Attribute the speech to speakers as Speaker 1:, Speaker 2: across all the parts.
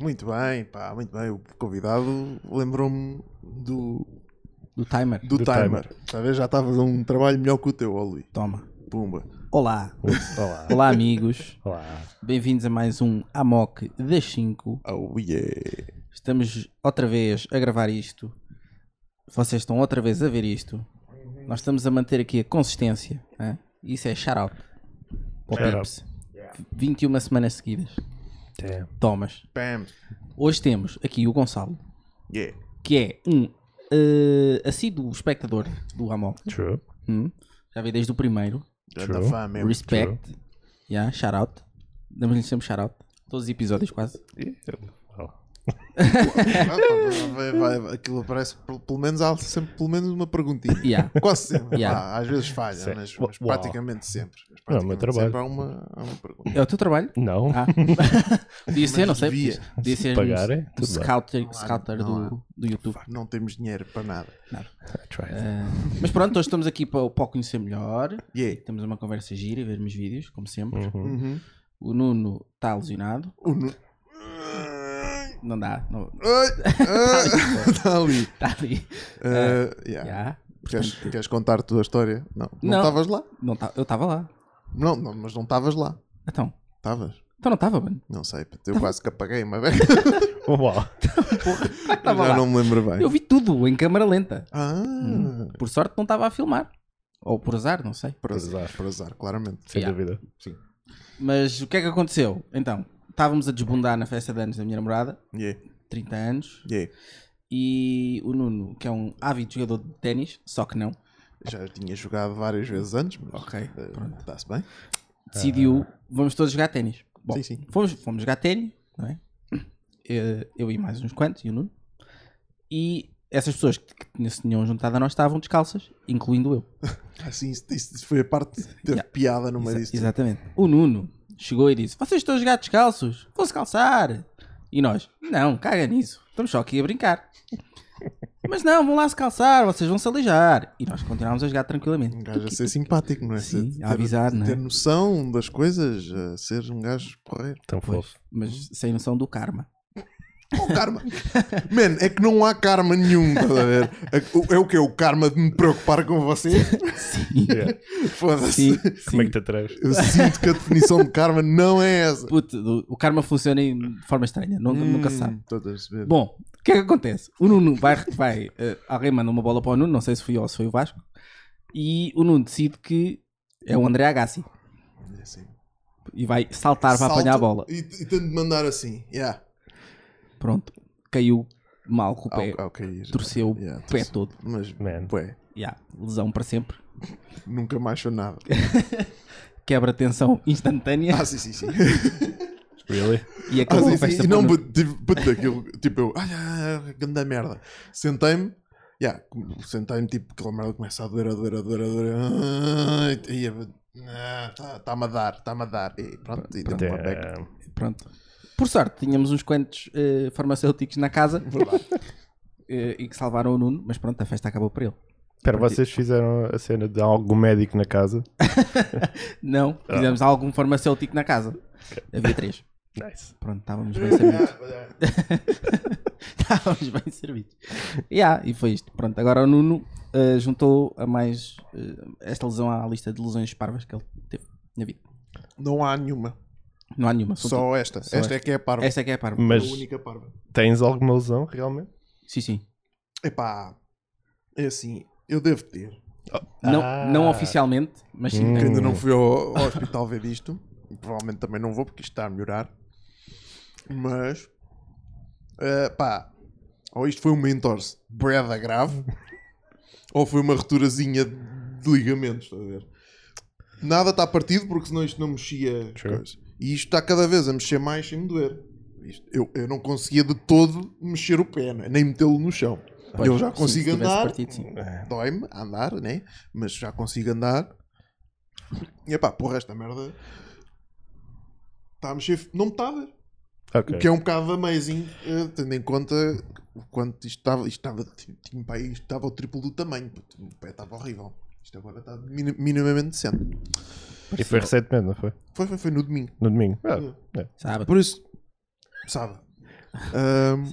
Speaker 1: Muito bem, pá, muito bem. O convidado lembrou-me do,
Speaker 2: Do timer.
Speaker 1: do,
Speaker 3: Do
Speaker 1: timer.
Speaker 3: timer.
Speaker 1: Talvez já estavas a um trabalho melhor que o teu, ó Luís.
Speaker 2: Toma.
Speaker 1: Pumba.
Speaker 2: Olá.
Speaker 3: Olá.
Speaker 2: Olá, amigos.
Speaker 3: Olá.
Speaker 2: Bem-vindos a mais um Amok das 5.
Speaker 1: Oh yeah.
Speaker 2: Estamos outra vez a gravar isto. Vocês estão outra vez a ver isto. Nós estamos a manter aqui a consistência. hã? Isso é shout out. Para o
Speaker 3: Shout
Speaker 2: Pips. 21 semanas seguidas.
Speaker 3: Damn.
Speaker 2: Tomas.
Speaker 1: Bam.
Speaker 2: Hoje temos aqui o Gonçalo,
Speaker 1: Yeah.
Speaker 2: que é um eh, assíduo espectador do Amok.
Speaker 3: True.
Speaker 2: Hum? Já vi desde o primeiro.
Speaker 1: Ganda
Speaker 3: True.
Speaker 1: fã mesmo.
Speaker 2: Respect. Yeah, shout out. Damos-lhe sempre shout out. Todos os episódios quase.
Speaker 3: Well,
Speaker 1: Ah, pá, vai- vai- vai- aquilo aparece, pelo- pelo menos há sempre pelo menos uma perguntinha.
Speaker 2: Yeah.
Speaker 1: Quase sempre.
Speaker 2: Yeah.
Speaker 1: Pá, às vezes falha,
Speaker 3: Sim.
Speaker 1: mas,
Speaker 3: Uau.
Speaker 1: mas praticamente sempre. Mas
Speaker 3: É o meu
Speaker 1: praticamente
Speaker 3: trabalho.
Speaker 1: Sempre há uma, há uma pergunta.
Speaker 2: É o teu trabalho?
Speaker 3: Não.
Speaker 2: Ah. Podia ser, não sei.
Speaker 1: devia.
Speaker 2: podia- Podia ser
Speaker 3: pagarem,
Speaker 2: um, um
Speaker 3: tudo bem.
Speaker 2: scouter,
Speaker 1: há-
Speaker 2: scouter
Speaker 1: não
Speaker 2: do, do YouTube.
Speaker 1: Não temos dinheiro para nada.
Speaker 3: I tried.
Speaker 2: Ah, mas pronto, hoje estamos aqui para, para o conhecer melhor.
Speaker 1: Yeah.
Speaker 2: Temos uma conversa gira e vermos vídeos, como sempre.
Speaker 3: Uhum.
Speaker 1: Uhum.
Speaker 2: O Nuno está lesionado.
Speaker 1: O Nu-
Speaker 2: Não dá. Não,
Speaker 1: Ai, ah, Está ali.
Speaker 2: está ali.
Speaker 1: Ah, yeah.
Speaker 2: Já.
Speaker 1: Queres, queres contar a tua história? Não. Não
Speaker 2: Não.
Speaker 1: estavas lá?
Speaker 2: Não tá, eu estava lá.
Speaker 1: Não, não, mas não estavas lá.
Speaker 2: Então.
Speaker 1: Estavas?
Speaker 2: Então não estava, mano.
Speaker 1: Não sei, puto, eu quase que apaguei uma vez.
Speaker 3: Uau.
Speaker 2: Claro que
Speaker 1: Já
Speaker 2: estava lá.
Speaker 1: não me lembro bem.
Speaker 2: Eu Hum. vi tudo em câmara lenta.
Speaker 1: Ah,
Speaker 2: Por sorte não estava a filmar. Ou por azar, não sei.
Speaker 1: por azar, por azar, claramente.
Speaker 3: Sem
Speaker 2: Yeah.
Speaker 3: dúvida.
Speaker 2: Mas o que é que aconteceu? Então, estávamos a desbundar na festa de anos da minha namorada,
Speaker 1: Yeah,
Speaker 2: 30 anos,
Speaker 1: yeah.
Speaker 2: e o Nuno, que é um ávido jogador de ténis, só que não,
Speaker 1: Já tinha jogado várias vezes antes, mas
Speaker 2: Ok,
Speaker 1: eh,
Speaker 2: pronto.
Speaker 1: está-se bem.
Speaker 2: decidiu, vamos todos jogar ténis. Bom,
Speaker 1: Sim, sim.
Speaker 2: Fomos, fomos jogar ténis, não é? Eh, Eu e mais uns quantos, e o Nuno. E essas pessoas que que se tinham juntado a nós estavam descalças, incluindo eu.
Speaker 1: Assim, isso, isso foi a parte que teve
Speaker 2: Yeah.
Speaker 1: piada no meio
Speaker 2: Exa-
Speaker 1: disso.
Speaker 2: Exatamente. O Nuno chegou e disse: Vocês estão a jogar descalços? Vão-se calçar. E nós: Não, caga nisso. Estamos só aqui a brincar. Mas não, vão lá se calçar, vocês vão se aleijar. E nós continuámos a jogar tranquilamente.
Speaker 1: Um gajo a ser simpático, não é?
Speaker 2: Sim,
Speaker 1: Ser-
Speaker 2: a avisar,
Speaker 1: ter,
Speaker 2: não é?
Speaker 1: Ter noção das coisas, a ser um gajo porreiro.
Speaker 3: Tão
Speaker 2: Pois,
Speaker 3: fofo.
Speaker 2: mas sem noção do karma.
Speaker 1: Oh, karma! Man, é que não há karma nenhum, estás a ver? É- o- É o que? O karma de me preocupar com você?
Speaker 2: Sim.
Speaker 3: Yeah.
Speaker 1: Foda-se.
Speaker 2: Sim, sim.
Speaker 3: Como é que te atreves?
Speaker 1: Eu sinto que a definição de karma não é essa.
Speaker 2: Puto, do- o karma funciona em- de forma estranha, nunca,
Speaker 1: Hum.
Speaker 2: nunca se sabe.
Speaker 1: Estou a perceber.
Speaker 2: Bom, o que é que acontece? O Nuno vai. vai eh, alguém manda uma bola para o Nuno, não sei se fui eu ou se foi o Vasco. E o Nuno decide que é o André Agassi.
Speaker 1: É assim.
Speaker 2: e vai saltar para
Speaker 1: Salta
Speaker 2: apanhar a bola.
Speaker 1: E, e tento mandar assim. Yeah.
Speaker 2: Pronto, caiu mal com o pé,
Speaker 1: Ao, ao cair.
Speaker 2: torceu o
Speaker 1: Ah, Yeah,
Speaker 2: pé
Speaker 1: torceu.
Speaker 2: todo.
Speaker 1: é Mas,
Speaker 3: Man.
Speaker 1: ué,
Speaker 2: Yeah, lesão para sempre.
Speaker 1: nunca mais sou nada.
Speaker 2: Quebra tensão instantânea
Speaker 1: Ah, sim, sim, sim.
Speaker 3: Really?
Speaker 2: e
Speaker 1: Ah,
Speaker 2: acabou
Speaker 1: sim,
Speaker 2: a festa.
Speaker 1: sim. E não,
Speaker 2: para o
Speaker 1: puto, tipo, puto, aquilo, tipo eu, ai, ai, ai, grande merda. Sentei-me, yeah, sentei-me, tipo, aquela merda começa a doer, a doer, a doer, a doer. Ai, e eu, ah, tá- Tá-me a dar, está-me a dar. E pronto, e deu uma beca.
Speaker 3: Damn.
Speaker 2: Nuno. Pronto. Por sorte, tínhamos uns quantos eh, farmacêuticos na casa eh, e que salvaram o Nuno, mas pronto, a festa acabou para ele.
Speaker 3: Espera, vocês fizeram a cena de algum médico na casa?
Speaker 2: Não,
Speaker 1: Ah.
Speaker 2: fizemos algum farmacêutico na casa. Havia três.
Speaker 3: Nice.
Speaker 2: Pronto, estávamos bem servidos. Estávamos bem servidos. Yeah, e foi isto. Pronto, agora o Nuno eh, juntou a mais eh, esta lesão à lista de lesões parvas que ele teve na vida.
Speaker 1: Não há nenhuma.
Speaker 2: Não há nenhuma. são
Speaker 1: Só esta.
Speaker 2: Só
Speaker 1: esta é que é a
Speaker 2: tudo-
Speaker 1: parva.
Speaker 2: Esta é que é a parva.
Speaker 3: Mas
Speaker 1: A única parva.
Speaker 3: tens alguma lesão realmente?
Speaker 2: Sim, sim.
Speaker 1: Epá, é assim, eu devo ter.
Speaker 2: Não,
Speaker 3: Ah.
Speaker 2: não oficialmente, mas sim.
Speaker 1: Hum. Que ainda não fui ao, ao hospital ver isto. Provavelmente também não vou porque isto está a melhorar. Mas, eh, pá, ou isto foi uma entorse breda grave, ou foi uma roturazinha de ligamentos, estás a ver? Nada está partido porque senão isto não mexia.
Speaker 3: True.
Speaker 1: coisa. E isto está cada vez a mexer mais sem me doer. Isto- Eu, eu não conseguia de todo mexer o pé, né? nem metê-lo no chão.
Speaker 2: Pois,
Speaker 1: eu já
Speaker 2: sim, se
Speaker 1: consigo
Speaker 2: tivesse
Speaker 1: andar,
Speaker 2: partido, sim.
Speaker 1: dói-me a andar, né? Mas já consigo andar. E pá, porra, esta merda está a mexer, não me está a ver.
Speaker 3: Ok.
Speaker 1: O que é um bocado amazing, eh, tendo em conta o quanto isto estava, isto estava, ti- tinha pá, isto estava o triplo do tamanho, puto, o pé estava horrível. Isto agora está mini- minimamente decente.
Speaker 3: E foi recentemente, não foi?
Speaker 1: Foi, foi, foi no domingo.
Speaker 3: No domingo? Ah, é.
Speaker 2: Sabe?
Speaker 1: Por isso, sabe, Ahm,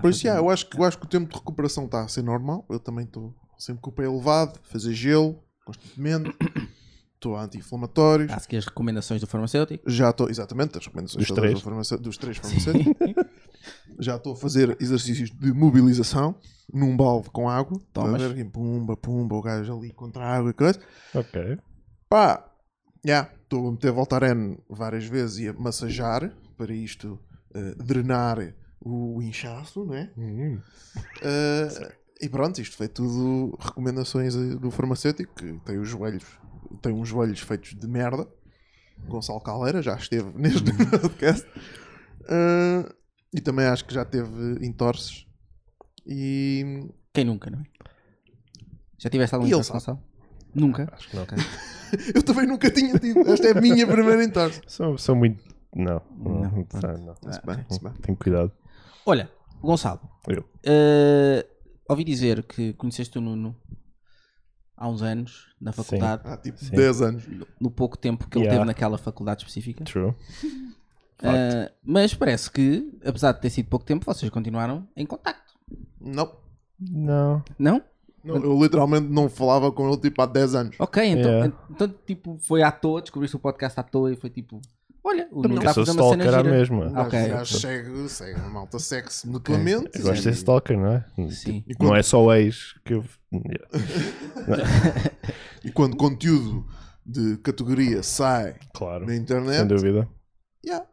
Speaker 1: por isso, yeah, eu, acho, que- eu acho que o tempo de recuperação está a ser normal. Eu também estou sempre com o pé elevado, fazer gelo constantemente. Estou a anti-inflamatórios.
Speaker 2: Acho que as recomendações do farmacêutico.
Speaker 1: Já estou, exatamente, as recomendações
Speaker 3: Dos
Speaker 1: todas
Speaker 3: três.
Speaker 1: da farmácia- dos três farmacêuticos. Já estou a fazer exercícios de mobilização num balde com água. Estás a
Speaker 2: Tomas.
Speaker 1: ver? E Pumba, pumba, o gajo ali contra a água e coisa.
Speaker 3: Ok.
Speaker 1: Pá, já, estou a meter Voltaren várias vezes e a massajar para isto eh, drenar o inchaço, né?
Speaker 3: Hum.
Speaker 1: Eh, e pronto, isto foi tudo recomendações eh, do farmacêutico que tem os joelhos, tem uns joelhos feitos de merda. Gonçalo Caldeira já esteve neste podcast. Eh, e também acho que já teve entorces. E
Speaker 2: Quem nunca, não é? Já tiveste alguma
Speaker 1: E ele
Speaker 2: intenção, Gonçalo? Nunca.
Speaker 3: Acho que não.
Speaker 1: eu também nunca tinha tido. Esta é a minha primeira entorse.
Speaker 3: São, são muito. Não.
Speaker 2: Não,
Speaker 3: Não.
Speaker 2: pronto.
Speaker 3: não, não.
Speaker 1: Se bem, se bem.
Speaker 3: Tenho cuidado.
Speaker 2: Olha, Gonçalo,
Speaker 3: Eu.
Speaker 2: eh, ouvi dizer que conheceste o Nuno há uns anos na faculdade,
Speaker 1: Há tipo
Speaker 3: Sim.
Speaker 1: 10 anos.
Speaker 2: no pouco tempo que ele
Speaker 3: Yeah.
Speaker 2: teve naquela faculdade específica.
Speaker 3: True.
Speaker 2: Eh, mas parece que, apesar de ter sido pouco tempo, vocês continuaram em contacto,
Speaker 1: Não.
Speaker 3: Não.
Speaker 2: não?
Speaker 1: Não, eu literalmente não falava com ele tipo há 10 anos.
Speaker 2: Ok, então,
Speaker 3: Yeah.
Speaker 2: então tipo, foi à toa, descobriste o podcast à toa e foi tipo, olha, o Nuno
Speaker 3: Porque
Speaker 2: está
Speaker 3: eu
Speaker 2: a
Speaker 3: sou
Speaker 2: fazer uma cena
Speaker 3: stalker à
Speaker 2: gira.
Speaker 1: O
Speaker 3: mesma.
Speaker 1: Um gajo-
Speaker 2: Ok.
Speaker 1: o gajo segue, segue, a malta segue-se mutuamente.
Speaker 3: Eu gosto de ser
Speaker 1: E-
Speaker 3: stalker, não é?
Speaker 2: Sim.
Speaker 1: E quando,
Speaker 3: Não é só ex que eu.
Speaker 1: e quando conteúdo de categoria sai
Speaker 3: Claro.
Speaker 1: na
Speaker 3: Sem
Speaker 1: internet,
Speaker 3: dúvida.
Speaker 1: yeah,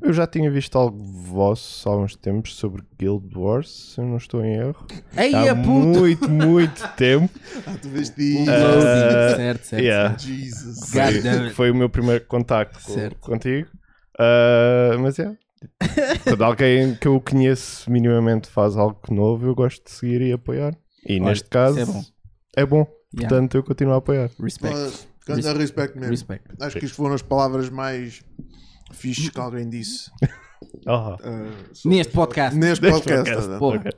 Speaker 3: Eu já tinha visto algo vosso há uns tempos sobre Guild Wars, se eu não estou em erro.
Speaker 2: Ei,
Speaker 3: há
Speaker 2: a é puto!
Speaker 3: Tá muito, muito tempo.
Speaker 1: ah, tu vês disto.
Speaker 2: Loading, certo, certo.
Speaker 3: yeah.
Speaker 1: Jesus.
Speaker 2: God
Speaker 3: Foi-
Speaker 2: damn it.
Speaker 3: Foi o meu primeiro contacto co-
Speaker 2: Certo.
Speaker 3: contigo. Ah, mas é. Quando alguém que eu conheço minimamente faz algo novo, eu gosto de seguir e apoiar. E neste caso,
Speaker 2: isso é bom.
Speaker 3: é bom.
Speaker 2: Yeah.
Speaker 3: Portanto, eu continuo a apoiar.
Speaker 2: Respect.
Speaker 1: Mas, Ganda respeito mesmo.
Speaker 2: Respect.
Speaker 1: Acho que isto foram as palavras mais fixes que alguém disse
Speaker 3: Ah,
Speaker 1: ah, sobre-
Speaker 2: Neste podcast,
Speaker 1: neste podcast.
Speaker 3: podcast.
Speaker 1: ah,
Speaker 2: porra.
Speaker 3: Ok.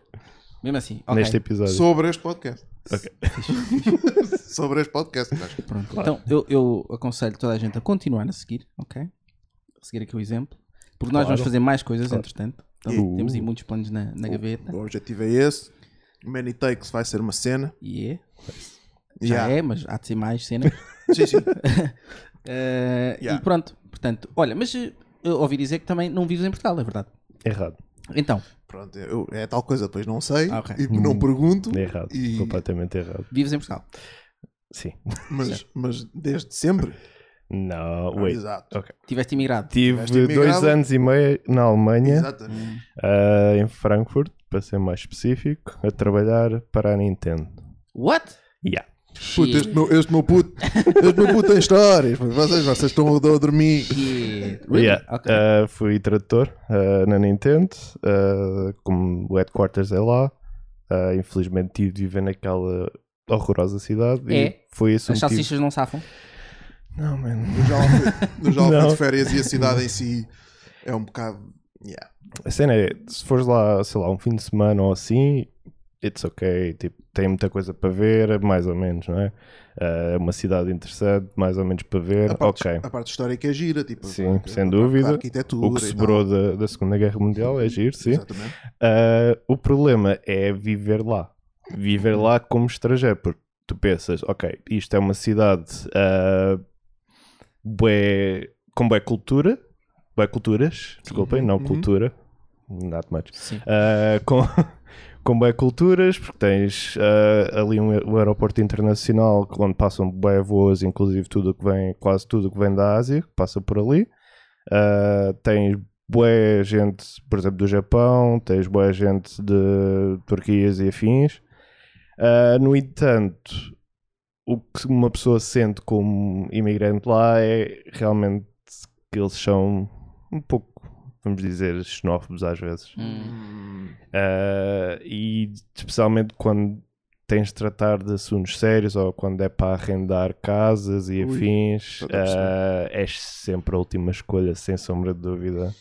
Speaker 2: Mesmo assim, ok.
Speaker 3: Neste episódio.
Speaker 1: Sobre este podcast.
Speaker 3: Ok.
Speaker 1: sobre este podcast. gajo.
Speaker 2: Pronto. Então, eu, eu aconselho toda a gente a continuar a seguir, ok? A seguir aqui o exemplo. Porque nós
Speaker 3: Claro.
Speaker 2: vamos fazer mais coisas, entretanto. Então,
Speaker 3: Uh.
Speaker 2: Temos aí muitos planos na, na gaveta.
Speaker 1: O objetivo é esse. Many Takes vai ser uma cena.
Speaker 2: E é. Já
Speaker 1: Yeah.
Speaker 2: é, mas há de ser mais cenas.
Speaker 1: Sim, sim.
Speaker 2: Eh,
Speaker 1: Yeah.
Speaker 2: E pronto. Portanto, olha, mas eh, eu ouvi dizer que também não vives em Portugal, é verdade?
Speaker 3: Errado.
Speaker 2: Então,
Speaker 1: Pronto, eu- é tal coisa, depois não sei
Speaker 2: Ah, ok.
Speaker 1: e não
Speaker 3: Hum.
Speaker 1: pergunto,
Speaker 3: Errado.
Speaker 1: E-
Speaker 3: Completamente errado.
Speaker 2: vives em Portugal.
Speaker 3: Sim.
Speaker 1: mas, mas desde sempre.
Speaker 3: Não, wait.
Speaker 1: Exato.
Speaker 3: Ok.
Speaker 2: Ah, Tiveste imigrado.
Speaker 1: Tiveste
Speaker 3: Tive dois
Speaker 1: imigrado?
Speaker 3: anos e meio na Alemanha.
Speaker 2: Hum.
Speaker 1: Exatamente.
Speaker 3: Ah, em Frankfurt, para ser mais específico, a trabalhar para a Nintendo.
Speaker 2: What?
Speaker 3: Yeah.
Speaker 1: Puto, este, meu, este meu puto, este meu puto tem histórias. mas Vocês, vocês estão a dormir.
Speaker 2: Shit. Really?
Speaker 3: Yeah.
Speaker 2: Ok.
Speaker 3: Ah, fui tradutor ah, na Nintendo, ah, como o headquarters é lá. Ah, infelizmente tive de viver naquela horrorosa cidade
Speaker 2: É?
Speaker 3: e foi esse o
Speaker 2: As
Speaker 3: motivo.
Speaker 2: salsichas não safam?
Speaker 3: Não, mano.
Speaker 1: Eu já lá fui- eu já lá fui
Speaker 3: Não.
Speaker 1: de férias e a cidade em si é um bocado. Yeah.
Speaker 3: A cena é, se fores lá, sei lá, um fim de semana ou assim, it's ok. Tipo, tem muita coisa para ver, mais ou menos, não é? Ah, É uma cidade interessante, mais ou menos para ver,
Speaker 1: A, parte,
Speaker 3: ok.
Speaker 1: a parte histórica é gira, tipo,
Speaker 3: um Sim,
Speaker 1: a-
Speaker 3: sem
Speaker 1: a- a
Speaker 3: dúvida.
Speaker 1: arquitetura
Speaker 3: O que
Speaker 1: é e
Speaker 3: sobrou
Speaker 1: tal.
Speaker 3: da, da Segunda Guerra Mundial é giro, sim.
Speaker 1: Exatamente.
Speaker 3: Ah, o problema é viver lá. Viver lá como estrangeiro, porque tu pensas, ok, isto é uma cidade ah, bué- com boa cultura, bué culturas, desculpem, não
Speaker 1: Uhum.
Speaker 3: cultura, not much,
Speaker 2: Sim.
Speaker 3: Ah, com, com bué culturas, porque tens ah, ali um, aer- um aeroporto internacional onde passam bué voos, inclusive tudo o que vem, quase tudo o que vem da Ásia, que passa por ali. Ah, tens bué gente, por exemplo, do Japão, tens bué gente de Turquias e afins. Ah, no entanto, o que uma pessoa sente como imigrante lá é realmente que eles são um pouco, vamos dizer, xenófobos às vezes.
Speaker 2: Hum.
Speaker 3: Uh, e especialmente quando tens de tratar de assuntos sérios ou quando é para arrendar casas
Speaker 1: Ui,
Speaker 3: e afins,
Speaker 1: estou a perceber.
Speaker 3: uh, és sempre a última escolha, sem sombra de dúvida.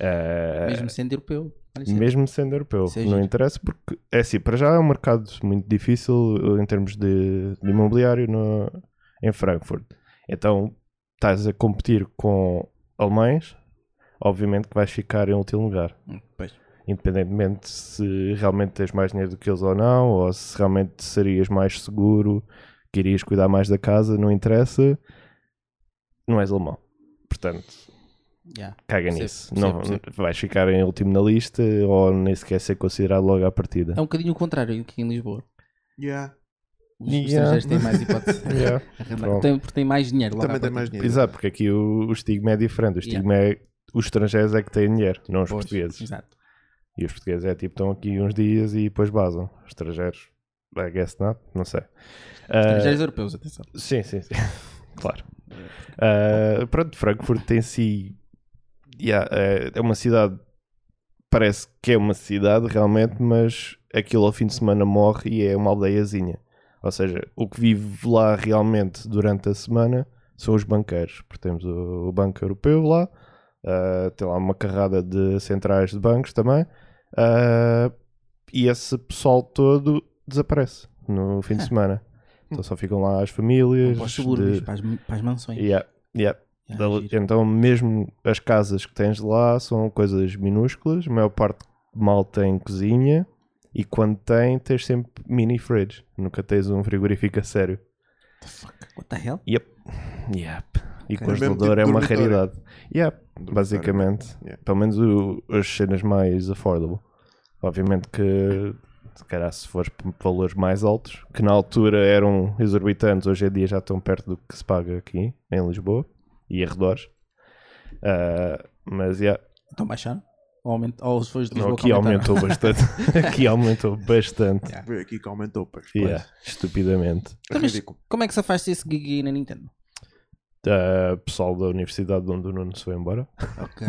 Speaker 3: Uh,
Speaker 2: Mesmo sendo europeu. Olha isso.
Speaker 3: mesmo sendo europeu,
Speaker 2: Isso é
Speaker 3: não
Speaker 2: giro.
Speaker 3: interessa porque é assim, para já é um mercado muito difícil eh, em termos de, de imobiliário no, em Frankfurt. Então estás a competir com alemães, obviamente que vais ficar em último lugar.
Speaker 2: Hum, Pois.
Speaker 3: Independentemente se realmente tens mais dinheiro do que eles ou não, ou se realmente serias mais seguro, que irias cuidar mais da casa, não interessa. Não és alemão. Portanto,
Speaker 2: Yeah.
Speaker 3: caga
Speaker 2: Percebo,
Speaker 3: nisso.
Speaker 2: percebo,
Speaker 3: não,
Speaker 2: percebo.
Speaker 3: Vais ficar em último na lista ou nem sequer ser considerado logo à partida.
Speaker 2: É um bocadinho o contrário do que em Lisboa.
Speaker 1: Yeah.
Speaker 2: Os
Speaker 3: Yeah.
Speaker 2: estrangeiros têm mais hipótese.
Speaker 3: Yeah.
Speaker 2: Arrendar. Tem- Porque têm mais dinheiro. logo à
Speaker 1: Também tem
Speaker 2: partida.
Speaker 1: mais dinheiro.
Speaker 3: Exato, porque aqui o, o estigma é diferente. O estigma é os estrangeiros é que têm dinheiro, não os
Speaker 2: Pois,
Speaker 3: portugueses.
Speaker 2: Exato.
Speaker 3: E os portugueses é tipo, estão aqui uns dias e depois basam. Os estrangeiros, I guess not, não sei. Ah,
Speaker 2: Estrangeiros europeus, atenção.
Speaker 3: Sim, sim, sim. claro. Ah, pronto, Frankfurt em si yeah, é é uma cidade. Parece que é uma cidade realmente, mas aquilo ao fim de semana morre e é uma aldeiazinha. Ou seja, o que vive lá realmente durante a semana são os banqueiros. Porque temos o, o Banco Europeu lá, ah, tem lá uma carrada de centrais de bancos também. ah, e esse pessoal todo desaparece no fim de semana. Então só ficam lá as famílias.
Speaker 2: Para os subúrbios,
Speaker 3: de-
Speaker 2: para as, para as mansões.
Speaker 3: Yeah, yeah.
Speaker 2: Yeah, é
Speaker 3: Da-
Speaker 2: Ah, giro.
Speaker 3: Então, mesmo as casas que tens lá são coisas minúsculas. A maior parte mal tem cozinha. E quando tem, tens sempre mini fridge. Nunca tens um frigorífico a sério.
Speaker 2: What the hell?
Speaker 3: Yep. Yep. E
Speaker 2: Ok.
Speaker 3: congelador é
Speaker 1: É mesmo tipo
Speaker 3: uma
Speaker 1: dormitório.
Speaker 3: raridade. Yep, basicamente.
Speaker 1: Yeah.
Speaker 3: Pelo menos o- as cenas mais affordable. Obviamente que, se calhar, se fores por valores mais altos, que na altura eram exorbitantes, hoje em dia já estão perto do que se paga aqui, em Lisboa e arredores. Ah, mas, yeah,
Speaker 2: Então baixaram? Ou, aument... ou os fãs de
Speaker 3: não,
Speaker 2: Lisboa
Speaker 3: aqui
Speaker 2: que aumentaram?
Speaker 3: aumentou bastante. aqui aumentou bastante.
Speaker 2: Yeah.
Speaker 1: Veio aqui que aumentou, pois.
Speaker 3: Yeah, estupidamente.
Speaker 1: É
Speaker 2: Então, mas
Speaker 1: ridículo.
Speaker 2: como é que se afaste esse gig aí na Nintendo?
Speaker 3: Ah, pessoal da universidade de onde o Nuno se foi embora.
Speaker 2: Ok.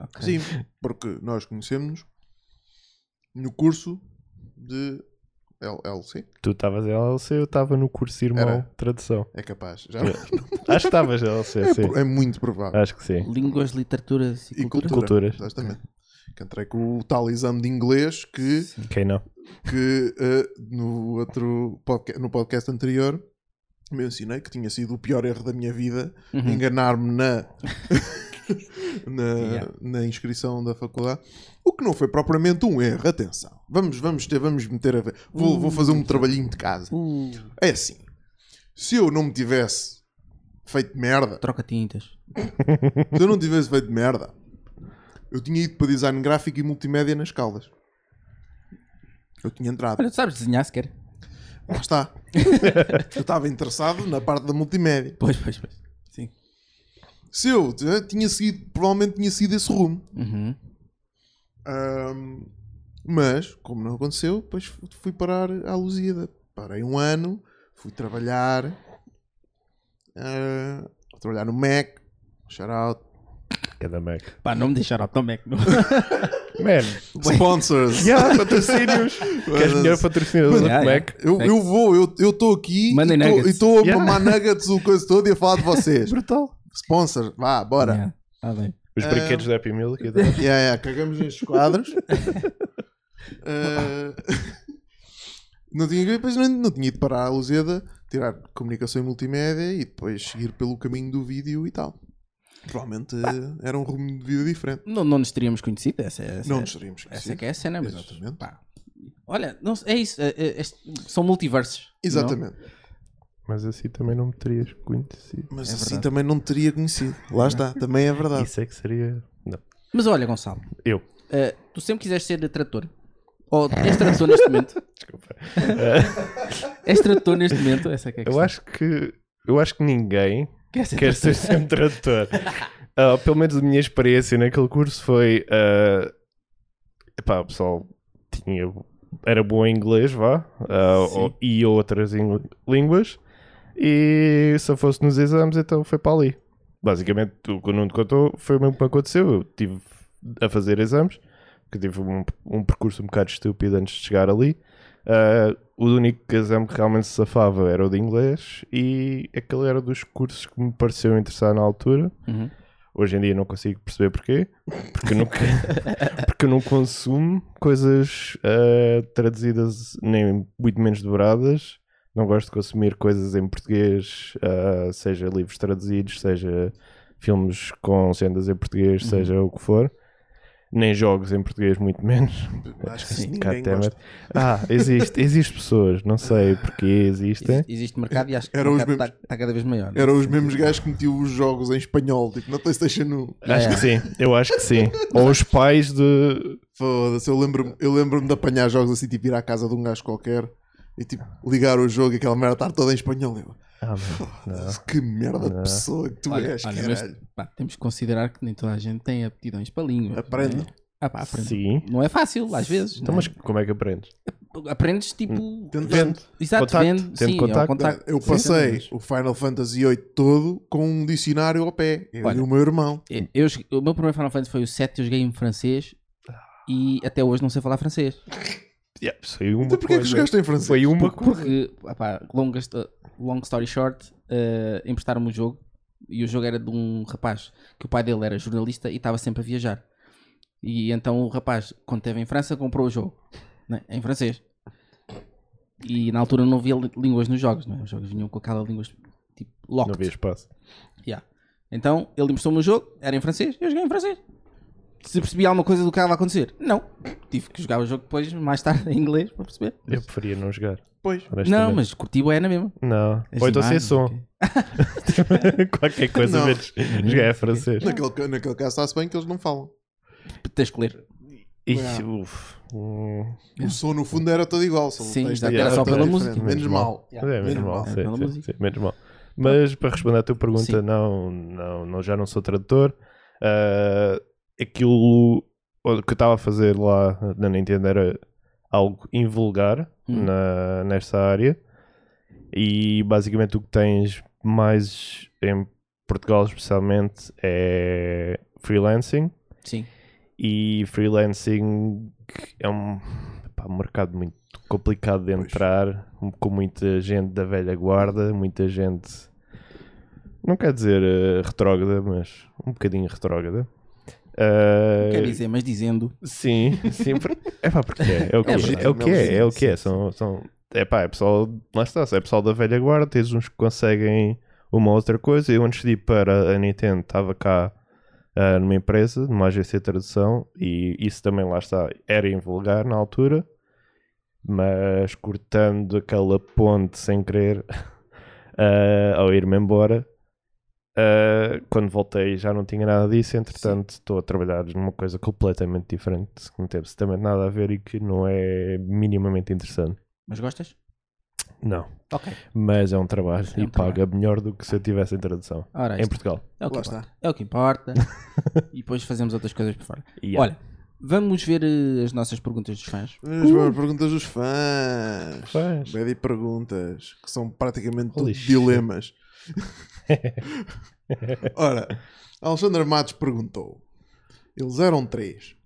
Speaker 2: ok.
Speaker 1: Sim, porque nós conhecemos no curso de LLC.
Speaker 3: Tu estavas em LLC, eu estava no curso irmão
Speaker 1: Era.
Speaker 3: tradução.
Speaker 1: É capaz. Já?
Speaker 3: É. Acho que estavas em LLC, sim.
Speaker 1: É, é muito provável.
Speaker 3: Acho que sim.
Speaker 2: Línguas, literaturas e,
Speaker 1: E
Speaker 2: cultura.
Speaker 1: cultura.
Speaker 3: Culturas.
Speaker 1: Exatamente. Que entrei com o tal exame de inglês que,
Speaker 3: Quem não?
Speaker 1: que eh, no, outro podca- no podcast anterior mencionei que tinha sido o pior erro da minha vida
Speaker 2: Uhum.
Speaker 1: enganar-me na, na,
Speaker 2: Yeah.
Speaker 1: na inscrição da faculdade. O que não foi propriamente um erro, atenção. Vamos, vamos ter, vamos meter a ver. Vou, vou fazer um trabalhinho de casa.
Speaker 2: Uh,
Speaker 1: É assim. Se eu não me tivesse feito merda,
Speaker 2: troca tintas.
Speaker 1: se eu não tivesse feito merda, eu tinha ido para design gráfico e multimédia nas caldas. Eu tinha entrado.
Speaker 2: Olha, tu sabes desenhar sequer?
Speaker 1: Lá está. eu estava interessado na parte da multimédia.
Speaker 2: Pois, pois, pois. Sim.
Speaker 1: Se eu t- tinha seguido, provavelmente tinha seguido esse rumo.
Speaker 2: Uhum.
Speaker 1: Ahm, mas, como não aconteceu, depois fu- fui parar à Lusíada. Parei um ano, fui trabalhar. ah, trabalhar no Mac. Shout out.
Speaker 3: Cada é Mac.
Speaker 2: Pá, não me deixaram ao Tom Mac. não.
Speaker 3: Man,
Speaker 1: Sponsors.
Speaker 3: yeah, patrocínios. Queres melhor patrocinador do
Speaker 2: Yeah,
Speaker 3: que Mac?
Speaker 2: yeah.
Speaker 1: Eu
Speaker 2: Thanks.
Speaker 1: eu vou, eu eu estou aqui
Speaker 2: Mandem
Speaker 1: e
Speaker 2: nuggets.
Speaker 1: estou a
Speaker 3: Yeah.
Speaker 1: mamar nuggets o coisa todo e a falar de vocês.
Speaker 3: Brutal.
Speaker 1: Sponsors, vá, bora.
Speaker 2: Yeah. Ah, bem.
Speaker 3: Os
Speaker 1: Ah.
Speaker 3: brinquedos da Happy Meal. que eu
Speaker 1: Yeah, yeah, cagamos nestes quadros. Eh, não tinha, depois não, não tinha ido parar a Luseda, tirar comunicação e multimédia e depois seguir pelo caminho do vídeo e tal. Provavelmente eh, era um rumo de vida diferente.
Speaker 2: Não, não nos teríamos conhecido. Essa, essa,
Speaker 1: não nos teríamos
Speaker 2: essa é
Speaker 1: esquecido.
Speaker 2: que é a cena, mas outros-
Speaker 1: Exatamente.
Speaker 2: pá. Olha, não, sei- é isso. é- é- este- são multiversos. não? é?
Speaker 1: Exatamente.
Speaker 3: Mas assim também não me terias conhecido.
Speaker 1: Mas
Speaker 2: É
Speaker 1: assim
Speaker 2: verdade.
Speaker 1: também não teria conhecido. Lá está, também é verdade.
Speaker 3: Isso é que seria. Não.
Speaker 2: Mas olha, Gonçalo,
Speaker 3: Eu.
Speaker 2: eh, tu sempre quiseste ser trator. Ou és trator neste momento.
Speaker 3: Desculpa.
Speaker 1: Eh.
Speaker 2: És trator neste momento. Essa é que é a
Speaker 3: Eu
Speaker 2: questão.
Speaker 3: acho que. Eu acho que ninguém
Speaker 2: Quer ser
Speaker 3: quer ser sempre tradutor. Ah, pelo menos a minha experiência naquele curso foi. ah, epá, o pessoal tinha, era bom em inglês, vá, ah,
Speaker 2: Sim.
Speaker 3: ou- e outras ing- línguas, e se eu fosse nos exames, então foi para ali. Basicamente, o que o Nuno contou foi o mesmo que aconteceu. Eu tive a fazer exames, que tive um, um percurso um bocado estúpido antes de chegar ali. Ah, o único exame que realmente se safava era o de inglês, e aquele era dos cursos que me pareceu interessar na altura.
Speaker 2: Uhum.
Speaker 3: é. Hoje em dia não consigo perceber porquê. Porque eu não, porque eu não consumo coisas ah, traduzidas, nem muito menos dobradas. eh, Não gosto de consumir coisas em português, ah, seja livros traduzidos, seja filmes com cenas em
Speaker 1: Uhum.
Speaker 3: português, seja o que for. Nem jogos em português, muito menos.
Speaker 1: Acho que isso ninguém
Speaker 3: Goddammit.
Speaker 1: gosta.
Speaker 3: Ah, existe, existe pessoas, não sei porque existem.
Speaker 2: Existe, existe mercado e acho que
Speaker 1: Era
Speaker 2: o
Speaker 1: os
Speaker 2: mercado
Speaker 1: mesmos-
Speaker 2: está cada vez maior. é?
Speaker 1: Eram os mesmos gajos que metiam os jogos em espanhol, tipo, na PlayStation 1.
Speaker 3: Acho que sim, eu acho que sim. Ou os pais de.
Speaker 1: Foda-se, eu lembro-me eu lembro de apanhar jogos assim, tipo, ir à casa de um gajo qualquer e tipo, ligar o jogo e aquela merda estar toda em espanhol. Eu,
Speaker 3: Ah, mano, não.
Speaker 1: "Foda-se, que merda de
Speaker 3: Não.
Speaker 1: pessoa que tu
Speaker 2: Olha,
Speaker 1: és,
Speaker 2: olha, mas,
Speaker 1: caralho.
Speaker 2: pá, temos que considerar que nem toda a gente tem aptidões para a língua.
Speaker 1: Aprende.
Speaker 2: não é? Ah, pá, aprende.
Speaker 3: Sim.
Speaker 2: Não é fácil, às vezes.
Speaker 3: Então,
Speaker 2: não é?
Speaker 3: mas
Speaker 1: Né?
Speaker 3: como é que aprendes?
Speaker 2: Aprendes tipo.
Speaker 1: Tentando.
Speaker 2: Exato,
Speaker 3: Contacto,
Speaker 2: vendo.
Speaker 3: tendo
Speaker 2: Sim, é
Speaker 3: contacto.
Speaker 2: um contacto.
Speaker 1: Eu
Speaker 2: Sim,
Speaker 1: passei
Speaker 2: sim.
Speaker 1: o Final Fantasy VIII todo com um dicionário ao pé. Eu e
Speaker 2: Olha.
Speaker 1: o meu irmão.
Speaker 2: Eu- É, eu che- o meu primeiro Final Fantasy foi o 7, eu joguei em francês e até hoje não sei falar francês.
Speaker 3: Yeah, foi uma
Speaker 1: Então porquê que
Speaker 3: coisa.
Speaker 1: jogaste em francês?
Speaker 2: um
Speaker 3: Foi uma coisa.
Speaker 2: Porque, ah pá, long, sto- long story short, eh, emprestaram-me o jogo e o jogo era de um rapaz que o pai dele era jornalista e estava sempre a viajar. E então o rapaz, quando esteve em França, comprou o jogo né, em francês. E na altura não havia li- línguas nos jogos, não é? os jogos vinham com aquela língua tipo
Speaker 3: Não
Speaker 2: locked.
Speaker 3: havia espaço.
Speaker 2: Yeah. Então ele mostrou-me o jogo, era em francês, eu joguei em francês. Se percebi alguma coisa do que estava a acontecer? Não. Tive que jogar o jogo depois, mais tarde, em inglês, para perceber.
Speaker 3: Eu preferia não jogar.
Speaker 1: Pois.
Speaker 2: Não,
Speaker 3: honestamente.
Speaker 2: mas curti bué na mesma.
Speaker 3: Não.
Speaker 2: As
Speaker 3: Ou então sem
Speaker 2: imagens,
Speaker 3: som.
Speaker 2: ok.
Speaker 3: Qualquer coisa
Speaker 1: Não.
Speaker 3: menos jogar em francês.
Speaker 1: Naquele, ca- naquele caso está-se bem que eles não falam.
Speaker 2: Tens que ler.
Speaker 3: Ixi, uf. Hum.
Speaker 1: O som no fundo era todo igual. Só o
Speaker 2: Sim,
Speaker 1: texto
Speaker 2: exato,
Speaker 3: era só
Speaker 1: todo
Speaker 3: pela
Speaker 1: diferente.
Speaker 2: música.
Speaker 1: Menos
Speaker 3: Menos
Speaker 1: mal.
Speaker 3: Mas É, menos
Speaker 1: Menos
Speaker 3: mal.
Speaker 1: mal.
Speaker 3: sim,
Speaker 2: Pela
Speaker 3: sim,
Speaker 2: música.
Speaker 3: sim, menos mal. Mas para responder à tua pergunta,
Speaker 2: Sim.
Speaker 3: não, não, não, já não sou tradutor. Ah, aquilo que eu estava a fazer lá na Nintendo era algo invulgar
Speaker 2: Hum.
Speaker 3: na, nesta área. E basicamente o que tens mais em Portugal, especialmente, é freelancing
Speaker 2: Sim.
Speaker 3: e freelancing é um, pá, um mercado muito complicado de
Speaker 1: Pois.
Speaker 3: entrar, um, com muita gente da velha guarda, muita gente, não quer dizer eh, retrógrada, mas um bocadinho retrógrada. Ah,
Speaker 2: Quer dizer, mas dizendo.
Speaker 3: Sim, sim. por- É pá, porque é. É o que
Speaker 2: É
Speaker 3: é.
Speaker 2: verdade,
Speaker 3: É o que é. É o que
Speaker 1: sim,
Speaker 3: é. São, são, é pá, é pessoal. Lá está. É pessoal da velha guarda. Tens uns que conseguem uma outra coisa. Eu antes de ir para a Nintendo estava cá ah, numa empresa, numa agência de tradução. E isso também lá está. Era invulgar na altura. Mas cortando aquela ponte sem querer ah, ao ir-me embora. Ah, quando voltei já não tinha nada disso, entretanto estou a trabalhar numa coisa completamente diferente, que não tem absolutamente nada a ver e que não é minimamente interessante.
Speaker 2: Mas gostas?
Speaker 3: Não.
Speaker 2: Ok.
Speaker 3: Mas é um trabalho
Speaker 2: É um
Speaker 3: e paga melhor do que se eu tivesse em tradução.
Speaker 2: Ora,
Speaker 3: Em
Speaker 2: isto
Speaker 3: Portugal.
Speaker 2: é o que
Speaker 1: Lá
Speaker 2: importa.
Speaker 1: está.
Speaker 2: É o que importa. e depois fazemos outras coisas por fora.
Speaker 3: Yeah.
Speaker 2: Olha, vamos ver eh, as nossas perguntas dos fãs.
Speaker 1: As boas perguntas dos fãs.
Speaker 3: Fãs.
Speaker 1: Pedi perguntas que são praticamente
Speaker 3: Holy
Speaker 1: tudo
Speaker 3: shit.
Speaker 1: dilemas. Ora, Alexandre Matos perguntou: eles eram três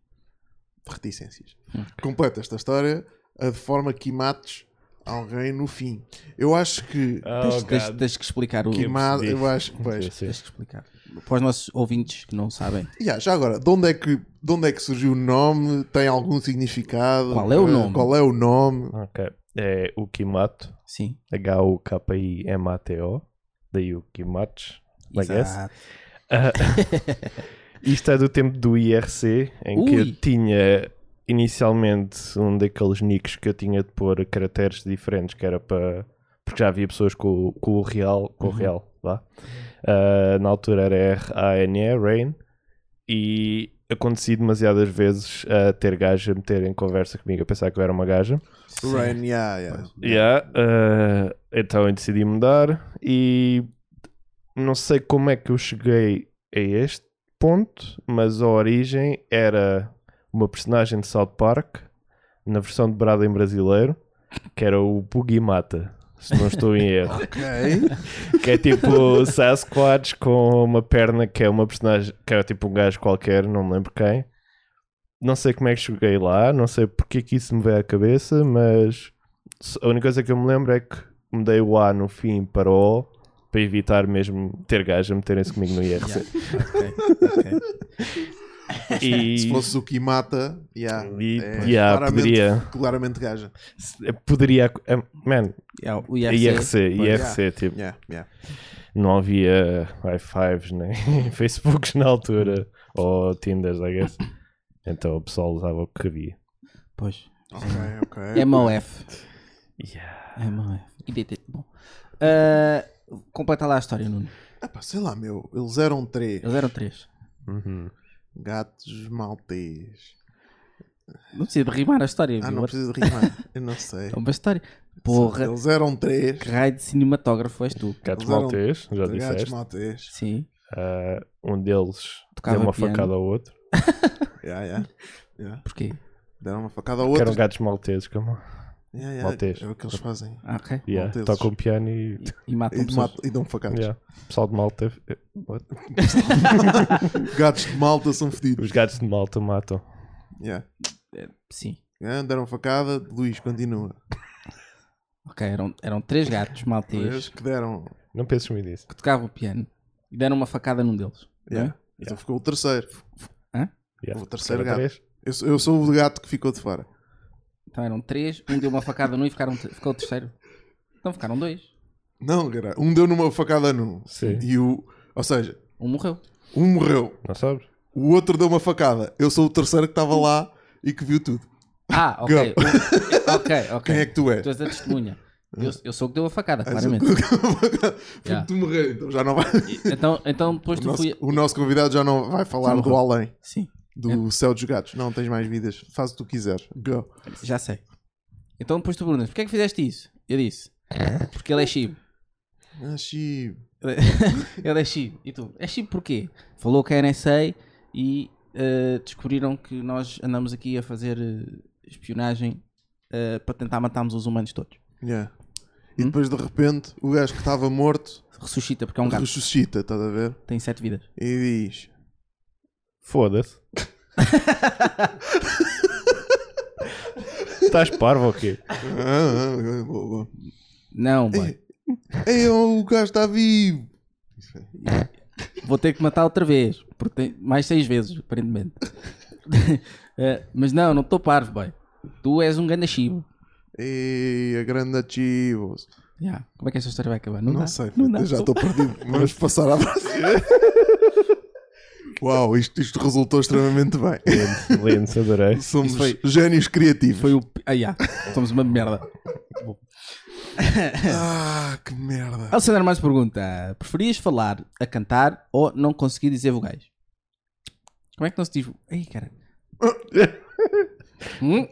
Speaker 1: reticências. Completa esta história a de forma que mates alguém no fim. Eu acho que.
Speaker 2: tens, tens- tens Ah, que explicar o.
Speaker 1: que ma-
Speaker 3: percebi.
Speaker 1: eu acho. Pois,
Speaker 3: oh, Sim,
Speaker 2: Tens
Speaker 3: sim.
Speaker 2: que explicar. Para os nossos ouvintes que não sabem.
Speaker 1: Yeah, já agora, de onde, é que, de onde é que surgiu o nome? Tem algum significado?
Speaker 2: Qual é o
Speaker 1: Eh,
Speaker 2: nome?
Speaker 1: Qual é o nome?
Speaker 3: Ok. É o Kimato.
Speaker 2: Sim.
Speaker 3: H-U-K-I-M-A-T-O. Daí o Kimatos. I guess.
Speaker 2: Exato.
Speaker 3: Isto é do tempo do IRC, em que
Speaker 2: Ui.
Speaker 3: eu tinha inicialmente um daqueles nicks que eu tinha de pôr caracteres diferentes, que era para. Porque já havia pessoas com, com o real, com o real, vá. Ah, na altura era R-A-N-E, Rain, e acontecia demasiadas vezes a ter gaja meter em conversa comigo, a pensar que eu era uma gaja.
Speaker 1: Rain, yeah, yeah.
Speaker 3: Yeah, eh, então eu decidi mudar e não sei como é que eu cheguei a este ponto, mas a origem era uma personagem de South Park, na versão dobrada em brasileiro, que era o Puggy Mata, se não estou em erro.
Speaker 1: Ok.
Speaker 3: que é tipo Sasquatch com uma perna que é uma personagem, que é tipo um gajo qualquer, não me lembro quem. Não sei como é que cheguei lá, não sei porque é que isso me veio à cabeça, mas s- a única coisa que eu me lembro é que mudei o A no fim para o O para evitar mesmo ter gajos a meterem-se comigo no IRC. E,
Speaker 1: Se fosse o Kimata, yeah,
Speaker 3: e
Speaker 1: é
Speaker 3: yeah,
Speaker 1: claramente,
Speaker 3: poderia,
Speaker 1: claramente gaja.
Speaker 3: poderia. ah, Man,
Speaker 2: É, o
Speaker 3: IRC,
Speaker 2: IRC.
Speaker 3: IRC,
Speaker 1: Pois,
Speaker 3: tipo.
Speaker 1: Yeah, yeah.
Speaker 3: não havia i5s nem Facebooks na altura,
Speaker 1: Uhum.
Speaker 3: ou Tinders, I guess. Então o pessoal usava o que havia.
Speaker 2: Pois.
Speaker 1: Ok, ok.
Speaker 2: MOF.
Speaker 3: Yeah.
Speaker 2: MOF. IDT. Bom. Ah, completa lá a história, Nuno.
Speaker 1: É, Epá, sei lá, meu. Eles eram três.
Speaker 2: Eles eram três.
Speaker 3: Uhum.
Speaker 1: Gatos maltês.
Speaker 2: Não precisa de rimar a história.
Speaker 1: Ah,
Speaker 2: viu?
Speaker 1: não preciso de rimar. Eu não sei.
Speaker 2: É uma história. Porra,
Speaker 1: Eles eram três.
Speaker 2: que raio de cinematógrafo és tu?
Speaker 3: Gato
Speaker 1: Eles eram
Speaker 3: maltês, já
Speaker 1: Gatos
Speaker 3: disseste.
Speaker 1: maltês.
Speaker 2: Sim.
Speaker 3: Ah, um deles
Speaker 2: Tocava
Speaker 3: deu uma
Speaker 2: piano.
Speaker 3: facada ao outro.
Speaker 1: Yeah, yeah. Yeah.
Speaker 2: Porquê?
Speaker 1: Deram uma facada ao
Speaker 3: Que
Speaker 1: outro.
Speaker 3: eram gatos malteses, como.
Speaker 1: Yeah, yeah,
Speaker 3: maltês.
Speaker 1: É o que eles fazem.
Speaker 2: Ah, ok.
Speaker 3: Yeah.
Speaker 1: Malteses.
Speaker 3: Tocam piano e.
Speaker 2: E, e matam
Speaker 1: E,
Speaker 2: pessoas.
Speaker 1: matam- e dão facadas.
Speaker 3: Yeah. O pessoal de malta. eh, What?
Speaker 1: Gatos de malta são fedidos.
Speaker 3: Os gatos de malta matam.
Speaker 1: Yeah.
Speaker 2: Eh, Sim.
Speaker 1: Yeah, deram facada. Luís, continua.
Speaker 2: Ok, eram, eram três gatos
Speaker 1: Eles
Speaker 2: malteses
Speaker 1: que deram.
Speaker 3: Não penses-me nisso.
Speaker 2: que tocavam piano e deram uma facada num deles. não é?
Speaker 1: Yeah. Então ficou o terceiro.
Speaker 3: Yeah.
Speaker 1: O terceiro gato.
Speaker 3: Era três.
Speaker 1: Eu, sou- eu sou o gato que ficou de fora.
Speaker 2: Então eram três, um deu uma facada num e ficaram, ficou o terceiro. Então ficaram dois.
Speaker 1: Não, cara. Um deu numa facada num.
Speaker 3: Sim.
Speaker 1: E o. Ou seja,
Speaker 2: Um morreu.
Speaker 1: um morreu.
Speaker 3: Não sabes?
Speaker 1: O outro deu uma facada. Eu sou o terceiro que estava lá e que viu tudo.
Speaker 2: Ah, ok. Um- ok, ok.
Speaker 1: Quem é que tu és?
Speaker 2: Tu és a testemunha. Eu, eu sou o que deu a facada,
Speaker 1: És o-
Speaker 2: claramente.
Speaker 1: Porque
Speaker 2: Yeah.
Speaker 1: tu morreu. Então já não vai.
Speaker 2: Então, então depois
Speaker 1: O
Speaker 2: tu
Speaker 1: nosso,
Speaker 2: fui.
Speaker 1: o nosso convidado já não vai falar
Speaker 2: Sim,
Speaker 1: do além,
Speaker 2: Sim, É.
Speaker 1: do céu dos gatos. Não tens mais vidas. Faz o que tu quiseres. Go.
Speaker 2: já sei. Então depois tu perguntas: porquê é que fizeste isso? Eu disse: porque ele é chibo.
Speaker 1: Ah, Chico.
Speaker 2: Ele é chibo. E tu? É chibo porquê? Falou que a NSA e eh, descobriram que nós andamos aqui a fazer eh, espionagem eh, para tentar matarmos os humanos todos.
Speaker 1: Yeah. E depois de repente o gajo que estava morto
Speaker 2: Ressuscita, porque é um gato.
Speaker 1: ressuscita, estás a ver?
Speaker 2: Tem sete vidas.
Speaker 1: E diz:
Speaker 3: Foda-se. Estás parvo ou quê?
Speaker 1: "Ah, ah, ah, boa, boa."
Speaker 2: Não, boy.
Speaker 1: Ei, oh, o gajo está vivo!
Speaker 2: Vou ter que matar outra vez. Porque tem mais seis vezes, aparentemente. Eh, mas não, não estou parvo, boy. Tu és um ganda chibo.
Speaker 1: Ei, a grande ativos.
Speaker 2: Ya, Como é que esta história vai acabar? Não,
Speaker 1: Não,
Speaker 2: dá?
Speaker 1: sei,
Speaker 2: não
Speaker 1: eu
Speaker 2: dá.
Speaker 1: já estou perdido. Vamos passar à próxima. Uau, isto, isto resultou extremamente bem.
Speaker 3: Lindo, lindo, adorei.
Speaker 1: Somos
Speaker 2: Isso foi-
Speaker 1: gênios criativos.
Speaker 2: Foi o. Ah, ya. Somos uma merda.
Speaker 1: Ah, que merda.
Speaker 2: Alexandre mais pergunta: preferias falar a cantar ou não conseguir dizer vogais? Como é que não se diz? Ei, cara. Hum?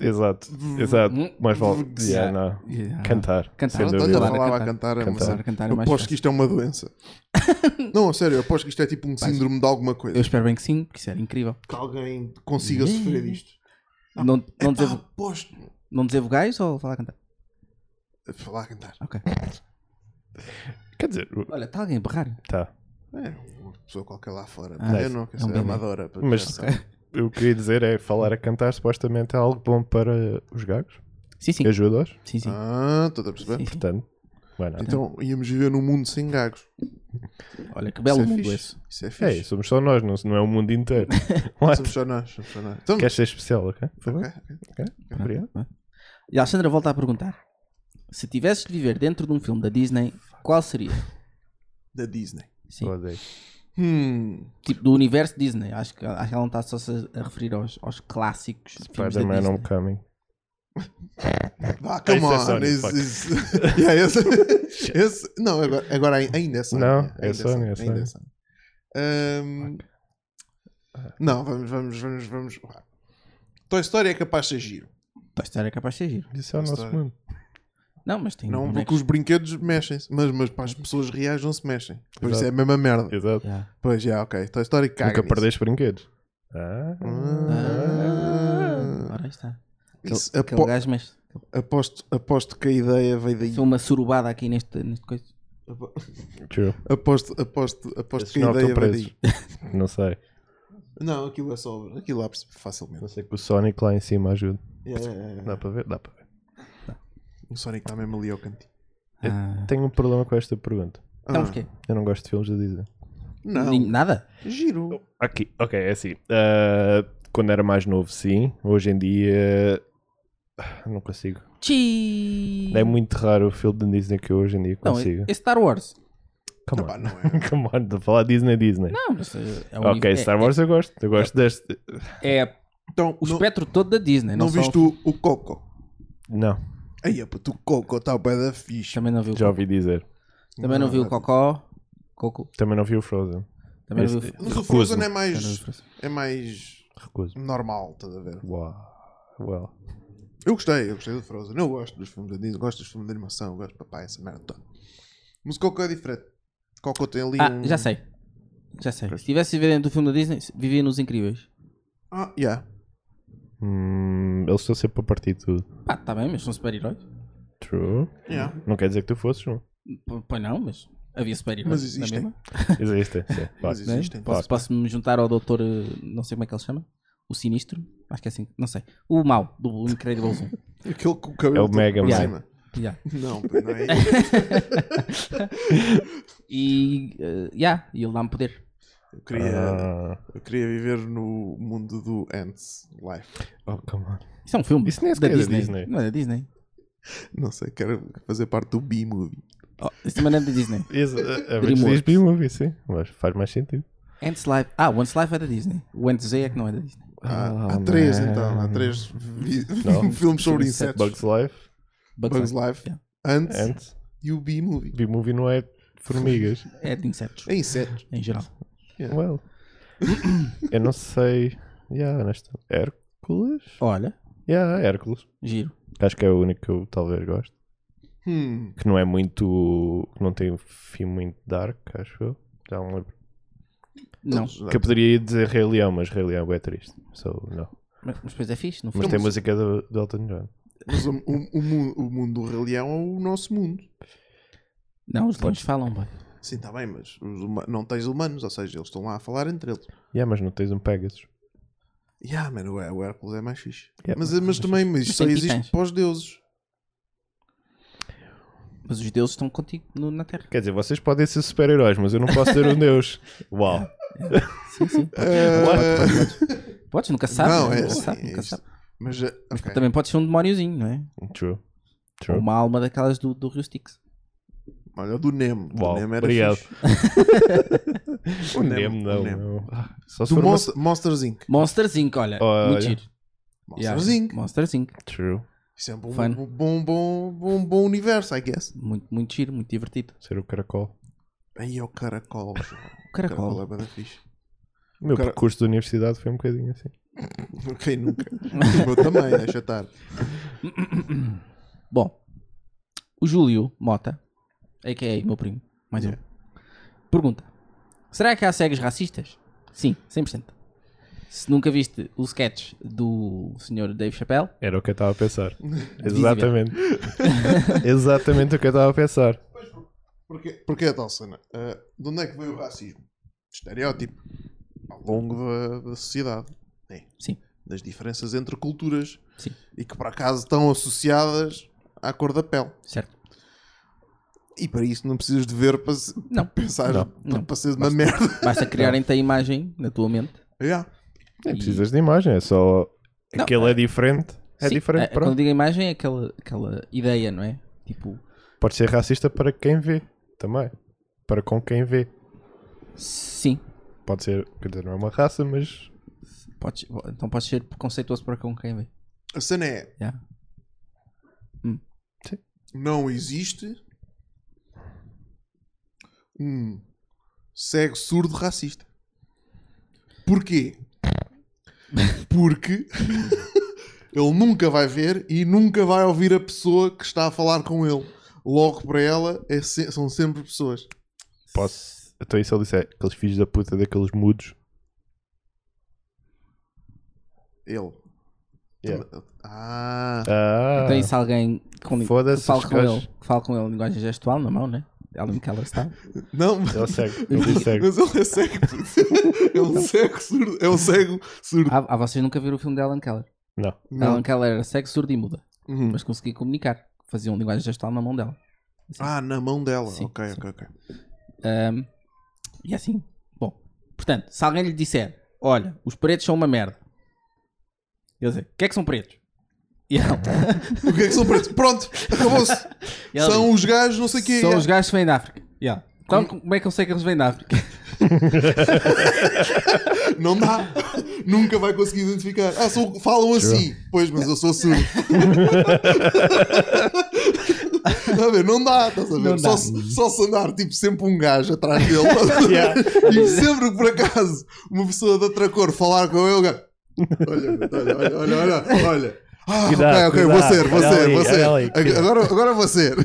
Speaker 3: Exato, exato. Mais vale.
Speaker 2: Yeah.
Speaker 3: Yeah, não.
Speaker 2: Yeah.
Speaker 3: Cantar.
Speaker 2: Ah, Cantar.
Speaker 3: Sem
Speaker 2: Olha,
Speaker 1: Olha,
Speaker 3: dúvida.
Speaker 2: Falar a
Speaker 1: falava a
Speaker 2: cantar.
Speaker 1: cantar, é uma
Speaker 3: Cantar.
Speaker 1: cena.
Speaker 2: Falar a cantar é
Speaker 1: Eu
Speaker 2: mais
Speaker 1: aposto
Speaker 2: fácil.
Speaker 1: que isto é uma doença. não, a sério, eu aposto que isto é tipo um síndrome de alguma
Speaker 2: Eu
Speaker 1: coisa.
Speaker 2: espero bem que sim, porque isso era incrível.
Speaker 1: Que alguém consiga sofrer disto. Ah.
Speaker 2: Não, não, dizer,
Speaker 1: Epá, aposto.
Speaker 2: não dizer vogais ou falar a cantar?
Speaker 1: Falar a cantar.
Speaker 2: Ok.
Speaker 3: Quer dizer, o-
Speaker 2: Olha, está alguém a berrar?
Speaker 3: tá.
Speaker 1: É, uma pessoa qualquer lá fora.
Speaker 2: Ah,
Speaker 1: eu não,
Speaker 2: é
Speaker 1: quer
Speaker 2: um
Speaker 1: dizer,
Speaker 2: bebê.
Speaker 1: amadora. para
Speaker 3: Mas-
Speaker 1: criação.
Speaker 3: Eu queria dizer é falar a cantar supostamente é algo bom para os gagos.
Speaker 2: Sim, sim.
Speaker 3: Ajuda-os.
Speaker 2: Sim, sim.
Speaker 1: Ah, estás a perceber?
Speaker 2: Sim, sim.
Speaker 3: Portanto, vai nada.
Speaker 1: Então íamos viver num mundo sem gagos.
Speaker 2: Olha, que belo
Speaker 1: Isso é
Speaker 2: mundo
Speaker 1: fixe.
Speaker 2: esse.
Speaker 1: Isso é
Speaker 3: É,
Speaker 1: fixe.
Speaker 3: isso, somos só nós, não, não é o mundo inteiro. What?
Speaker 1: Somos só nós. Somos só nós. Então,
Speaker 3: Queres ser especial, ok? Por favor?
Speaker 1: ok, ok.
Speaker 3: Ok, Obrigado.
Speaker 2: E a Alexandra volta a perguntar: se tivesses de viver dentro de um filme da Disney, qual seria?
Speaker 1: Da Disney.
Speaker 2: Sim.
Speaker 3: Odeio.
Speaker 1: Hum,
Speaker 2: Tipo, do universo Disney. Acho que, acho que ela não está só -se a referir aos, aos clássicos. filmes da
Speaker 3: Spider-Man é um
Speaker 2: Disney.
Speaker 3: Homecoming.
Speaker 1: vá, come
Speaker 3: Isso é
Speaker 1: on.
Speaker 3: Sony,
Speaker 1: isso-
Speaker 3: fuck.
Speaker 1: isso- Yeah, esse- esse- não, agora, agora ai- ainda é Sony.
Speaker 3: Não,
Speaker 1: ainda
Speaker 3: é Sony, é
Speaker 1: ainda
Speaker 3: Sony.
Speaker 1: Sony. Hum, não, vamos, vamos, vamos, vamos. vá. Tua história é capaz de ser giro.
Speaker 2: Toy Story é capaz de ser giro.
Speaker 3: Isso é o nosso
Speaker 1: História.
Speaker 3: mundo. Uhum.
Speaker 2: Não, mas tem um
Speaker 1: Não, porque
Speaker 2: bonecos.
Speaker 1: os brinquedos mexem-se, mas, mas para as pessoas reais não se mexem. Por isso
Speaker 3: Exato.
Speaker 1: é a mesma merda.
Speaker 3: Exato.
Speaker 2: Já.
Speaker 1: Pois já, ok. Tua história caga.
Speaker 3: Nunca
Speaker 1: nisso.
Speaker 3: perdeste brinquedos. Ah,
Speaker 1: Ah.
Speaker 2: Ora aí está. Aquele,
Speaker 3: é
Speaker 1: Isso,
Speaker 2: aquele
Speaker 1: apo-
Speaker 2: gajo, mas.
Speaker 1: aposto, aposto que a ideia veio daí.
Speaker 2: Isso é uma surubada aqui neste, neste coisa.
Speaker 1: Apo-
Speaker 3: true.
Speaker 1: Aposto, aposto, aposto
Speaker 3: Esses
Speaker 1: que a
Speaker 3: não é
Speaker 1: ideia
Speaker 3: estão
Speaker 1: veio
Speaker 3: presos.
Speaker 1: daí. um
Speaker 3: Não sei.
Speaker 1: Não, aquilo é só. Aquilo lá percebe
Speaker 3: Não
Speaker 1: facilmente.
Speaker 3: sei que o Sonic lá em cima ajuda.
Speaker 1: É, é, é.
Speaker 3: Dá para ver? Dá para ver.
Speaker 1: O Sonic está mesmo ali ao cantinho.
Speaker 2: Ah.
Speaker 3: Tenho um problema com esta pergunta.
Speaker 2: Então,
Speaker 1: Ah,
Speaker 2: porquê?
Speaker 3: Eu não gosto de filmes da Disney.
Speaker 1: Não,
Speaker 3: Ah,
Speaker 2: Nin- Nada?
Speaker 1: giro.
Speaker 3: Aqui, ok, é assim. Ah, quando era mais novo, sim. Hoje em dia. ah, Não consigo.
Speaker 2: Chi!
Speaker 3: É muito raro o filme da Disney que eu hoje em dia
Speaker 2: Não,
Speaker 3: consigo.
Speaker 2: é é Star Wars.
Speaker 3: Come
Speaker 1: Epá,
Speaker 3: on.
Speaker 1: não é.
Speaker 3: Come on, estou a falar Disney, Disney.
Speaker 2: Não, mas eh, é o
Speaker 3: ok,
Speaker 2: nível- é-
Speaker 3: Star Wars eu gosto. Eu gosto deste.
Speaker 2: É,
Speaker 1: Então,
Speaker 2: o
Speaker 1: não,
Speaker 2: espectro todo da Disney. Não,
Speaker 1: não
Speaker 2: só o-
Speaker 1: viste o, o Coco?
Speaker 3: Não,
Speaker 1: Aí, é puto, o Coco está bem da fixe.
Speaker 2: Também não vi o
Speaker 3: já ouvi dizer.
Speaker 2: Também não vi o Cocó. Coco.
Speaker 3: Também não vi o Frozen.
Speaker 2: Também não
Speaker 3: Esse-
Speaker 2: vi o...
Speaker 1: Mas o
Speaker 3: Recuso-me.
Speaker 1: Frozen é mais,
Speaker 2: Também não vi
Speaker 1: é mais
Speaker 3: Recuso.
Speaker 1: normal, estás a ver?
Speaker 3: Uau. Well.
Speaker 1: Eu gostei, eu gostei do Frozen. Eu gosto dos filmes da Disney, gosto dos filmes de animação, gosto de papai, essa merda toda. Mas o Coco é diferente. Coco tem ali
Speaker 2: Ah,
Speaker 1: um...
Speaker 2: já sei. Já sei. Se tivesse vivendo do filme da Disney, vivia nos Incríveis.
Speaker 1: Ah, yeah.
Speaker 3: Hum, eles estão sempre a partir de tudo.
Speaker 2: Pá, tá bem, mas são super-heróis.
Speaker 3: True.
Speaker 1: yeah.
Speaker 2: Uhum.
Speaker 3: Não quer dizer que tu fosses, um. não.
Speaker 2: P- Pois não, mas havia
Speaker 1: Mas
Speaker 2: super-heróis. na
Speaker 1: existem.
Speaker 2: mesma,
Speaker 3: Existem. Sim, vá.
Speaker 1: Mas
Speaker 2: né?
Speaker 1: existem.
Speaker 2: Posso- Posso-me juntar ao doutor, eh, não sei como é que ele se chama, o Sinistro, acho que é assim, não sei. O mau, do Incredible 1.
Speaker 1: Aquele com o cabelo
Speaker 3: É o
Speaker 1: todo
Speaker 3: Mega
Speaker 1: por
Speaker 3: Man.
Speaker 1: cima.
Speaker 2: Yeah.
Speaker 1: Não, não é isso.
Speaker 2: E, eh, yeah, e ele dá-me poder.
Speaker 1: Eu queria,
Speaker 3: Ah,
Speaker 1: eu queria viver no mundo do Ants Life.
Speaker 3: oh, come on.
Speaker 2: Isso é um filme
Speaker 3: Isso nem
Speaker 2: da
Speaker 3: é sequer da
Speaker 2: Disney.
Speaker 3: Disney.
Speaker 2: Não é da Disney.
Speaker 1: Não sei, quero fazer parte do B-Movie.
Speaker 2: Oh, isso também não é da Disney.
Speaker 3: Isso, a ver
Speaker 2: Dreamworks.
Speaker 3: diz B-Movie, sim. Mas faz mais sentido.
Speaker 2: Ants Life. Ah, o Ants Life é da Disney. O Ants Z é que não é da Disney.
Speaker 1: Ah,
Speaker 3: Oh,
Speaker 1: há três
Speaker 3: man.
Speaker 1: então, há três vi-
Speaker 3: Não.
Speaker 1: filmes sobre insetos.
Speaker 3: Bugs Life,
Speaker 1: Bugs
Speaker 2: Bugs Life.
Speaker 1: Life,
Speaker 2: Yeah.
Speaker 1: Ants
Speaker 3: Ants.
Speaker 1: e o B-Movie.
Speaker 3: B-Movie não é formigas.
Speaker 2: É de insetos,
Speaker 1: É insetos.
Speaker 2: em geral.
Speaker 3: well. eu não sei. Yeah, nesta... Hércules?
Speaker 2: Olha,
Speaker 3: Yeah, Hércules.
Speaker 2: giro.
Speaker 3: Acho que é o único que eu talvez gosto.
Speaker 1: Hum,
Speaker 3: Que não é muito. que não tem um fim muito dark, acho eu. Já não lembro.
Speaker 2: Não,
Speaker 1: eles-
Speaker 3: Que eu poderia dizer Rei Leão, mas Rei Leão é triste. So, não.
Speaker 2: mas, mas depois é fixe, não foi?
Speaker 3: Mas tem música do, do Elton John.
Speaker 1: Mas o, hum, o- o mu- o mundo do Rei Leão é o nosso mundo.
Speaker 2: Não, os leões falam, boy.
Speaker 1: Sim, está bem, mas os huma- não tens humanos, ou seja, eles estão lá a falar entre eles.
Speaker 3: Yeah, mas não tens um Pegasus.
Speaker 1: Yeah, man, o o Hércules é mais fixe.
Speaker 3: Yeah,
Speaker 1: mas, mas também, mas
Speaker 2: Mas
Speaker 1: só
Speaker 2: tem
Speaker 1: existe
Speaker 2: titãs.
Speaker 1: para os deuses.
Speaker 2: Mas os deuses estão contigo no- na Terra.
Speaker 3: Quer dizer, vocês podem ser super-heróis, mas eu não posso ser um deus. Uau.
Speaker 2: Sim, sim.
Speaker 1: Eh,
Speaker 2: Podes, nunca sabes.
Speaker 1: Não,
Speaker 2: né?
Speaker 1: é
Speaker 2: nunca
Speaker 1: assim,
Speaker 2: sabes,
Speaker 1: é
Speaker 2: nunca
Speaker 1: isto.
Speaker 2: sabes.
Speaker 1: Mas, eh, ok.
Speaker 2: Também podes ser um demóniozinho, não é?
Speaker 3: True.
Speaker 2: Ou
Speaker 3: True.
Speaker 2: uma alma daquelas do, do Rio Styx.
Speaker 1: Olha, o do Nemo.
Speaker 3: Uau,
Speaker 1: o Nemo era
Speaker 3: obrigado.
Speaker 1: fixe.
Speaker 3: O Nemo,
Speaker 1: o
Speaker 3: não.
Speaker 1: Nemo.
Speaker 3: não. Ah, Só
Speaker 1: Do
Speaker 3: se for uma-
Speaker 1: Monst- Monsters Inc.
Speaker 2: Monsters Inc, olha.
Speaker 3: Olha.
Speaker 2: Muito giro.
Speaker 1: Monsters
Speaker 2: Yeah,
Speaker 1: Inc.
Speaker 2: Monsters Inc.
Speaker 3: True.
Speaker 1: Isso é um bom,
Speaker 2: Fun.
Speaker 1: bom, bom, bom, bom, bom universo, I guess.
Speaker 2: Muito, muito giro, muito divertido.
Speaker 3: Ser o caracol.
Speaker 1: Aí é o caracol. João.
Speaker 2: O
Speaker 1: O caracol
Speaker 2: caracol.
Speaker 1: é bada fixe.
Speaker 3: O meu
Speaker 1: Cara-
Speaker 3: percurso da universidade foi um bocadinho assim.
Speaker 1: Quem nunca? o meu também, deixa estar.
Speaker 2: Bom, o Júlio Mota, a.k.a. meu primo, mais
Speaker 1: Yeah.
Speaker 2: um. Pergunta. Será que há cegas racistas? Sim, 100%. Se nunca viste o sketch do senhor Dave Chappelle,
Speaker 3: Era o que eu estava a pensar.
Speaker 2: Diz,
Speaker 3: Exatamente. Exatamente o que eu estava a pensar.
Speaker 1: Porquê, porquê a tal cena? Ah, de onde é que veio o racismo? Estereótipo. Ao longo da, da sociedade. É.
Speaker 2: Sim.
Speaker 1: Das diferenças entre culturas.
Speaker 2: Sim.
Speaker 1: E que por acaso estão associadas à cor da pele.
Speaker 2: certo.
Speaker 1: E para isso não precisas de ver para, se-
Speaker 2: Não.
Speaker 1: pensar
Speaker 3: Não,
Speaker 1: para, para seres uma merda.
Speaker 2: Basta criarem-te a imagem na tua mente.
Speaker 1: yeah.
Speaker 3: Nem
Speaker 2: E-
Speaker 3: precisas de imagem, é só.
Speaker 2: Não,
Speaker 3: Aquele é diferente. É
Speaker 2: Sim,
Speaker 3: diferente,
Speaker 2: é- Quando
Speaker 3: pronto.
Speaker 2: digo imagem é aquela, aquela ideia, não é? Tipo,
Speaker 3: Pode ser racista para quem vê também. Para com quem vê.
Speaker 2: sim,
Speaker 3: Pode ser, quer dizer, não é uma raça, mas.
Speaker 2: podes, então pode ser preconceituoso para com quem vê.
Speaker 1: A cena é.
Speaker 2: Yeah.
Speaker 1: Não existe um cego surdo racista. Porquê? Porque ele nunca vai ver e nunca vai ouvir a pessoa que está a falar com ele. Logo para ela é se- são sempre pessoas.
Speaker 3: Posso. Então isso ele disse: é aqueles filhos da puta daqueles mudos.
Speaker 1: Ele.
Speaker 3: Yeah.
Speaker 1: Ah,
Speaker 3: Ah,
Speaker 2: Então, e se alguém com, que,
Speaker 3: Foda-se,
Speaker 2: fala
Speaker 3: os
Speaker 2: com
Speaker 3: gajos.
Speaker 2: ele, que fala com ele em linguagem gestual na mão, né? Alan Keller está.
Speaker 1: não,
Speaker 3: ele segue. Ele segue.
Speaker 1: mas ele é cego. puto. É um cego surdo. É um cego surdo.
Speaker 2: Ah, ah, vocês nunca viram o filme de Alan Keller.
Speaker 3: Não.
Speaker 1: Não.
Speaker 2: Alan Keller era cego, surdo e muda,
Speaker 1: Uhum.
Speaker 2: mas conseguia comunicar. Faziam linguagem gestual na mão dela.
Speaker 1: Ah, na mão dela.
Speaker 2: Sim,
Speaker 1: ok,
Speaker 2: sim.
Speaker 1: ok, ok.
Speaker 2: Ahm, e é assim, bom, portanto, se alguém lhe disser, olha, os pretos são uma merda, ele dizer, o que é que são pretos? E ele,
Speaker 1: O que é que são pretos? Pronto, acabou-se.
Speaker 2: e ele
Speaker 1: São
Speaker 2: diz,
Speaker 1: os gajos, não sei o quê.
Speaker 2: são
Speaker 1: é.
Speaker 2: os gajos que vêm da África. E ele, Então, como é que eu sei que eles vêm da África?
Speaker 1: Não dá. Nunca vai conseguir identificar. Ah, sou- falam assim. Pois, mas eu sou surdo. Está Tá a ver? Não dá, estás a ver?
Speaker 2: Não
Speaker 1: só,
Speaker 2: dá.
Speaker 1: se- só se andar tipo, sempre um gajo atrás dele. estás a ver?
Speaker 3: Yeah.
Speaker 1: E sempre que por acaso uma pessoa de outra cor falar com ele, o gajo. Olha, olha, olha, olha, olha, olha. Ah,
Speaker 3: Cuidado,
Speaker 1: ok, ok, vou
Speaker 3: cuidado.
Speaker 1: ser, vou
Speaker 3: Olha
Speaker 1: ser,
Speaker 3: ali,
Speaker 1: vou ser.
Speaker 3: olha ali, cuidado.
Speaker 1: Agora, agora vou ser.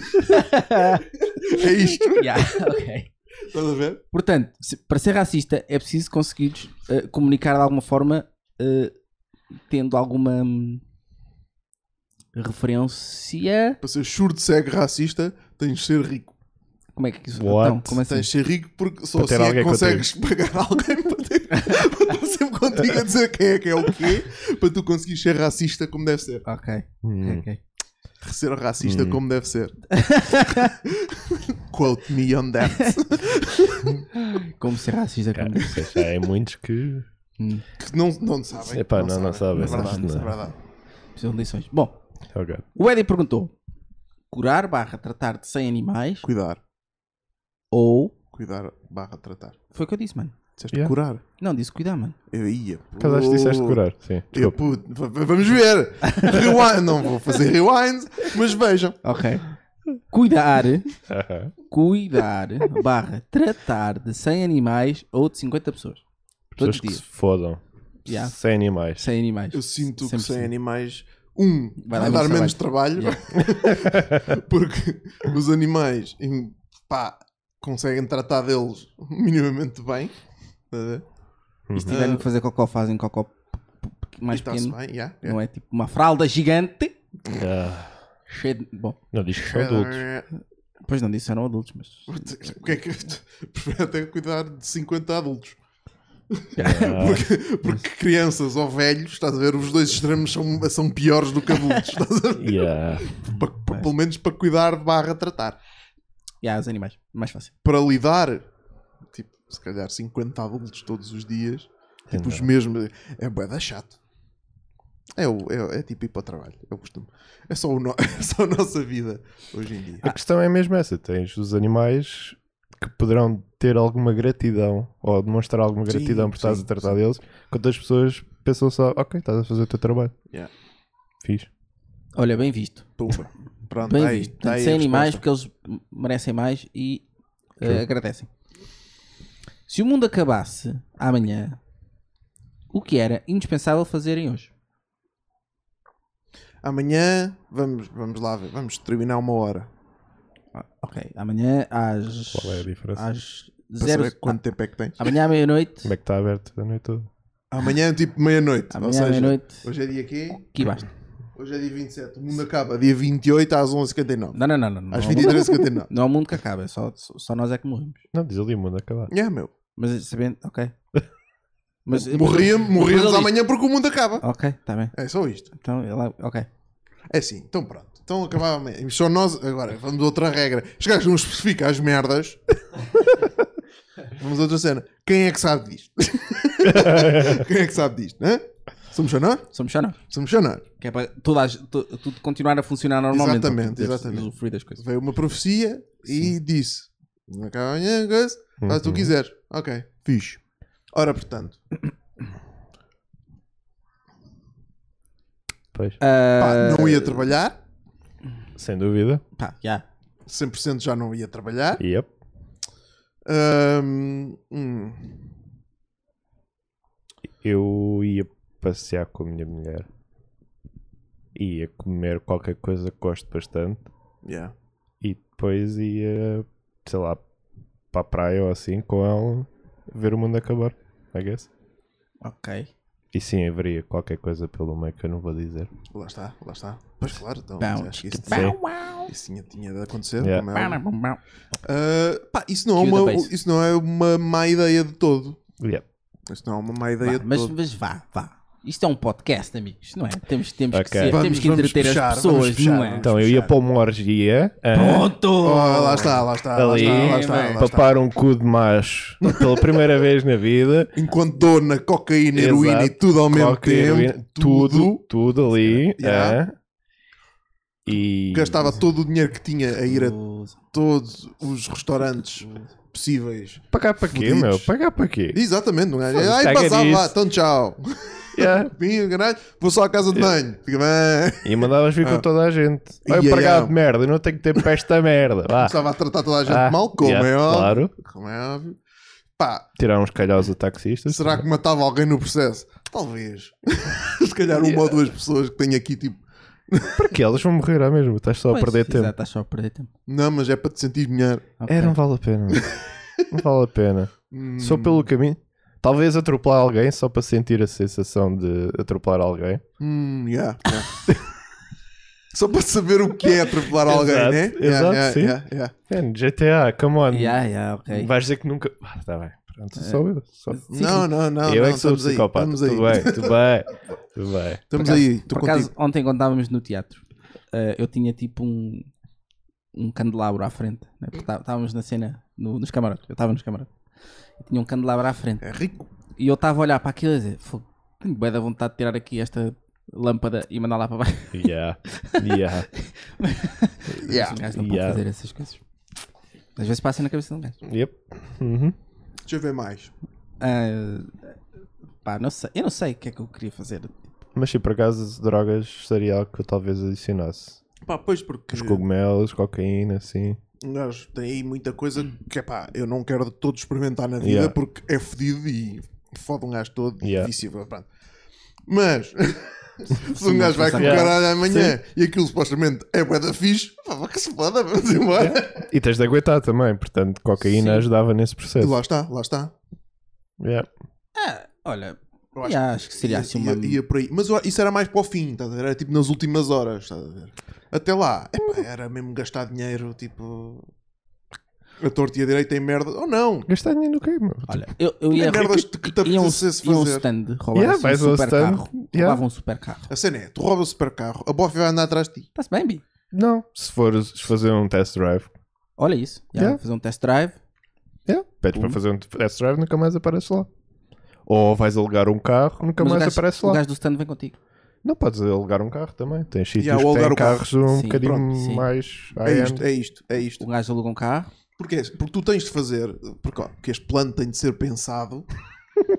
Speaker 1: é isto,
Speaker 2: Yeah, ok.
Speaker 1: estás a ver?
Speaker 2: Portanto, se- para ser racista é preciso conseguires eh, comunicar de alguma forma eh, tendo alguma hum, referência.
Speaker 1: Para ser surdo, cego, racista, tens de ser rico.
Speaker 2: Como é que isso
Speaker 3: What?
Speaker 2: então, como assim?
Speaker 1: Tens de ser rico porque só
Speaker 3: Para
Speaker 1: assim
Speaker 3: ter
Speaker 1: é que
Speaker 3: alguém
Speaker 1: consegues pagar alguém para ter. para estar sempre contigo a dizer quem é que é o quê, para tu conseguires ser racista como deve ser.
Speaker 2: Ok,
Speaker 3: Hum.
Speaker 2: ok.
Speaker 1: Ser racista
Speaker 3: Hum.
Speaker 1: como deve ser. Quote me on that.
Speaker 2: Como ser racista? Como...
Speaker 3: Cara, isso já é muitos que.
Speaker 2: Hum,
Speaker 1: Que não, não sabem.
Speaker 3: Epá, não- não sabem,
Speaker 1: É verdade,
Speaker 3: não.
Speaker 1: é verdade.
Speaker 2: precisam de lições. Bom,
Speaker 3: Oh, God.
Speaker 2: o Eddie perguntou: curar barra tratar de 100 animais
Speaker 1: Cuidar.
Speaker 2: ou.
Speaker 1: Cuidar barra tratar.
Speaker 2: Foi o que eu disse, mano.
Speaker 1: Disseste
Speaker 3: Yeah.
Speaker 1: curar.
Speaker 2: Não, disse cuidar, mano.
Speaker 1: Eu ia. pô.
Speaker 3: Por acaso disseste curar, sim.
Speaker 1: Eu,
Speaker 3: Desculpa.
Speaker 1: puto, v- v- vamos ver. Rewind. não vou fazer rewind, mas vejam.
Speaker 2: Ok. Cuidar,
Speaker 3: Aham.
Speaker 2: cuidar, barra, tratar de 100 animais ou de 50 pessoas.
Speaker 3: Pessoas
Speaker 2: Todos os
Speaker 3: que se
Speaker 2: dias.
Speaker 3: fodam.
Speaker 2: Yeah.
Speaker 3: Sem animais.
Speaker 2: 100 animais.
Speaker 1: Eu sinto que
Speaker 2: 100%.
Speaker 1: sem animais, um,
Speaker 2: Vai
Speaker 1: vai,
Speaker 2: dar
Speaker 1: dar
Speaker 2: menos
Speaker 1: menos trabalho, porque os animais, em- pá, conseguem tratar deles minimamente bem. Estás a ver?
Speaker 2: E se tiverem que fazer cocó, fazem cocó p- p-
Speaker 1: E
Speaker 2: mais
Speaker 1: está-se
Speaker 2: pequeno.
Speaker 1: bem, yeah, yeah.
Speaker 2: Não é tipo uma fralda gigante.
Speaker 3: Ah,
Speaker 2: Cheia de... Bom,
Speaker 3: não diz que são adultos.
Speaker 2: depois não disse eram adultos, mas.
Speaker 1: O que é que prefiro até cuidar de 50 adultos?
Speaker 3: Ah,
Speaker 1: Porque, porque crianças ou velhos, estás a ver, os dois extremos são, são piores do que adultos, estás a ver?
Speaker 3: yeah.
Speaker 1: Pa- pa- pelo menos para cuidar barra tratar.
Speaker 2: Yeah, os animais. Mais fácil.
Speaker 1: Para lidar, tipo, se calhar 50 adultos todos os dias, tipo, os mesmos, é bué da chato. É, o, é, é tipo ir para o trabalho, é o costume. É só, o no- é só a nossa vida hoje em dia.
Speaker 2: Ah,
Speaker 3: A questão é mesmo essa: tens os animais que poderão ter alguma gratidão ou demonstrar alguma
Speaker 1: Sim,
Speaker 3: gratidão por estás
Speaker 1: sim,
Speaker 3: a tratar deles, enquanto as pessoas pensam só, ok, estás a fazer o teu trabalho.
Speaker 1: Yeah.
Speaker 3: Fiz.
Speaker 2: Olha, bem visto.
Speaker 1: Pumba. Pronto,
Speaker 2: Bem
Speaker 1: tá aí,
Speaker 2: visto.
Speaker 1: tá aí
Speaker 2: Portanto,
Speaker 1: a
Speaker 2: sem animais,
Speaker 1: resposta.
Speaker 2: porque eles m- merecem mais e eh, agradecem. Se o mundo acabasse amanhã, o que era indispensável fazerem hoje?
Speaker 1: Amanhã, vamos, vamos lá ver, vamos terminar uma hora.
Speaker 2: Ah, Ok, amanhã às.
Speaker 3: Qual é a diferença?
Speaker 2: Às
Speaker 1: Para
Speaker 2: zero.
Speaker 1: saber quanto tempo é que tens.
Speaker 2: Ah, Amanhã à meia-noite.
Speaker 3: Como é que está aberto a noite toda?
Speaker 1: Amanhã, tipo, meia-noite. Ou
Speaker 2: Amanhã à
Speaker 1: seja,
Speaker 2: meia-noite.
Speaker 1: hoje é dia quê?
Speaker 2: Que basta.
Speaker 1: Hoje é dia 27. O mundo acaba dia 28 às 11h59.
Speaker 2: Não, não, não. não, não
Speaker 1: Às
Speaker 2: há mundo-
Speaker 1: 23h59.
Speaker 2: Não é o mundo que acaba, é só, só nós é que morremos.
Speaker 3: Não, diz ali, muda acabar.
Speaker 1: É, meu.
Speaker 2: Mas sabendo, ok. Mas,
Speaker 1: Morria-
Speaker 2: mas
Speaker 1: Morríamos
Speaker 2: ali-
Speaker 1: amanhã porque o mundo acaba.
Speaker 2: Ok, está bem.
Speaker 1: É só isto.
Speaker 2: Então, ela- ok.
Speaker 1: É assim, então pronto. Então acabava amanhã. Só nós. Agora, vamos a outra regra. Os gajos não especificam as merdas. vamos a outra cena. Quem é que sabe disto? Quem é que sabe disto? Hã? Somos só nós?
Speaker 2: Somos só nós.
Speaker 1: Somos só nós.
Speaker 2: Que é para toda a, tu- tudo continuar a funcionar normalmente. é?
Speaker 1: Exatamente,
Speaker 2: ou poderes
Speaker 1: exatamente.
Speaker 2: Usufruir das coisas.
Speaker 1: Veio uma profecia e disse: "Não acaba amanhã, coisa, faz o
Speaker 2: Uhum.
Speaker 1: que tu quiseres. Ok, fixe. Ora, portanto,
Speaker 3: Pois.
Speaker 2: Ah,
Speaker 1: pá,
Speaker 2: Eh,
Speaker 1: não ia trabalhar,
Speaker 3: Sem dúvida.
Speaker 2: Pá, já.
Speaker 1: 100% já não ia trabalhar.
Speaker 3: Yep.
Speaker 1: Ahm, hum,
Speaker 3: Eu ia passear com a minha mulher. Ia comer qualquer coisa que gosto bastante.
Speaker 1: yeah.
Speaker 3: E depois ia, sei lá, para a praia ou assim com ela ver o mundo acabar. I guess.
Speaker 2: Ok.
Speaker 3: E sim, haveria qualquer coisa pelo meio que eu não vou dizer.
Speaker 1: Lá está, lá está. Pois claro, então,
Speaker 2: Bom,
Speaker 1: acho que isso,
Speaker 3: Sim.
Speaker 1: isso tinha, tinha de acontecer.
Speaker 3: tipo Yeah.
Speaker 1: como é óbvio.
Speaker 2: Bom,
Speaker 1: Ah, pá, isso, não é
Speaker 2: Cue the
Speaker 1: uma,
Speaker 2: bass.
Speaker 1: isso não é uma má ideia de todo.
Speaker 3: Yeah.
Speaker 1: Isso não é uma má ideia
Speaker 2: Vá,
Speaker 1: de
Speaker 2: mas,
Speaker 1: todo.
Speaker 2: mas vá, vá. Isto é um podcast, amigos, não é? Temos, temos, que,
Speaker 3: Ok.
Speaker 2: ser-
Speaker 1: Vamos-
Speaker 2: temos que
Speaker 1: vamos
Speaker 2: entreter
Speaker 1: puxar,
Speaker 2: as pessoas,
Speaker 1: vamos puxar,
Speaker 2: não é?
Speaker 1: vamos.
Speaker 3: Então eu ia
Speaker 1: fechar.
Speaker 3: para uma orgia ah,
Speaker 2: Pronto!
Speaker 1: Oh, lá está, lá está, lá
Speaker 3: ali,
Speaker 1: está, lá está, lá está.
Speaker 3: papar um cu de macho pela primeira vez na vida.
Speaker 1: Enquanto dona, cocaína, heroína e
Speaker 3: Exato.
Speaker 1: tudo ao mesmo
Speaker 3: Coca,
Speaker 1: tempo,
Speaker 3: heroína, tudo, tudo ali.
Speaker 1: Yeah.
Speaker 3: ah. E
Speaker 1: gastava todo o dinheiro que tinha a ir a
Speaker 2: Usa,
Speaker 1: todos os restaurantes
Speaker 2: usa.
Speaker 1: possíveis.
Speaker 3: Pagar para quê,
Speaker 1: Fudidos.
Speaker 3: meu? Pagar para quê?
Speaker 1: Exatamente, não é? Ai,
Speaker 3: caga
Speaker 1: passava
Speaker 3: nisso.
Speaker 1: lá, então tchau.
Speaker 3: Yeah.
Speaker 1: Vim, caralho, vou só à casa de banho. "Ah, Fica bem.
Speaker 3: E mandavas vir com toda a gente. Olha,
Speaker 1: Ia,
Speaker 3: pregado
Speaker 1: ia.
Speaker 3: de merda, eu não tenho tempo para esta merda. Vá.
Speaker 1: Começava a tratar toda a gente
Speaker 3: Ah,
Speaker 1: mal, como
Speaker 3: yeah,
Speaker 1: é óbvio.
Speaker 3: Claro.
Speaker 1: Como é óbvio. Pá,
Speaker 3: Tirar uns calhaus a taxistas.
Speaker 1: será que matava alguém no processo? Talvez. Se calhar uma ou duas pessoas que tenho aqui, tipo,
Speaker 3: Para quê? Elas vão morrer à mesma. Estás só a
Speaker 2: Pois,
Speaker 3: perder
Speaker 2: exato,
Speaker 3: tempo.
Speaker 2: Estás só a perder tempo.
Speaker 1: não, mas é para te sentir melhor.
Speaker 2: Ok.
Speaker 3: É, não vale a pena. meu. não vale a pena.
Speaker 1: Hum,
Speaker 3: Só pelo caminho. Talvez atropelar alguém só para sentir a sensação de atropelar alguém.
Speaker 1: hum, yeah, yeah. Só para saber o que é atropelar alguém,
Speaker 3: Exato,
Speaker 1: né?
Speaker 3: exato, sim.
Speaker 1: yeah, yeah.
Speaker 3: Man, GTA, come on.
Speaker 2: Yeah, yeah, ok. É.
Speaker 3: Vais dizer que nunca. Ah, tá bem. Pronto, sou eu. Só...
Speaker 1: Não, não, não.
Speaker 3: eu
Speaker 1: não,
Speaker 3: é que sou
Speaker 1: estamos aí,
Speaker 3: psicopata.
Speaker 1: Estamos aí.
Speaker 3: Tudo bem, tudo bem. Tudo bem.
Speaker 1: Estamos
Speaker 2: Por acaso-
Speaker 1: aí. Estou
Speaker 2: Por acaso,
Speaker 1: contigo.
Speaker 2: ontem quando estávamos no teatro, eh, eu tinha tipo um, um candelabro à frente. né? Porque tá- Estávamos na cena, no- nos camarotes. Eu estava nos camarotes. E tinha um candelabro à frente.
Speaker 1: É rico.
Speaker 2: E eu estava a olhar para aquilo e a dizer, "Fogo, tenho bem da vontade de tirar aqui esta lâmpada e mandar lá para baixo.
Speaker 3: Yeah. Yeah.
Speaker 1: Yeah.
Speaker 2: Os gajos não
Speaker 3: Yeah.
Speaker 2: podem fazer essas coisas. Às vezes passa na cabeça de um gajo.
Speaker 3: yep. Uhum.
Speaker 1: Deixa eu ver mais.
Speaker 2: Ah, pá, não sei. Eu não sei o que é que eu queria fazer.
Speaker 3: Mas sim, por acaso, drogas seria algo que eu talvez adicionasse.
Speaker 1: Pá, pois porque
Speaker 3: Os cogumelos, cocaína, assim.
Speaker 1: um gajo tem aí muita coisa
Speaker 2: Hum.
Speaker 1: que, pá, eu não quero de todo experimentar na vida
Speaker 3: Yeah.
Speaker 1: porque é fodido e fode um gajo todo
Speaker 3: Yeah.
Speaker 1: difícil. Pronto. Mas, se um
Speaker 2: não
Speaker 1: gajo vai com o
Speaker 2: pensar-
Speaker 3: Yeah.
Speaker 1: caralho amanhã e aquilo supostamente é bué da fixe, pá, vá que se foda, vamos embora.
Speaker 3: E tens de aguentar também, portanto, cocaína
Speaker 2: Sim.
Speaker 3: ajudava nesse
Speaker 1: E
Speaker 3: processo.
Speaker 1: lá está, lá está.
Speaker 3: Yeah.
Speaker 2: Ah, olha,
Speaker 1: Eu acho
Speaker 2: yeah, acho que seria
Speaker 1: ia,
Speaker 2: assim uma...
Speaker 1: ia- ia por aí. Mas eu- isso era mais para o fim, estás a ver? Era tipo nas últimas horas, estás a ver? Até lá, epá, era mesmo gastar dinheiro, tipo. A torta e a direita em merda. Ou não!
Speaker 3: Gastar dinheiro no quê, meu?
Speaker 2: Olha, eu, eu ia...
Speaker 1: merdas que te
Speaker 2: ia um,
Speaker 1: apetecesse
Speaker 2: ia um
Speaker 1: fazer.
Speaker 2: stand,
Speaker 3: Yeah,
Speaker 2: roubava
Speaker 3: vais a um
Speaker 2: um super
Speaker 3: stand,
Speaker 2: carro.
Speaker 3: yeah.
Speaker 2: Roubava um super carro.
Speaker 1: A cena é, tu roubas o supercarro, a bofe vai andar atrás de ti.
Speaker 2: Está-se bem, Bi?
Speaker 3: Não, se fores fazer um test drive,
Speaker 2: Olha isso. Já
Speaker 3: Yeah.
Speaker 2: vou Fazer um test drive.
Speaker 3: yeah. pedes para
Speaker 2: Uhum.
Speaker 3: fazer um test drive, nunca mais aparece lá. Ou vais alugar um carro, nunca
Speaker 2: Mas o
Speaker 3: mais
Speaker 2: gajo-
Speaker 3: aparece
Speaker 2: O
Speaker 3: lá.
Speaker 2: gajo do stand vem contigo.
Speaker 3: Não podes alugar um carro também. Tens sítios
Speaker 1: Yeah, ou
Speaker 3: que
Speaker 1: alugar
Speaker 3: têm
Speaker 1: o carro.
Speaker 3: carros um
Speaker 2: Sim,
Speaker 3: bocadinho
Speaker 2: pronto, sim.
Speaker 3: mais
Speaker 1: É
Speaker 3: high-end.
Speaker 1: isto, é isto, é isto.
Speaker 2: O gajo aluga um carro.
Speaker 1: Porquê? Porque tu tens de fazer, porque, ó, porque este plano tem de ser pensado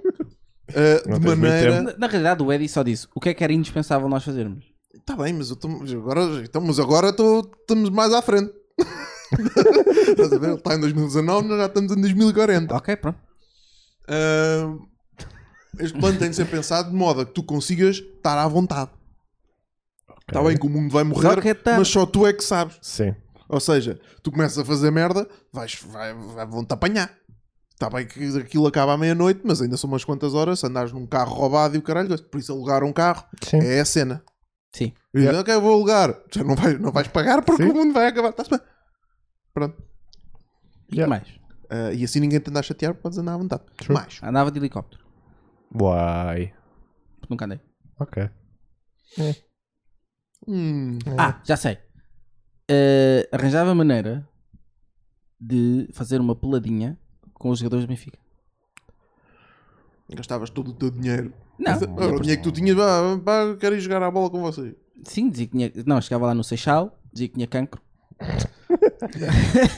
Speaker 1: eh,
Speaker 3: Não
Speaker 1: de
Speaker 3: tens muito
Speaker 1: maneira.
Speaker 2: Na, na realidade, o Eddie só disse o que é que era indispensável nós fazermos.
Speaker 1: Está Tá bem, mas eu tô, mas agora, então, mas agora tô- estamos mais à frente. Estás a ver? Ele está em 2019, nós já estamos em 2040.
Speaker 2: Ok, pronto.
Speaker 1: Ah, este plano tem de ser pensado de modo a que tu consigas estar à vontade.
Speaker 2: É, tá
Speaker 1: Está bem que o mundo vai morrer,
Speaker 2: Só que tá-
Speaker 1: mas só tu é que sabes.
Speaker 3: Sim.
Speaker 1: Ou seja, tu começas a fazer merda, vais, vai, vai- vão-te apanhar. Está bem que aquilo acaba à meia-noite, mas ainda são umas quantas horas. Se andares num carro roubado e o caralho, por isso alugar um carro
Speaker 3: Sim.
Speaker 1: é a cena.
Speaker 2: Sim.
Speaker 1: E dizes, ok, vou alugar. Já não vais, não vais pagar porque
Speaker 3: Sim.
Speaker 1: o mundo vai acabar. Está-se bem.
Speaker 2: E
Speaker 3: Yeah.
Speaker 2: que mais?
Speaker 1: Ah, e assim ninguém te anda a chatear, podes andar à vontade.
Speaker 3: True.
Speaker 1: Mais.
Speaker 2: Andava de helicóptero.
Speaker 3: Uai.
Speaker 2: porque Nunca andei.
Speaker 3: Ok.
Speaker 1: Hum,
Speaker 2: Ah, já sei. Eh, arranjava maneira de fazer uma peladinha com os jogadores do Benfica.
Speaker 1: gastavas todo o teu dinheiro.
Speaker 2: Não.
Speaker 1: Mas, ah,
Speaker 3: é
Speaker 1: o dinheiro que tu tinhas, vá, vá, quero ir jogar à bola com vocês.
Speaker 2: Sim, dizia que tinha... Não, chegava lá no Seixal, dizia que tinha cancro.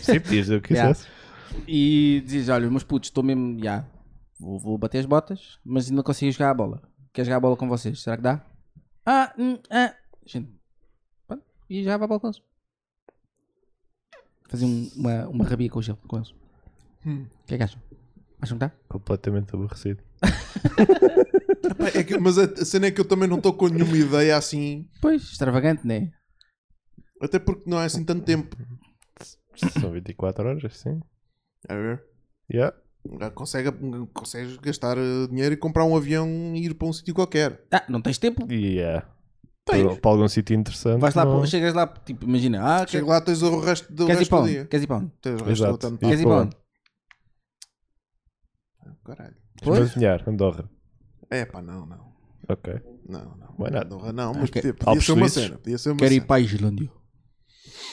Speaker 3: Sim, podias dizer o que
Speaker 2: Yeah.
Speaker 3: quisesse.
Speaker 2: E dizes, olha, meus putos, estou mesmo, já, vou, vou bater as botas, mas ainda não consigo jogar a bola. Quer jogar a bola com vocês? Será que dá? Ah, hum, ah. Gente, pronto, e já vai a bola com eles. Fazer um- uma, uma rabia com o gelo, com eles. O
Speaker 1: Hum.
Speaker 2: que é que acham? Acham que dá?
Speaker 3: Completamente aborrecido.
Speaker 1: Epá, é que- mas a, a cena é que eu também não estou com nenhuma ideia assim.
Speaker 2: Pois, extravagante, não é?
Speaker 1: Até porque não é assim tanto tempo.
Speaker 3: São 24 horas, sim.
Speaker 1: A ver?
Speaker 3: Yeah.
Speaker 1: Consegue, consegues gastar eh, dinheiro e comprar um avião e ir para um sítio qualquer.
Speaker 2: Ah, não tens tempo?
Speaker 3: Yeah.
Speaker 1: Tens.
Speaker 3: Para, para algum sítio interessante.
Speaker 2: Vais lá,
Speaker 3: não. é?
Speaker 2: para- chegas lá, tipo, imagina, ah,
Speaker 1: Chega
Speaker 2: quer,
Speaker 1: lá, tens o resto do,
Speaker 2: queres ir
Speaker 1: resto
Speaker 2: para
Speaker 1: do
Speaker 2: onde?
Speaker 1: dia.
Speaker 2: Queres ir para onde?
Speaker 1: Tens o resto
Speaker 3: Exato.
Speaker 1: do tempo.
Speaker 2: Queres ir para onde?
Speaker 1: Caralho.
Speaker 3: Mas
Speaker 2: Pois,
Speaker 3: dinheiro, Andorra.
Speaker 1: É pá, não, não.
Speaker 3: Ok.
Speaker 1: Não, não.
Speaker 3: Why not?
Speaker 1: Andorra não, mas
Speaker 2: Ah, Ok.
Speaker 1: podia, podia
Speaker 3: Alpes
Speaker 1: ser uma
Speaker 3: suíços.
Speaker 1: cena. Podia ser uma
Speaker 2: quero ir
Speaker 1: cena.
Speaker 2: para a Islândia.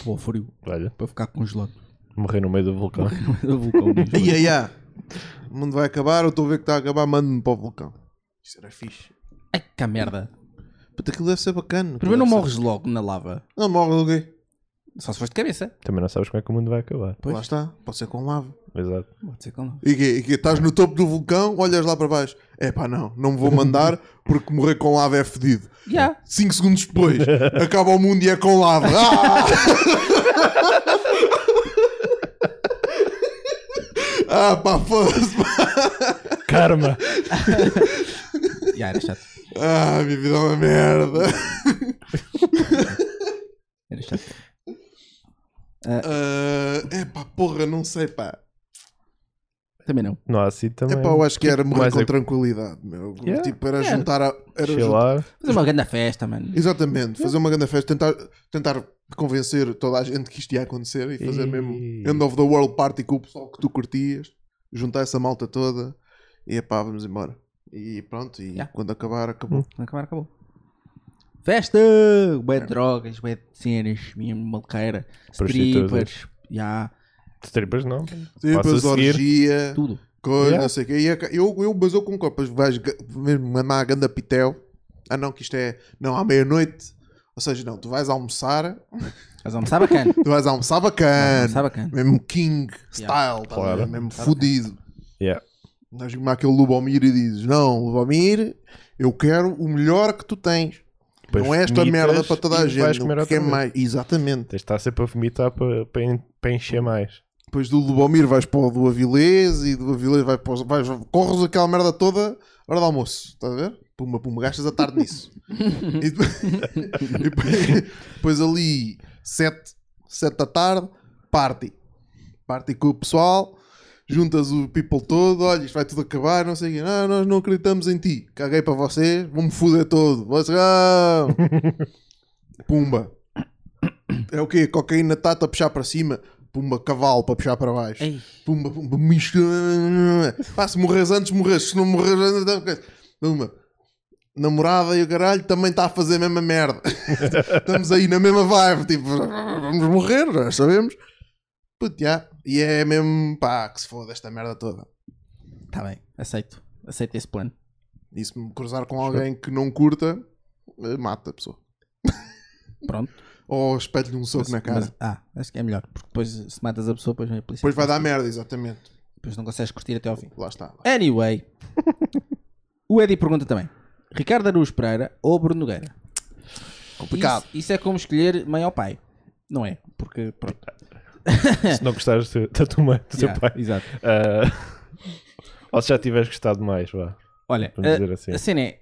Speaker 2: Pô, frio,
Speaker 3: Olha,
Speaker 2: para ficar congelado.
Speaker 3: morrer no meio do vulcão.
Speaker 2: Eu vou com o mesmo.
Speaker 1: Ai, ai, ai. O mundo vai acabar, eu estou a ver que está a acabar, mando-me para o vulcão. Isso era fixe.
Speaker 2: Ai, que merda.
Speaker 1: Puta, aquilo deve ser bacana.
Speaker 2: Primeiro não
Speaker 1: Deve ser-
Speaker 2: morres logo na lava.
Speaker 1: Não morre alguém.
Speaker 2: Só se fosse de cabeça.
Speaker 3: Também não sabes como é que o mundo vai acabar.
Speaker 2: Pois.
Speaker 1: Lá está, pode ser com lava.
Speaker 3: Exato.
Speaker 2: Pode ser que não.
Speaker 1: E que, e que estás no topo do vulcão, olhas lá para baixo. É pá, não, não me vou mandar porque morrer com lava é fedido.
Speaker 2: Yeah.
Speaker 1: 5 segundos depois, acaba o mundo e é com lava. Ah! Ah pá, foda-se. pá.
Speaker 3: Karma!
Speaker 2: Yeah, era chato.
Speaker 1: Ah, minha vida é uma merda.
Speaker 2: Era chato.
Speaker 1: É pá, porra, não sei pá.
Speaker 2: Também não.
Speaker 3: Não há assim
Speaker 1: É
Speaker 3: também.
Speaker 1: pá, eu acho que era morrer
Speaker 3: mais
Speaker 1: com
Speaker 3: é-
Speaker 1: tranquilidade, meu.
Speaker 3: Yeah. É.
Speaker 1: Tipo, era
Speaker 2: Yeah.
Speaker 1: juntar a. Era
Speaker 3: Sei
Speaker 1: juntar-
Speaker 3: lá.
Speaker 2: Fazer uma grande festa, mano.
Speaker 1: Exatamente, fazer uma grande festa, tentar, tentar convencer toda a gente que isto ia acontecer e fazer
Speaker 3: E-
Speaker 1: mesmo end of the world party com o pessoal que tu curtias, juntar essa malta toda e pá, vamos embora. E pronto, e
Speaker 2: Yeah.
Speaker 1: quando acabar,
Speaker 3: Hum.
Speaker 1: acabou.
Speaker 2: Acabar, acabou. Festa! Bué de drogas, bué de cenas, mesmo maluqueira.
Speaker 3: Prostitutas.
Speaker 2: Strippers, já,
Speaker 3: Strippers não.
Speaker 1: Tripas,
Speaker 3: Passa a seguir.
Speaker 1: orgia,
Speaker 2: tudo.
Speaker 1: Tipo, coisa,
Speaker 3: Yeah.
Speaker 1: não sei o quê. E aca- eu, eu, mas eu concordo, pois vais ga- mesmo mandar a ganda pitel. Ah não, que isto é, não, à meia-noite. Ou seja, não, tu vais almoçar,
Speaker 2: Mas almoçar bacana.
Speaker 1: tu vais almoçar bacana,
Speaker 2: Almoçar bacana.
Speaker 1: mesmo king
Speaker 2: Yeah.
Speaker 1: style, tá a
Speaker 3: Claro.
Speaker 1: ver? mesmo fodido.
Speaker 3: Yeah.
Speaker 1: Nós vimos aquele Lubomir e dizes: Não, Lubomir, eu quero o melhor que tu tens.
Speaker 3: Depois
Speaker 1: não é esta
Speaker 3: vomitas
Speaker 1: merda para toda a
Speaker 3: e Vais
Speaker 1: gente.
Speaker 3: comer
Speaker 1: Não
Speaker 3: outra
Speaker 1: quer
Speaker 3: vez.
Speaker 1: mais. Exatamente.
Speaker 3: Tens de estar sempre a vomitar para, para, en- para encher mais.
Speaker 1: Depois do Lubomir vais para o do Avilés e do Avilés vai para os, vais, corres aquela merda toda, hora do almoço. Estás a ver? Puma, puma, gastas a tarde nisso. e depois, e depois- depois ali, 7, sete da tarde, party. Party com o pessoal. Juntas o people todo, olha, isto vai tudo acabar, não sei o quê. Ah, nós não acreditamos em ti. Caguei para vocês, vão-me foder todo. Vocês vão. Pumba. É o quê? Cocaína tata a puxar para cima. Pumba, cavalo para puxar para baixo.
Speaker 2: Ei.
Speaker 1: Pumba, pumba, misco. Pá, se morres antes, morres. Se não morres antes, não coisa. Pumba. Namorada e o caralho também está a fazer a mesma merda. Estamos aí na mesma vibe. Tipo, vamos morrer, já sabemos. Puto, já. E é mesmo, pá, que se foda esta merda toda.
Speaker 2: Tá bem, aceito. Aceito esse plano.
Speaker 1: E se me cruzar com alguém que não curta, eh, mata a pessoa.
Speaker 2: Pronto.
Speaker 1: Ou espelho-lhe um soco na cara.
Speaker 2: Mas- ah, acho que é melhor. Porque depois se matas a pessoa, depois vem a polícia.
Speaker 1: Depois vai dar merda, exatamente.
Speaker 2: Depois não consegues curtir até ao fim.
Speaker 1: Lá está. lá.
Speaker 2: Anyway. o Eddie pergunta também. Ricardo Araújo Pereira ou Bruno Nogueira?
Speaker 1: Complicado.
Speaker 2: Isso, isso é como escolher mãe ou pai. Não é? Porque, pronto.
Speaker 3: Se não gostares do da tua mãe, do teu
Speaker 2: Yeah,
Speaker 3: pai.
Speaker 2: Exato.
Speaker 3: Ah, ou se já tiveres gostado mais, vá.
Speaker 2: Olha,
Speaker 3: Vamos
Speaker 2: a,
Speaker 3: dizer assim.
Speaker 2: a cena é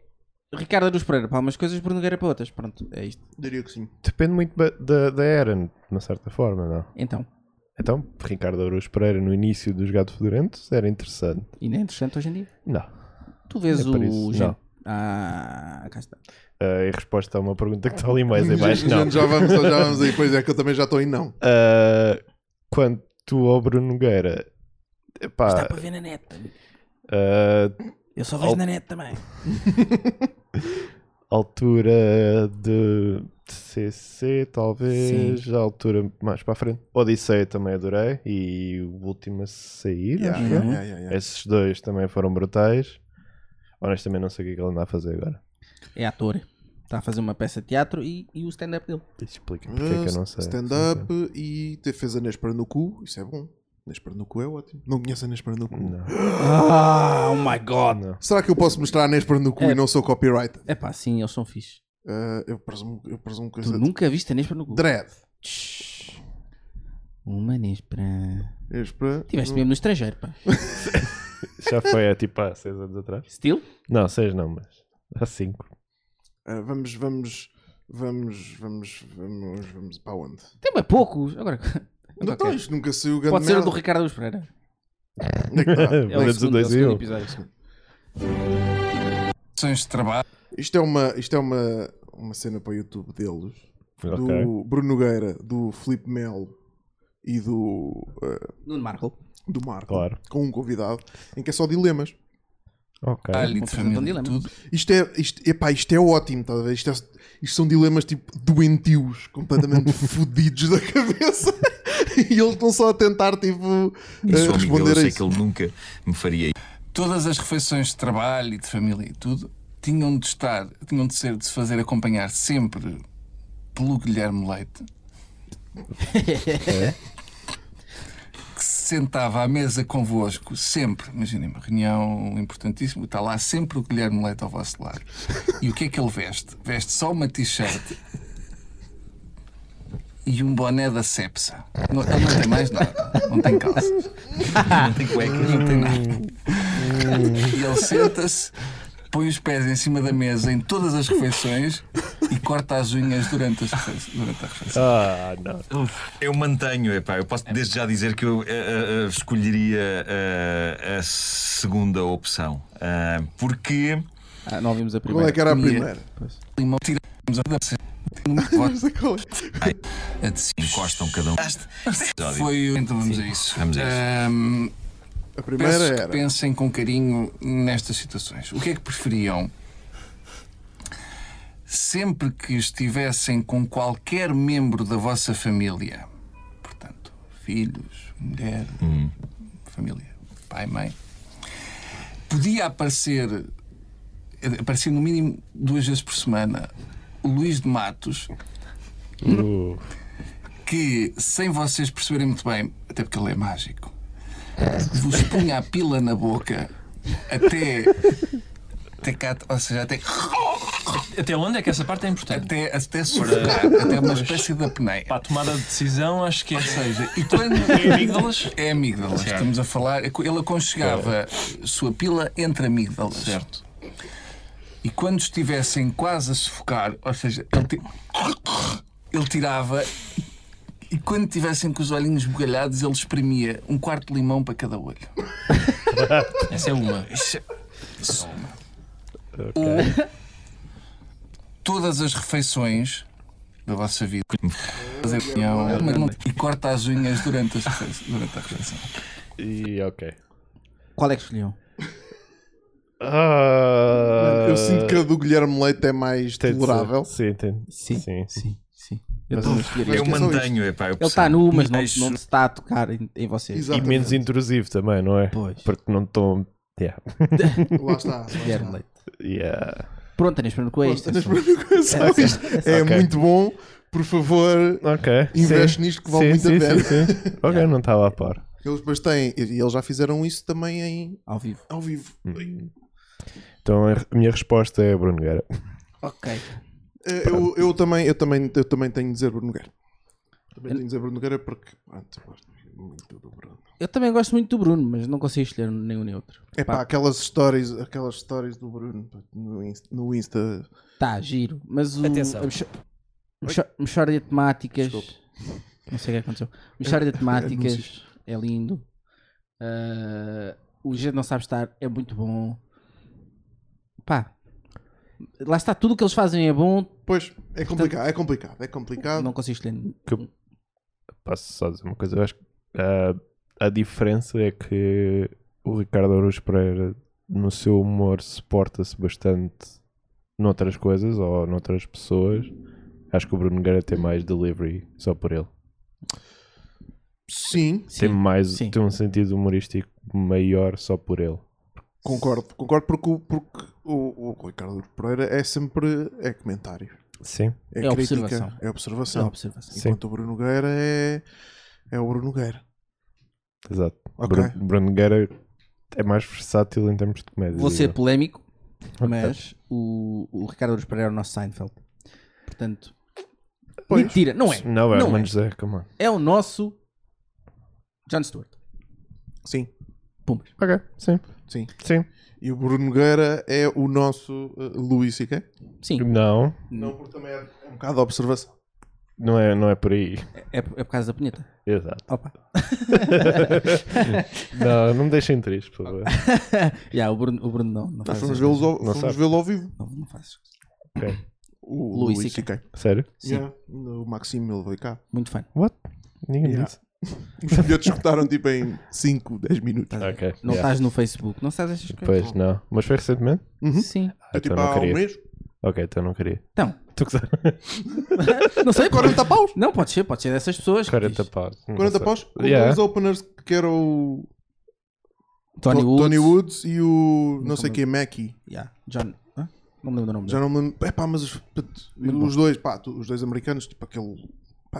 Speaker 2: Ricardo Aruz Pereira para umas coisas, Bruno Nogueira para outras. Pronto, é isto.
Speaker 1: Diria que sim.
Speaker 3: Depende muito ba- da, da era, de uma certa forma, não?
Speaker 2: Então,
Speaker 3: Então, Ricardo Araújo Pereira no início dos Gato Fedorentos era interessante.
Speaker 2: e não é interessante hoje em dia.
Speaker 3: Não.
Speaker 2: Tu vês
Speaker 3: É por
Speaker 2: o.
Speaker 3: isso,
Speaker 2: gen-
Speaker 3: não.
Speaker 2: Ah, cá está.
Speaker 3: Ah, em resposta a uma pergunta que está ali mais em baixo,
Speaker 1: Já-
Speaker 3: não.
Speaker 1: Já vamos, já vamos aí. Pois é, que eu também já estou aí, não.
Speaker 3: Ah, quanto ao Bruno Nogueira,
Speaker 2: Está
Speaker 3: epá,
Speaker 2: para ver na net.
Speaker 3: ah,
Speaker 2: Eu só vejo na net também.
Speaker 3: altura de CC, talvez, a altura mais para a frente. Odisseia também adorei e o último a sair.
Speaker 1: Yeah,
Speaker 3: acho eu.
Speaker 1: yeah, yeah, yeah, yeah.
Speaker 3: Esses dois também foram brutais. Honestamente, não sei o que é que ele anda a fazer agora.
Speaker 2: É ator. Está a fazer uma peça de teatro e, e o stand-up dele.
Speaker 3: Isso explica porque é que eu não sei.
Speaker 1: Stand-up e ter fez a Nespera no cu, isso é bom. Nespera no cu é ótimo. Não conheço a Nespera no cu.
Speaker 3: Não.
Speaker 2: Ah, oh my god.
Speaker 3: não.
Speaker 1: Será que eu posso mostrar a Nespera no cu
Speaker 2: É.
Speaker 1: e não sou copyright?
Speaker 2: É pá, sim, eles são fixe.
Speaker 1: Ah, eu, presumo, eu presumo que.
Speaker 2: Tu nunca viste a Nespera no Google?
Speaker 1: Dread.
Speaker 2: Uma Nespera.
Speaker 1: Nespera.
Speaker 2: Tiveste mesmo no estrangeiro, pá.
Speaker 3: Já foi há tipo há seis anos atrás.
Speaker 2: Still?
Speaker 3: Não, seis não, mas há cinco.
Speaker 1: Ah, vamos, vamos, vamos, vamos, vamos, vamos para onde?
Speaker 2: Tem bem poucos. Agora.
Speaker 1: Não,
Speaker 2: Ok.
Speaker 1: isto nunca saiu grande
Speaker 2: Então Pode ser o do
Speaker 1: merda.
Speaker 2: Ricardo Aruz Pereira.
Speaker 1: Onde é que está?
Speaker 2: É o
Speaker 3: Mas
Speaker 2: segundo, é o
Speaker 3: dois e
Speaker 2: segundo
Speaker 3: um.
Speaker 2: episódio.
Speaker 4: de trabalho.
Speaker 1: Isto é uma, isto é uma, uma cena para o YouTube deles.
Speaker 3: Ok.
Speaker 1: Do Bruno Nogueira, do Filipe Melo e do, eh,
Speaker 2: Nuno Marco.
Speaker 1: do Marco.
Speaker 3: Claro.
Speaker 1: Com um convidado em que é só dilemas.
Speaker 3: Ok.
Speaker 4: Ali
Speaker 2: Vou
Speaker 4: de
Speaker 2: fazer um
Speaker 4: família,
Speaker 2: dilema.
Speaker 4: tudo.
Speaker 1: Isto é, isto, epá, isto é ótimo, estás a ver? Isto, é, isto são dilemas tipo doentios, completamente fodidos da cabeça. e eles estão só a tentar tipo,
Speaker 5: E
Speaker 1: eh,
Speaker 5: sou amigo
Speaker 1: responder
Speaker 5: dele, eu
Speaker 1: a
Speaker 5: sei
Speaker 1: isso.
Speaker 5: que ele nunca me faria
Speaker 4: Todas as refeições de trabalho e de família e tudo tinham de estar, tinham de ser, de se fazer acompanhar sempre pelo Guilherme Leite, que se sentava à mesa convosco sempre, imaginem uma reunião importantíssima, está lá sempre o Guilherme Leite ao vosso lado. E o que é que ele veste? Veste só uma t-shirt e um boné da Cepsa. Não, ele não tem mais nada, não tem calças, não tem cuecas, não tem nada. E ele senta-se, põe os pés em cima da mesa em todas as refeições e corta as unhas durante, as refe- durante a refeição.
Speaker 3: Ah, não.
Speaker 5: Eu mantenho, epá, eu posso desde já dizer que eu eh, eh, eh, escolheria eh, a segunda opção. Ah, porque.
Speaker 2: Ah, não ouvimos a
Speaker 1: Qual
Speaker 2: primeira.
Speaker 1: é que era a
Speaker 4: Minha.
Speaker 1: primeira?
Speaker 4: Limão, tiramos a dança.
Speaker 1: é.
Speaker 5: A de si encostam cada um. Este episódio.
Speaker 4: Foi. Então vamos a isso.
Speaker 5: Vamos a isso.
Speaker 4: Ahm,
Speaker 1: A
Speaker 4: peço
Speaker 1: primeira
Speaker 4: que
Speaker 1: era.
Speaker 4: pensem com carinho nestas situações. O que é que preferiam? Sempre que estivessem com qualquer membro da vossa família, portanto, filhos, mulher,
Speaker 5: Hum.
Speaker 4: família, pai, mãe, podia aparecer, aparecer no mínimo duas vezes por semana, o Luís de Matos
Speaker 3: Uh,
Speaker 4: que, sem vocês perceberem muito bem, até porque ele é mágico, vos punha a pila na boca até. até cá, ou seja, até,
Speaker 6: Até onde é que essa parte é importante?
Speaker 4: até, até sufocar, até uma espécie de apneia.
Speaker 6: Para a tomada de decisão, acho que é.
Speaker 4: Ou seja, e quando.
Speaker 6: É amígdalas?
Speaker 4: É amígdalas,
Speaker 6: Certo. É.
Speaker 4: estamos a falar. Ele aconchegava a sua pila entre amígdalas.
Speaker 6: Certo.
Speaker 4: E quando estivessem quase a sufocar, ou seja, ele, ti- ele tirava. E quando tivessem com os olhinhos bugalhados, ele exprimia um quarto de limão para cada olho.
Speaker 6: Essa é uma. é
Speaker 4: Ou todas as refeições da vossa vida. Fazer reunião e corta as unhas durante, as refe- durante a refeição.
Speaker 3: e ok.
Speaker 2: Qual é que escolhiam?
Speaker 3: Ah,
Speaker 1: Eu sinto que a do Guilherme Leite é mais
Speaker 3: tem de ser-
Speaker 1: tolerável.
Speaker 3: Sim, tem.
Speaker 2: Sim, sim,
Speaker 3: Sim.
Speaker 2: sim. Eu também escolheria
Speaker 5: Eu
Speaker 1: que é só
Speaker 5: mantenho, epá, eu
Speaker 2: Ele está nu, mas não,
Speaker 5: Isso-
Speaker 2: não se está a tocar em, em vocês.
Speaker 3: E
Speaker 1: Exatamente.
Speaker 3: menos intrusivo também, não é?
Speaker 2: Pois.
Speaker 3: Porque não estão. Yeah.
Speaker 1: Lá está. lá
Speaker 2: Guilherme
Speaker 1: está.
Speaker 2: Leite.
Speaker 3: Yeah.
Speaker 2: Pronto, Anés Fernando Coelho.
Speaker 1: Nas primeiras coisas. É
Speaker 3: Ok.
Speaker 1: muito bom. Por favor,
Speaker 3: Ok.
Speaker 1: investe
Speaker 3: Sim.
Speaker 1: nisto que vale muito
Speaker 3: sim, sim,
Speaker 1: a pena.
Speaker 3: Sim, sim. ok, não estava a par.
Speaker 1: Eles depois têm. E eles já fizeram isso também em,
Speaker 2: Ao vivo.
Speaker 1: ao vivo.
Speaker 5: Uhum.
Speaker 3: Então a minha resposta é Bruno Guerra.
Speaker 2: Ok.
Speaker 1: Eh, Eu, eu, também, eu, também, eu também tenho de dizer Bruno Nogueira. Também tenho de dizer Bruno Nogueira porque. Pronto, gosto muito do Bruno.
Speaker 2: Eu também gosto muito do Bruno, mas não consigo escolher um, nenhum nem outro.
Speaker 1: É pá, aquelas stories, aquelas stories do Bruno pá, no Insta. No Insta.
Speaker 2: Tá, giro. Mas o.
Speaker 6: Atenção.
Speaker 2: a mexa- mexa- Mexória de temáticas. Não sei o que aconteceu. Mexória de temáticas é lindo. Ah, o Gente Não Sabe Estar é muito bom. Pá. Lá está, tudo o que eles fazem é bom.
Speaker 1: Pois, é complicado, é complicado, é complicado.
Speaker 2: Não consigo escolher.
Speaker 3: Posso só dizer uma coisa? Eu acho que ah, a diferença é que o Ricardo Araújo Pereira, no seu humor, suporta-se bastante noutras coisas ou noutras pessoas. Acho que o Bruno Guerra tem mais delivery só por ele.
Speaker 1: Sim,
Speaker 2: Sim,
Speaker 3: tem mais
Speaker 2: sim.
Speaker 3: tem um sentido humorístico maior só por ele.
Speaker 1: concordo, concordo porque, o- porque o, o Ricardo Pereira é sempre é comentário.
Speaker 3: Sim.
Speaker 1: É,
Speaker 2: É
Speaker 1: crítica,
Speaker 2: observação.
Speaker 1: é
Speaker 2: É
Speaker 1: observação.
Speaker 2: observação.
Speaker 3: Sim.
Speaker 1: Enquanto o Bruno Nogueira é, é o Bruno Nogueira.
Speaker 3: Exato.
Speaker 1: Ok.
Speaker 3: Bruno, Bruno Nogueira é mais versátil em termos de comédia.
Speaker 2: Vou ser
Speaker 3: digo
Speaker 2: polémico, mas o, o Ricardo Aruz Pereira é o nosso Seinfeld. Portanto. Mentira, não é.
Speaker 3: eu. Não, é
Speaker 2: Não
Speaker 3: o
Speaker 2: é.
Speaker 3: Mano José, come on.
Speaker 2: É o nosso John Stewart.
Speaker 1: Sim,
Speaker 2: Pumas.
Speaker 3: Ok, sim.
Speaker 1: sim.
Speaker 3: Sim.
Speaker 1: E o Bruno Nogueira é o nosso uh, Luís C.K.
Speaker 2: Sim,
Speaker 3: Não,
Speaker 1: Não, porque também é um bocado de observação.
Speaker 3: não é, não é por aí.
Speaker 2: é, é por causa da punheta.
Speaker 3: Exato.
Speaker 2: Opa.
Speaker 3: Não, não me deixem triste, por favor.
Speaker 2: Já, o Bruno, o Bruno não, não
Speaker 1: Nós
Speaker 2: faz
Speaker 1: fomos
Speaker 2: isso.
Speaker 1: vê-los ao, fomos
Speaker 3: sabe.
Speaker 1: vê-lo ao vivo.
Speaker 2: Não, não faz isso.
Speaker 3: Ok.
Speaker 1: O
Speaker 2: Louis
Speaker 1: Luís
Speaker 2: CK.
Speaker 1: C.K.
Speaker 3: Sério?
Speaker 1: Yeah. O Maxime levou cá.
Speaker 2: Muito fã.
Speaker 3: What? Ninguém me
Speaker 1: Yeah.
Speaker 3: disse.
Speaker 1: Os bilhetes escutaram tipo em 5, 10 minutos.
Speaker 3: Ok.
Speaker 2: Não
Speaker 3: yeah.
Speaker 2: estás no Facebook, não sabes estas coisas.
Speaker 3: Pois não. Mas foi recentemente?
Speaker 2: Sim.
Speaker 3: Ah,
Speaker 1: Eu, tipo,
Speaker 3: então não
Speaker 1: há um
Speaker 3: queria.
Speaker 1: mês,
Speaker 3: Ok, então não queria.
Speaker 2: Então,
Speaker 3: Tu que sabes.
Speaker 2: não sei.
Speaker 1: 40 paus.
Speaker 2: Não, pode ser, pode ser dessas pessoas. que
Speaker 3: 40
Speaker 2: diz.
Speaker 3: paus. Não
Speaker 1: 40
Speaker 3: sei.
Speaker 1: paus. Comprei
Speaker 3: Yeah.
Speaker 1: os openers que era o
Speaker 2: Tony
Speaker 1: To-
Speaker 2: Woods.
Speaker 1: Tony Woods e o não sei
Speaker 2: lembro.
Speaker 1: quem, Mackie.
Speaker 2: Yeah. John. Hã? Não me lembro do nome
Speaker 1: Já
Speaker 2: dele.
Speaker 1: não me lembro. Epá, mas os, puto, os dois, pá, tu- os dois americanos, tipo aquele. pá,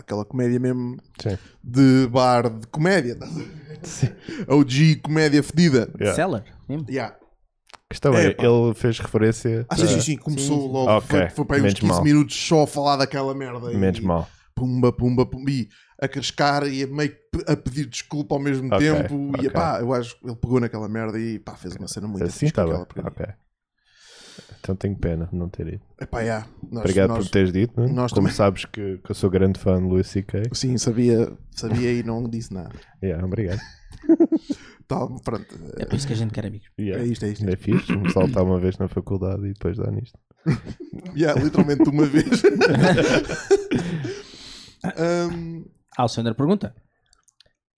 Speaker 1: pá, aquela comédia mesmo
Speaker 3: Sim.
Speaker 1: de bar de comédia. estás a ver? OG comédia fedida.
Speaker 3: Yeah.
Speaker 2: Seller? Mesmo?
Speaker 1: Yeah.
Speaker 3: Está é bem,
Speaker 1: Epá.
Speaker 3: ele fez referência.
Speaker 1: Ah, sim,
Speaker 3: a-
Speaker 1: sim, sim, começou
Speaker 2: Sim, sim.
Speaker 1: logo.
Speaker 3: É. Ok,
Speaker 1: Foi, foi para aí uns
Speaker 3: menos
Speaker 1: 15
Speaker 3: mal.
Speaker 1: minutos só a falar daquela merda. e-
Speaker 3: Menos mal.
Speaker 1: pumba, pumba, pumba, e a cascar e a meio que pe- a pedir desculpa ao mesmo
Speaker 3: Ok,
Speaker 1: tempo. E
Speaker 3: ok.
Speaker 1: pá, eu acho que ele pegou naquela merda e pá, fez uma cena muito
Speaker 3: Assim
Speaker 1: fixe com
Speaker 3: está bem.
Speaker 1: aquela porcaria.
Speaker 3: Ok. Então tenho pena de não ter ido.
Speaker 1: Epá, já, nós-
Speaker 3: Obrigado
Speaker 1: nós-
Speaker 3: por teres dito. Nuno.
Speaker 1: nós
Speaker 3: Como
Speaker 1: também.
Speaker 3: sabes que, que eu sou grande fã de Louis C.K.
Speaker 1: Sim, sabia, sabia e não disse nada.
Speaker 3: Yeah, obrigado.
Speaker 1: Tal, pronto,
Speaker 2: É por isso que a gente quer amigos.
Speaker 3: Yeah.
Speaker 1: é isto, é isto.
Speaker 3: Ainda fiz, me saltar uma vez na faculdade e depois dar nisto.
Speaker 1: Yeah, literalmente uma vez. Ahm,
Speaker 2: Alexandre pergunta: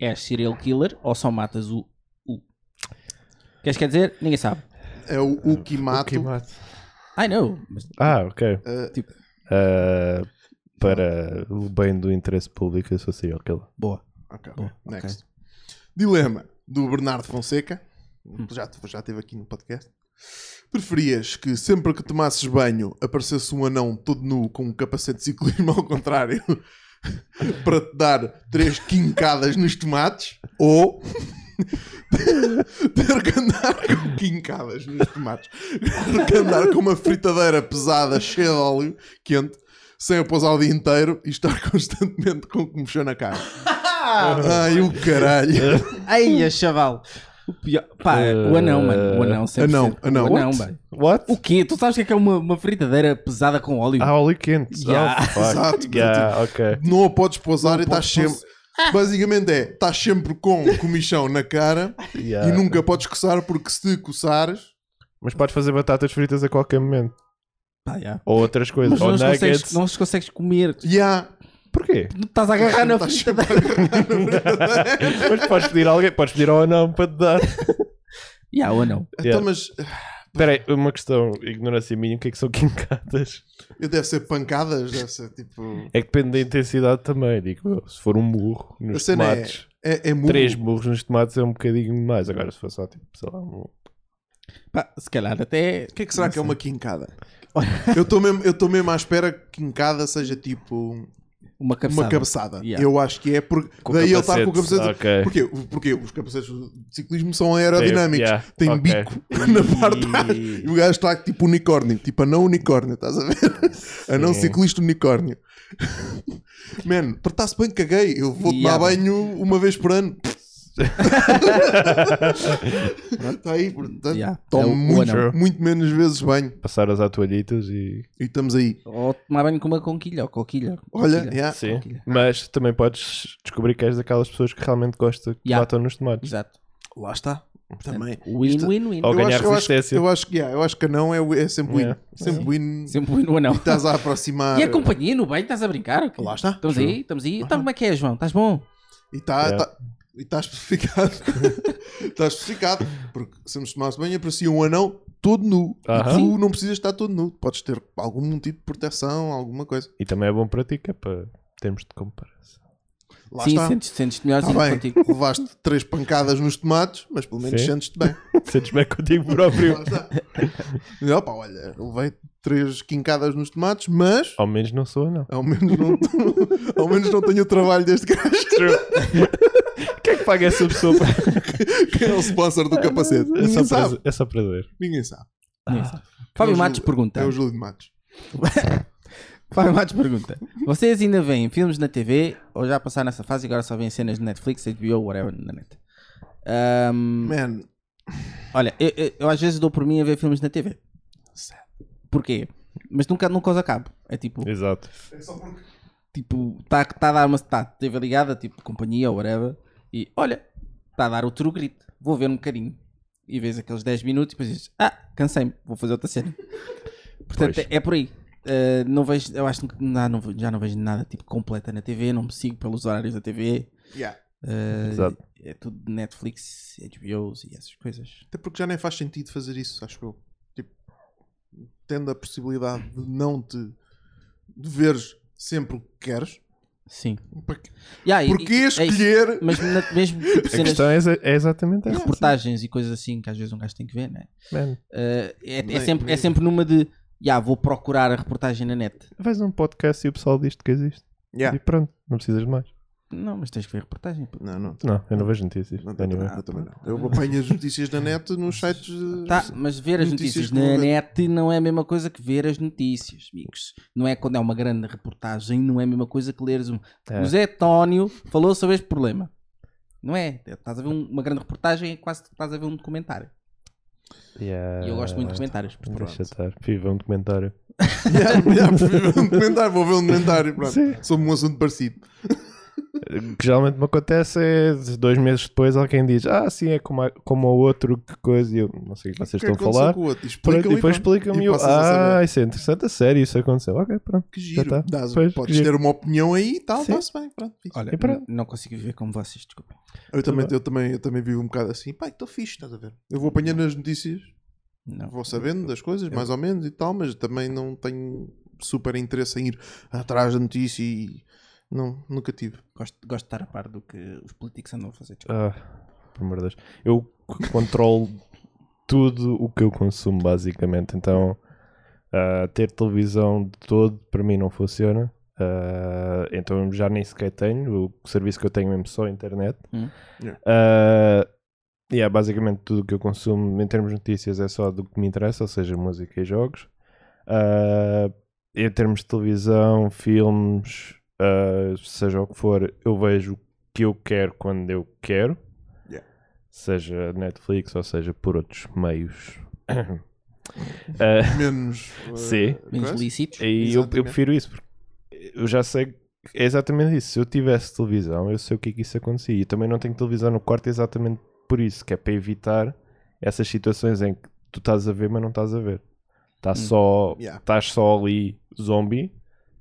Speaker 2: És serial killer ou só matas o U? Queres quer dizer? Ninguém sabe.
Speaker 1: é o, o que mato.
Speaker 2: Ai não, mas
Speaker 3: Ah, ok.
Speaker 1: Ah,
Speaker 2: tipo,
Speaker 3: Ah, para o bem do interesse público, eu sou serial killer.
Speaker 2: boa.
Speaker 1: ok,
Speaker 2: Bom,
Speaker 1: next. Dilema do Bernardo Fonseca. Já, já teve aqui no podcast. Preferias que sempre que tomasses banho aparecesse um anão todo nu com um capacete de ciclismo ao contrário para te dar três quincadas nos tomates ou ter que andar com quincadas nos tomates ter que andar com uma fritadeira pesada cheia de óleo quente sem a pousar o dia inteiro e estar constantemente com o que mexeu na cara ai o caralho
Speaker 2: Ai, a chaval. O pior. Pá, o anão, mano. O anão, 100%.
Speaker 1: Anão, anão.
Speaker 2: O anão,
Speaker 1: What?
Speaker 2: mano.
Speaker 3: What?
Speaker 2: O quê? Tu sabes o que é que é uma, uma fritadeira pesada com óleo?
Speaker 3: Ah, óleo quente.
Speaker 2: Yeah.
Speaker 3: Oh, fuck.
Speaker 1: Exato,
Speaker 3: Yeah, ok.
Speaker 1: não a podes pousar e
Speaker 2: podes
Speaker 1: estás sempre. Basicamente é, estás sempre com comichão na cara
Speaker 3: Yeah.
Speaker 1: e nunca podes coçar, porque se te coçares,
Speaker 3: Mas podes fazer batatas fritas a qualquer momento.
Speaker 2: Pá, já.
Speaker 3: Ou outras coisas.
Speaker 2: Mas
Speaker 3: Ou
Speaker 2: não os,
Speaker 3: nuggets.
Speaker 2: consegues, não os consegues comer.
Speaker 1: já
Speaker 3: Porquê?
Speaker 2: Não estás a agarrar Tá na
Speaker 1: Estás
Speaker 2: fritadeira.
Speaker 3: Mas podes pedir a alguém, podes pedir ao anão para te dar.
Speaker 2: Já, o anão.
Speaker 1: então, mas
Speaker 3: Espera aí, uma questão, ignorância minha, o que é que são quincadas?
Speaker 1: eu eh, deve ser pancadas, deve ser tipo.
Speaker 3: É que depende da intensidade também, digo eu. Se for um burro
Speaker 1: A
Speaker 3: nos
Speaker 1: cena é,
Speaker 3: tomates,
Speaker 1: é, é murro.
Speaker 3: três burros nos tomates é um bocadinho mais. Agora se for só tipo, sei lá, um...
Speaker 2: Pá, se calhar até.
Speaker 1: O que é que será que é uma quincada? eu estou mesmo, eu estou mesmo à espera que quincada seja tipo
Speaker 2: Uma cabeçada.
Speaker 1: uma cabeçada.
Speaker 2: Yeah.
Speaker 1: Eu acho que é porque
Speaker 3: Com
Speaker 1: daí ele está com o
Speaker 3: capacete.
Speaker 1: capacete.
Speaker 3: Ok.
Speaker 1: Porquê? Porque os capacetes de ciclismo são aerodinâmicos.
Speaker 3: Yeah,
Speaker 1: Tem
Speaker 3: ok.
Speaker 1: bico na parte de trás. E o gajo está tipo unicórnio, tipo anão unicórnio, estás a ver? Anão ciclista unicórnio. Mano, tratar-se bem, caguei. Eu vou
Speaker 2: Yeah.
Speaker 1: tomar banho uma vez por ano. Está tá aí, portanto,
Speaker 2: Yeah. É
Speaker 1: tomo
Speaker 2: o- o
Speaker 1: muito,
Speaker 2: anão.
Speaker 1: muito menos vezes banho.
Speaker 3: passar as toalhitas e...
Speaker 1: E estamos aí.
Speaker 2: Ou tomar banho com uma conquilha ou coquilha.
Speaker 1: Olha,
Speaker 2: Coquilha.
Speaker 1: yeah.
Speaker 3: Sim, mas também podes descobrir que és daquelas pessoas que realmente gosta que
Speaker 2: Yeah.
Speaker 3: batam nos tomates.
Speaker 2: Exato.
Speaker 1: lá está. Também.
Speaker 3: é
Speaker 2: Win,
Speaker 1: Isto-
Speaker 2: win, win.
Speaker 3: Ou
Speaker 1: Eu
Speaker 3: ganhar
Speaker 1: acho, eu, acho,
Speaker 3: resistência.
Speaker 1: eu, acho que, yeah, eu acho que anão é, é sempre win.
Speaker 3: Yeah.
Speaker 1: Sempre win.
Speaker 2: Sempre win o anão.
Speaker 1: Estás a aproximar.
Speaker 2: E a companhia no banho, estás a brincar? ok?
Speaker 1: Então, Lá está.
Speaker 2: Estamos aí, estamos aí. Então, como é que é, João? Estás bom?
Speaker 1: E está
Speaker 3: Yeah.
Speaker 1: tá, e tá especificado. Está especificado. Porque se nos tomasse bem, aparecia um anão todo nu.
Speaker 3: Aham.
Speaker 1: E tu não precisas estar todo nu. Podes ter algum tipo de proteção, alguma coisa.
Speaker 3: E também é bom para ti, que é para termos de comparação.
Speaker 1: Lá
Speaker 2: Sim,
Speaker 1: está.
Speaker 2: sentes- sentes-te melhor
Speaker 1: Tá
Speaker 2: sim,
Speaker 1: bem,
Speaker 2: contigo.
Speaker 1: levaste três pancadas nos tomates, mas pelo menos
Speaker 3: Sim.
Speaker 1: sentes-te bem.
Speaker 3: Sentes bem contigo
Speaker 1: Lá
Speaker 3: próprio.
Speaker 1: está. E, opa, olha, levei três quincadas nos tomates, mas
Speaker 3: Ao menos não sou, não.
Speaker 1: ao menos não, ao menos não tenho o trabalho deste gajo,
Speaker 3: Quem é que paga essa pessoa? Para...
Speaker 1: que é o sponsor
Speaker 2: Ah,
Speaker 1: do capacete.
Speaker 3: É só
Speaker 1: Ninguém sabe.
Speaker 3: prazer. É só prazer.
Speaker 1: Ninguém sabe.
Speaker 2: Ninguém sabe. Fábio
Speaker 1: É Ah, o
Speaker 2: Matos
Speaker 1: Júlio-
Speaker 2: pergunta.
Speaker 1: É o Júlio de Matos.
Speaker 2: Fábio Matos pergunta. Vocês ainda veem filmes na TV ou já passaram nessa fase e agora só veem cenas de Netflix, HBO, whatever, na net? Ahm,
Speaker 1: Man,
Speaker 2: olha, eu, eu- eu às vezes dou por mim a ver filmes na TV. Porquê? Mas nunca, nunca os acabo. É tipo,
Speaker 3: Exato.
Speaker 2: tipo, está tá a dar uma tá, teve ligada, tipo, companhia ou whatever, e olha, está a dar o true grit, vou ver um bocadinho. E vês aqueles 10 minutos e depois dizes, ah, cansei-me, vou fazer outra cena. Portanto, é,
Speaker 3: Pois.
Speaker 2: é por aí. Uh, não vejo, eu acho que não, não, já não vejo nada tipo completa na TV, não me sigo pelos horários da TV.
Speaker 1: yeah.
Speaker 2: uh,
Speaker 3: Exato.
Speaker 2: É tudo de Netflix, HBOs e essas coisas.
Speaker 1: Até porque já nem faz sentido fazer isso, acho eu. Tipo, tendo a possibilidade de não te de veres sempre o que queres,
Speaker 2: Sim.
Speaker 1: para que-
Speaker 2: Yeah, e-
Speaker 1: porquê
Speaker 2: e- é isso.
Speaker 1: escolher?
Speaker 2: mas na- mesmo tipo,
Speaker 3: A
Speaker 2: cenas,
Speaker 3: questão é, exa- é exatamente essa.
Speaker 2: reportagens e coisas assim que às vezes um gajo tem que ver, né?
Speaker 3: Man,
Speaker 2: Uh, é, é
Speaker 1: Nem-
Speaker 2: sempre, é
Speaker 1: nem-
Speaker 2: sempre numa de já vou procurar a reportagem na net.
Speaker 3: faz um podcast e o pessoal diz que existe.
Speaker 1: Yeah.
Speaker 3: E pronto. Não precisas de mais.
Speaker 2: Não, mas tens que ver reportagem. pô.
Speaker 1: Não, não.
Speaker 3: Não, eu não vejo notícias.
Speaker 1: Não, eu,
Speaker 3: Anyway.
Speaker 1: também, eu também não. Eu apanho as notícias na net nos sites. eh, de-
Speaker 2: Tá, mas ver as
Speaker 1: Notícias
Speaker 2: notícias,
Speaker 1: que não
Speaker 2: na
Speaker 1: vê.
Speaker 2: net não é a mesma coisa que ver as notícias, amigos. Não é quando é uma grande reportagem, não é a mesma coisa que leres um.
Speaker 3: É.
Speaker 2: José Tónio falou sobre este problema. Não é? Estás a ver um- uma grande reportagem, é quase que estás a ver um documentário.
Speaker 3: Yeah.
Speaker 2: E eu gosto muito Ah, de comentários.
Speaker 3: Deixa estar. Viva um documentário.
Speaker 1: Yeah, yeah, prefiro um documentário, vou ver um documentário. Pronto.
Speaker 3: Sim.
Speaker 1: Sobre um assunto parecido.
Speaker 3: O que geralmente me acontece é dois meses depois alguém diz: Ah, sim, é como, a- como o outro, que coisa. E eu não sei o que vocês
Speaker 1: O que é
Speaker 3: estão
Speaker 1: que aconteceu
Speaker 3: a falar.
Speaker 1: com o outro?
Speaker 3: Pronto,
Speaker 1: Explica-me então.
Speaker 3: e depois
Speaker 1: e pronto.
Speaker 3: explica-me. eu,
Speaker 1: passas a saber.
Speaker 3: Ah, isso é interessante, a sério, isso aconteceu. Ok, pronto.
Speaker 1: Que giro.
Speaker 3: tá.
Speaker 1: Dás-
Speaker 3: Pois,
Speaker 1: podes
Speaker 3: giro.
Speaker 1: ter uma opinião aí e tal,
Speaker 3: Sim.
Speaker 1: está-se bem. Pronto, fixe.
Speaker 2: Olha,
Speaker 3: E pronto.
Speaker 2: não consigo viver como vocês, desculpem.
Speaker 3: é
Speaker 1: eu, também, eu, também, eu também vivo um bocado assim. Pai, estou fixe, estás a ver? Eu vou apanhando as notícias,
Speaker 2: Não.
Speaker 1: vou sabendo das
Speaker 3: É
Speaker 1: coisas, mais ou menos e tal, mas também não tenho super interesse em ir atrás da notícia e. Não, nunca tive.
Speaker 2: Gosto, gosto de estar a par do que os políticos andam a fazer. desculpa.
Speaker 3: Ah, por amor de Deus. Eu c- controlo tudo o que eu consumo, basicamente. Então, ah, ter televisão de todo, para mim, não funciona. Ah, então, já nem sequer tenho. O serviço que eu tenho mesmo só a internet.
Speaker 2: Hum.
Speaker 1: Yeah.
Speaker 3: Ah, e é basicamente tudo o que eu consumo em termos de notícias é só do que me interessa, ou seja, música e jogos. Ah, em termos de televisão, filmes, ah, seja o que for, eu vejo o que eu quero quando eu quero,
Speaker 1: Yeah.
Speaker 3: seja Netflix ou seja por outros meios. Ah,
Speaker 1: Menos. eh,
Speaker 3: Sim.
Speaker 2: Menos
Speaker 1: coisa.
Speaker 2: lícitos.
Speaker 3: e eu, eu
Speaker 1: Exatamente.
Speaker 3: prefiro isso porque eu já sei que é exatamente isso. Se eu tivesse televisão, eu sei o que é que isso acontecia. E também não tenho televisão no quarto exatamente por isso, que é para evitar essas situações em que tu estás a ver, mas não estás a ver. Tá só,
Speaker 1: Hum. Yeah.
Speaker 3: estás só ali zombie,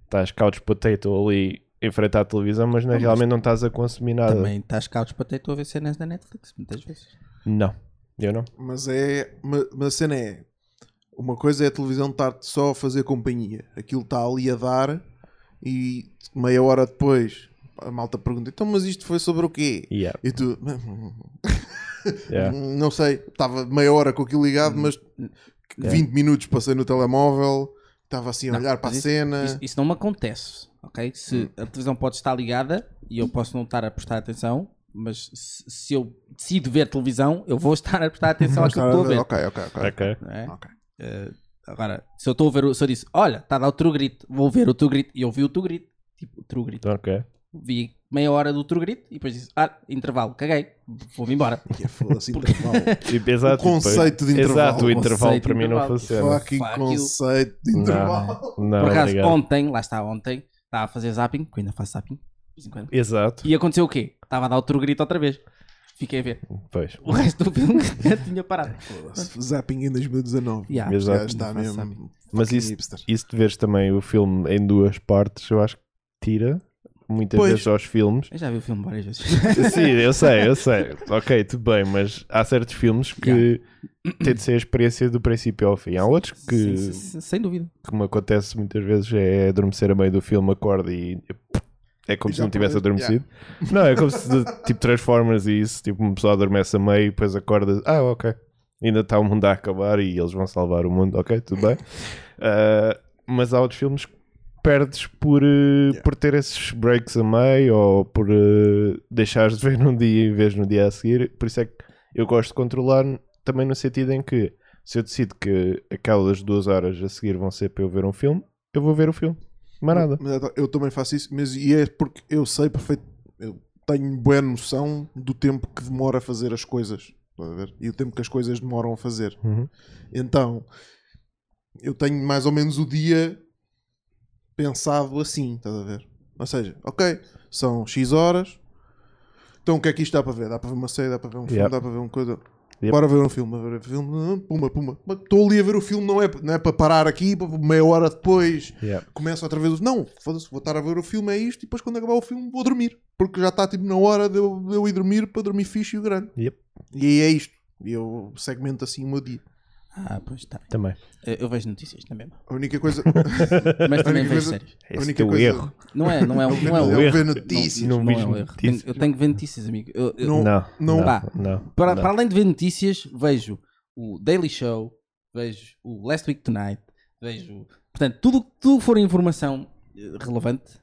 Speaker 3: estás couch potato ali a enfrentar a televisão, mas, na
Speaker 2: mas
Speaker 3: realmente não estás a consumir
Speaker 1: É.
Speaker 3: nada.
Speaker 2: Também tá estás cá para ter tu a ver cenas da Netflix, muitas vezes.
Speaker 3: Não, eu não.
Speaker 1: Mas é. ma- Mas a cena é. Uma coisa é a televisão estar só a fazer companhia. Aquilo está ali a dar e meia hora depois a malta pergunta: então, mas isto foi sobre o quê?
Speaker 3: Yeah,
Speaker 1: E tu. "Hum,
Speaker 3: yeah.
Speaker 1: Não sei, estava meia hora com aquilo ligado, mas 20 minutos passei no telemóvel, estava assim a
Speaker 2: Não,
Speaker 1: olhar para a
Speaker 2: mas isso-
Speaker 1: cena.
Speaker 2: Isso, isso não me acontece, ok? Se
Speaker 1: Hum.
Speaker 2: a televisão pode estar ligada e eu posso não estar a prestar atenção, mas se, se eu decido ver televisão, eu vou estar a prestar atenção àquilo que estou a ver.
Speaker 1: Ok, ok, ok.
Speaker 3: Ok.
Speaker 2: não é?
Speaker 1: Ok.
Speaker 2: Eh, agora, se eu estou a ver, o- se eu disse, olha, está a dar o teu grito, vou ver o teu grito, e eu vi o teu grito, tipo, o teu grito.
Speaker 3: Então, Ok.
Speaker 2: Vi meia hora do teu grito e depois disse, ah, intervalo, caguei, vou-me embora.
Speaker 1: Que é foda-se, intervalo.
Speaker 3: E- Exato,
Speaker 1: O conceito de intervalo.
Speaker 3: Exato, o intervalo
Speaker 2: Conceito
Speaker 3: para
Speaker 2: de
Speaker 3: mim não
Speaker 2: intervalo.
Speaker 3: funciona.
Speaker 1: Fucking
Speaker 2: Fuck you.
Speaker 1: conceito de intervalo.
Speaker 3: Não,
Speaker 2: Por acaso,
Speaker 3: obrigado.
Speaker 2: ontem, lá está, ontem, estava a fazer zapping, que eu ainda faço zapping, de vez em quando.
Speaker 3: Exato,
Speaker 2: E aconteceu o quê? Estava a dar o teu grito outra vez. Fiquei a ver.
Speaker 3: pois.
Speaker 2: O resto do filme já tinha parado.
Speaker 1: Zapping em 2019.
Speaker 2: Yeah.
Speaker 1: Já
Speaker 3: Exato.
Speaker 1: está
Speaker 2: Não faço
Speaker 1: mesmo.
Speaker 3: Mas
Speaker 1: fucking
Speaker 3: isso,
Speaker 1: hipster.
Speaker 3: isso de veres também o filme em duas partes, eu acho que tira muitas
Speaker 1: Pois.
Speaker 3: vezes aos filmes.
Speaker 2: Eu já vi o filme várias vezes.
Speaker 3: Sim, eu sei, eu sei. Ok, tudo bem, mas há certos filmes que tem de ser a experiência do princípio ao fim. Há outros que,
Speaker 2: Sim, sim, sim, sem dúvida.
Speaker 3: que me acontece muitas vezes é adormecer a meio do filme, acordo e é como
Speaker 1: E
Speaker 3: se
Speaker 1: já
Speaker 3: não tivesse
Speaker 1: perdeste,
Speaker 3: adormecido. Não, é como se tipo Transformers e isso, tipo uma pessoa adormece a meio e depois acorda, ah, ok, ainda está o mundo a acabar e eles vão salvar o mundo, ok, tudo bem. Ah, mas há outros filmes que perdes por, eh, por ter esses breaks a meio ou por eh, deixares de ver num dia e vês no dia a seguir. Por isso é que eu gosto de controlar também no sentido em que se eu decido que aquelas duas horas a seguir vão ser para eu ver um filme, eu vou ver o filme. Mais nada.
Speaker 1: Mas então, eu- eu também faço isso, mas e é porque eu sei perfeito, eu tenho boa noção do tempo que demora a fazer as coisas, estás a ver? E o tempo que as coisas demoram a fazer.
Speaker 3: Uhum.
Speaker 1: Então, eu tenho mais ou menos o dia pensado assim, estás a ver? Ou seja, ok, são X horas, então o que é que isto dá para ver? Dá para ver uma série, dá para ver um filme,
Speaker 3: Yeah.
Speaker 1: dá para ver uma coisa.
Speaker 3: Yep.
Speaker 1: Bora ver um filme, a ver um filme, puma, puma. Mas Estou ali a ver o filme, não é, não é para parar aqui, meia hora depois
Speaker 3: Yeah.
Speaker 1: começa outra vez. o- Não, foda-se, vou estar a ver o filme, é isto, e depois quando acabar o filme vou dormir. Porque já está tipo na hora de eu, de eu ir dormir para dormir fixe e o grande.
Speaker 3: Yep.
Speaker 1: E aí é isto. E eu segmento assim o meu dia.
Speaker 2: Ah, pois está.
Speaker 3: Também.
Speaker 2: Eu, eu vejo notícias na mesma.
Speaker 1: A única coisa.
Speaker 2: Mas também
Speaker 1: única
Speaker 2: vejo
Speaker 1: coisa-
Speaker 2: séries.
Speaker 1: a
Speaker 3: Esse é
Speaker 1: única
Speaker 3: o
Speaker 1: coisa.
Speaker 3: erro.
Speaker 2: Não é, não é, um- não é
Speaker 1: Eu
Speaker 2: um
Speaker 1: vejo
Speaker 2: erro.
Speaker 1: notícias.
Speaker 3: Não,
Speaker 2: Não é
Speaker 3: vejo
Speaker 2: um erro. Tenho-
Speaker 3: notícias.
Speaker 2: eu tenho que ver notícias, amigo. Eu- eu-
Speaker 1: Não-
Speaker 3: Não,
Speaker 1: não-
Speaker 3: não,
Speaker 2: Pá,
Speaker 3: não.
Speaker 2: para,
Speaker 3: não.
Speaker 2: para além de ver notícias, vejo o Daily Show, vejo o Last Week Tonight, vejo. Portanto, tudo tudo que for informação eh, relevante,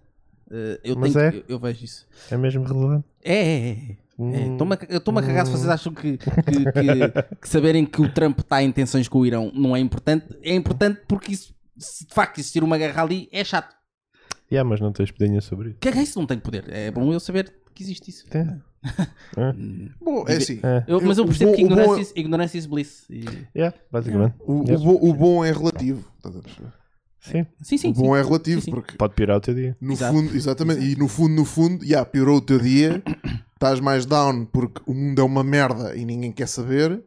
Speaker 2: eh, Eh, eu,
Speaker 3: Mas
Speaker 2: tenho
Speaker 3: é?
Speaker 2: que- eu, eu vejo isso.
Speaker 3: É mesmo relevante? Hum,
Speaker 2: É, é, é. É,
Speaker 1: Hum.
Speaker 2: Estou-me a ca- eu estou-me a cagar se vocês acham que, que- que- que saberem que o Trump está em tensões com o Irão não é importante. É importante porque isso, se de facto existir uma guerra ali, é chato.
Speaker 3: Yeah, mas não tens pedinha sobre isso.
Speaker 2: Que é que isso não tem poder? É bom eu saber que existe isso.
Speaker 3: É.
Speaker 1: Bom, é assim.
Speaker 2: Eu- mas eu
Speaker 1: O
Speaker 2: percebo
Speaker 1: bom-
Speaker 2: que
Speaker 1: o bom é-
Speaker 2: ignorância, is- ignorância is bliss. E-
Speaker 3: Yeah, basicamente.
Speaker 1: O, o
Speaker 3: Yeah.
Speaker 1: bo- o bom é relativo. estás a perceber?
Speaker 3: Sim,
Speaker 2: Sim, sim.
Speaker 1: o bom
Speaker 2: sim.
Speaker 1: é relativo,
Speaker 2: Sim, sim.
Speaker 1: porque
Speaker 3: pode piorar o teu dia.
Speaker 1: no
Speaker 2: Exato.
Speaker 1: fundo, exatamente, e no fundo, no fundo, já piorou o teu dia, estás mais down porque o mundo é uma merda e ninguém quer saber,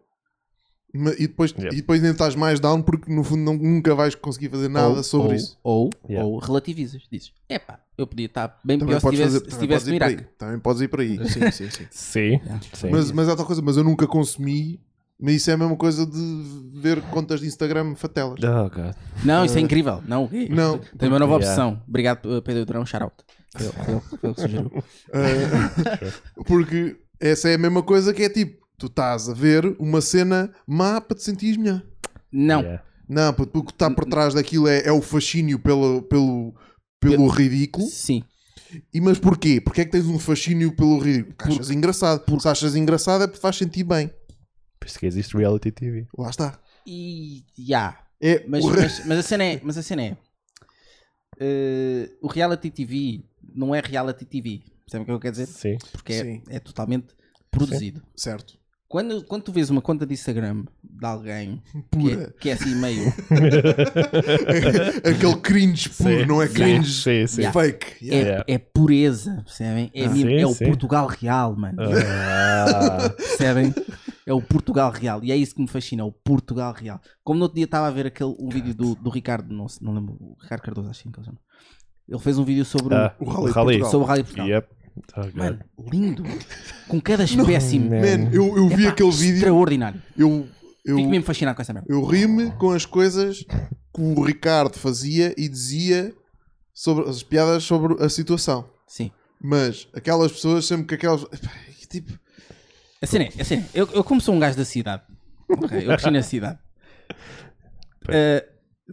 Speaker 1: ma- e depois,
Speaker 3: Yeah.
Speaker 1: e depois ainda estás mais down porque no fundo não- nunca vais conseguir fazer nada
Speaker 2: Ou-
Speaker 1: sobre
Speaker 2: ou-
Speaker 1: isso.
Speaker 2: Ou,
Speaker 3: Yeah.
Speaker 2: ou relativizas. Dizes, epá, eu podia estar bem
Speaker 1: Também
Speaker 2: pior se
Speaker 1: podes,
Speaker 2: estivesse
Speaker 1: fazer,
Speaker 2: se
Speaker 1: também
Speaker 2: tivesse
Speaker 1: podes
Speaker 2: no
Speaker 1: ir para
Speaker 2: Iraque.
Speaker 1: aí. Também podes ir para aí. Sim, sim, sim.
Speaker 3: Sim. Sim.
Speaker 1: Mas, mas há outra coisa, mas eu nunca consumi, mas isso é a mesma coisa de ver contas de Instagram fatelas.
Speaker 3: Oh, God.
Speaker 2: Não, isso é incrível. Não,
Speaker 1: Não.
Speaker 2: Tem uma nova
Speaker 3: Yeah.
Speaker 2: opção. Obrigado, uh, Pedro Durão, shout-out. Foi ele- foi ele- foi ele que sugeriu.
Speaker 1: Uh, porque essa é a mesma coisa que é tipo, tu estás a ver uma cena má para te sentires melhor.
Speaker 2: Não,
Speaker 3: Yeah.
Speaker 1: Não, puto, porque está por trás daquilo é, é o fascínio pelo, pelo, pelo ridículo.
Speaker 2: sim.
Speaker 1: E mas porquê? Porquê é que tens um fascínio pelo ridículo? Porque achas engraçado. Se achas engraçado é porque faz sentir bem.
Speaker 3: Por isso que existe reality TV.
Speaker 1: Lá está.
Speaker 2: E já.
Speaker 1: É
Speaker 2: Mas,
Speaker 1: o re-
Speaker 2: mas, mas a cena é. Mas a cena é eh, o reality TV não é reality TV. Percebem o que eu quero dizer?
Speaker 3: Sim.
Speaker 2: Porque
Speaker 1: Sim.
Speaker 2: é, é totalmente produzido.
Speaker 1: Certo.
Speaker 2: Quando, quando tu vês uma conta de Instagram de alguém que é,
Speaker 1: Pura.
Speaker 2: que é assim meio.
Speaker 1: Aquele cringe puro, não é cringe
Speaker 3: Sim, sim.
Speaker 2: Yeah.
Speaker 1: fake.
Speaker 2: É,
Speaker 1: Yeah.
Speaker 3: Yeah.
Speaker 2: é pureza, percebem?
Speaker 1: Ah.
Speaker 2: É, mesmo-
Speaker 3: Sim,
Speaker 2: é o
Speaker 3: sim.
Speaker 2: Portugal real, mano.
Speaker 3: Ah,
Speaker 2: Percebem? É o Portugal real. E é isso que me fascina, o Portugal real. Como no outro dia estava a ver aquele, um vídeo do, do Ricardo, não, sei- não lembro, o Ricardo Cardoso, acho que ele se chama. Ele fez um vídeo sobre, o-
Speaker 3: ah,
Speaker 1: O Rally de Portugal. Ah,
Speaker 2: sobre o Rádio Portugal.
Speaker 3: Yep. Oh, God.
Speaker 2: Mano, lindo. Com cada espécie.
Speaker 1: Man, eu, eu vi
Speaker 2: É. Epá,
Speaker 1: aquele vídeo,
Speaker 2: Extraordinário.
Speaker 1: eu, eu,
Speaker 2: Fico mesmo fascinado com essa merda.
Speaker 1: eu ri-me com as coisas que o Ricardo fazia e dizia sobre as piadas sobre a situação.
Speaker 2: Sim.
Speaker 1: Mas aquelas pessoas, sempre que aquelas. Epá, que Tipo,
Speaker 2: A cena é, a cena é, eu, eu como sou um gajo da cidade, ok, eu cresci na cidade, Eh,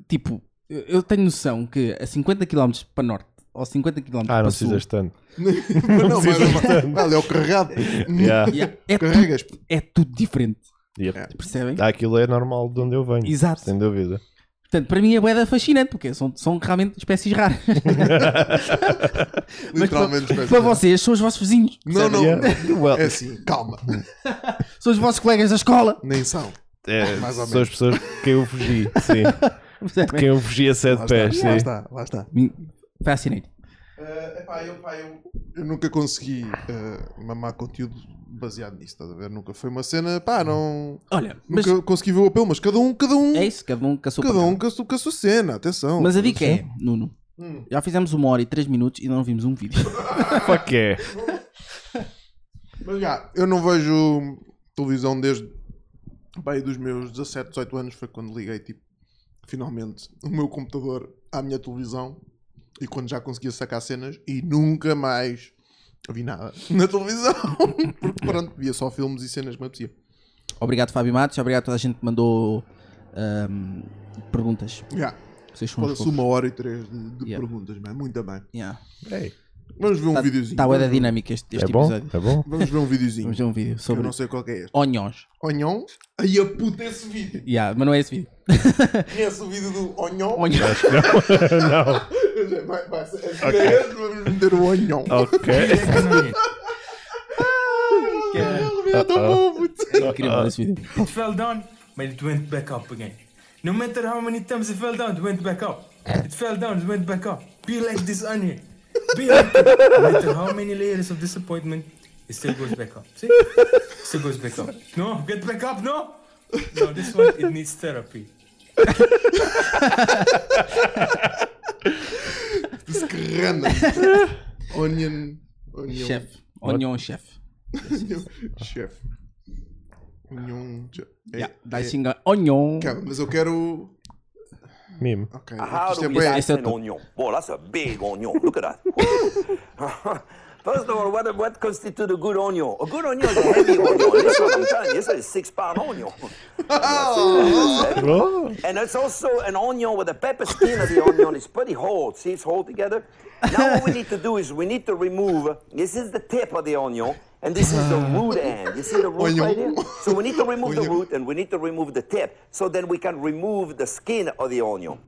Speaker 2: tipo, eu- eu tenho noção que a 50 km para norte ou 50 km
Speaker 3: Ah,
Speaker 2: para
Speaker 3: não
Speaker 2: sul
Speaker 3: precisas tanto.
Speaker 1: mas não, mas, mas, é o carregado.
Speaker 3: é Yeah.
Speaker 2: yeah, é, tudo,
Speaker 1: Carregas. Tá.
Speaker 2: é tudo diferente,
Speaker 3: Yep.
Speaker 2: percebem?
Speaker 3: Ah, Aquilo é normal de onde eu venho.
Speaker 2: Exato.
Speaker 3: Sem dúvida.
Speaker 2: Portanto, para mim é boeda fascinante, porque são, são realmente espécies raras. Mas
Speaker 1: Literalmente.
Speaker 2: para,
Speaker 1: espécie.
Speaker 2: para vocês, são os vossos vizinhos,
Speaker 1: Não, não.
Speaker 3: Yeah. Well,
Speaker 1: É assim, calma.
Speaker 2: são os vossos colegas da escola.
Speaker 1: Nem são.
Speaker 3: é,
Speaker 1: mais ou
Speaker 3: são as pessoas de quem eu fugi. Sim. É De
Speaker 2: Percebem?
Speaker 3: quem eu fugi a sete
Speaker 1: Lá
Speaker 3: pés.
Speaker 1: está, lá
Speaker 3: Sim.
Speaker 1: está, lá está.
Speaker 2: Fascinante.
Speaker 1: Eh, epá, eu, pá, eu- eu nunca consegui eh, mamar conteúdo baseado nisso, estás a ver? Nunca foi uma cena, pá, não.
Speaker 2: Olha, mas
Speaker 1: Nunca consegui ver o apelo, mas cada um, cada um.
Speaker 2: é isso, cada um com a sua
Speaker 1: Cada
Speaker 2: pancada.
Speaker 1: um com a su- com a sua cena, atenção.
Speaker 2: Mas a dica é, Nuno,
Speaker 1: Hum.
Speaker 2: já fizemos uma hora e três minutos e ainda não vimos um vídeo.
Speaker 3: Fuck é.
Speaker 1: Mas já, eu não vejo televisão desde bem dos meus 17, 18 anos foi quando liguei tipo finalmente o meu computador à minha televisão e quando já conseguia sacar cenas e nunca mais vi nada na televisão porque pronto, via só filmes e cenas que me apetecia.
Speaker 2: Obrigado, Fábio Matos. Obrigado a toda a gente que mandou ahm, perguntas.
Speaker 1: Já,
Speaker 2: Vocês são uns
Speaker 1: Então, foda-se
Speaker 2: fofos.
Speaker 1: uma hora e três de, de
Speaker 2: Yeah.
Speaker 1: perguntas, man. muito bem.
Speaker 2: Yeah.
Speaker 3: Ei,
Speaker 1: Vamos ver um
Speaker 2: Tá-
Speaker 1: videozinho.
Speaker 2: Tá bué da
Speaker 1: Vamos ver-
Speaker 2: dinâmica este, este
Speaker 3: é bom?
Speaker 2: episódio.
Speaker 3: É bom?
Speaker 1: Vamos ver um videozinho.
Speaker 2: Vamos ver um vídeo
Speaker 1: Eu
Speaker 2: sobre
Speaker 1: não sei qual que é este.
Speaker 2: onhões.
Speaker 1: Onhão? Aí a puta esse vídeo.
Speaker 2: Yeah, mas não é esse vídeo.
Speaker 1: Conhece o vídeo do Onhão?
Speaker 3: É
Speaker 2: Onhões.
Speaker 3: Não.
Speaker 1: Vai, vai, se- se é esse, vamos meter o onhão.
Speaker 3: Ok.
Speaker 2: É
Speaker 3: ah.
Speaker 2: incrível esse vídeo.
Speaker 7: It fell down, but it went back up again. No matter how many times it fell down, it went back up. It fell down, it went back up. Be like this onion. Be like no matter how many layers of disappointment, it still goes back up. See? Still goes back up. No, get back up, no! No, this one it needs therapy.
Speaker 1: Disse que random. Onion. Onion.
Speaker 2: Chefe. Onhão, chefe.
Speaker 1: Chef. Onion. che- É-
Speaker 2: Yeah.
Speaker 1: é-
Speaker 2: Dicing a- onhão.
Speaker 1: Calma, mas eu quero.
Speaker 3: Mimo.
Speaker 1: Ok.
Speaker 8: How
Speaker 1: Isto
Speaker 8: do
Speaker 1: é
Speaker 8: we
Speaker 1: bué-
Speaker 8: dice
Speaker 2: Except-
Speaker 8: an onion? Boy, that's a big onion. Look at that. First of all, what, what constitutes a good onion? A good onion is a heavy onion. This is what I'm telling you. This is a six-pound onion.
Speaker 3: Oh,
Speaker 8: And it's also an onion with a pepper skin of the onion. It's pretty whole. See, it's whole together. Now what we need to do is we need to remove, this is the tip of the onion, and this is the root end. You see the root right
Speaker 1: Onion.
Speaker 8: here? So we need to remove the
Speaker 1: Onion.
Speaker 8: root and we need to remove the tip. So then we can remove the skin of the onion.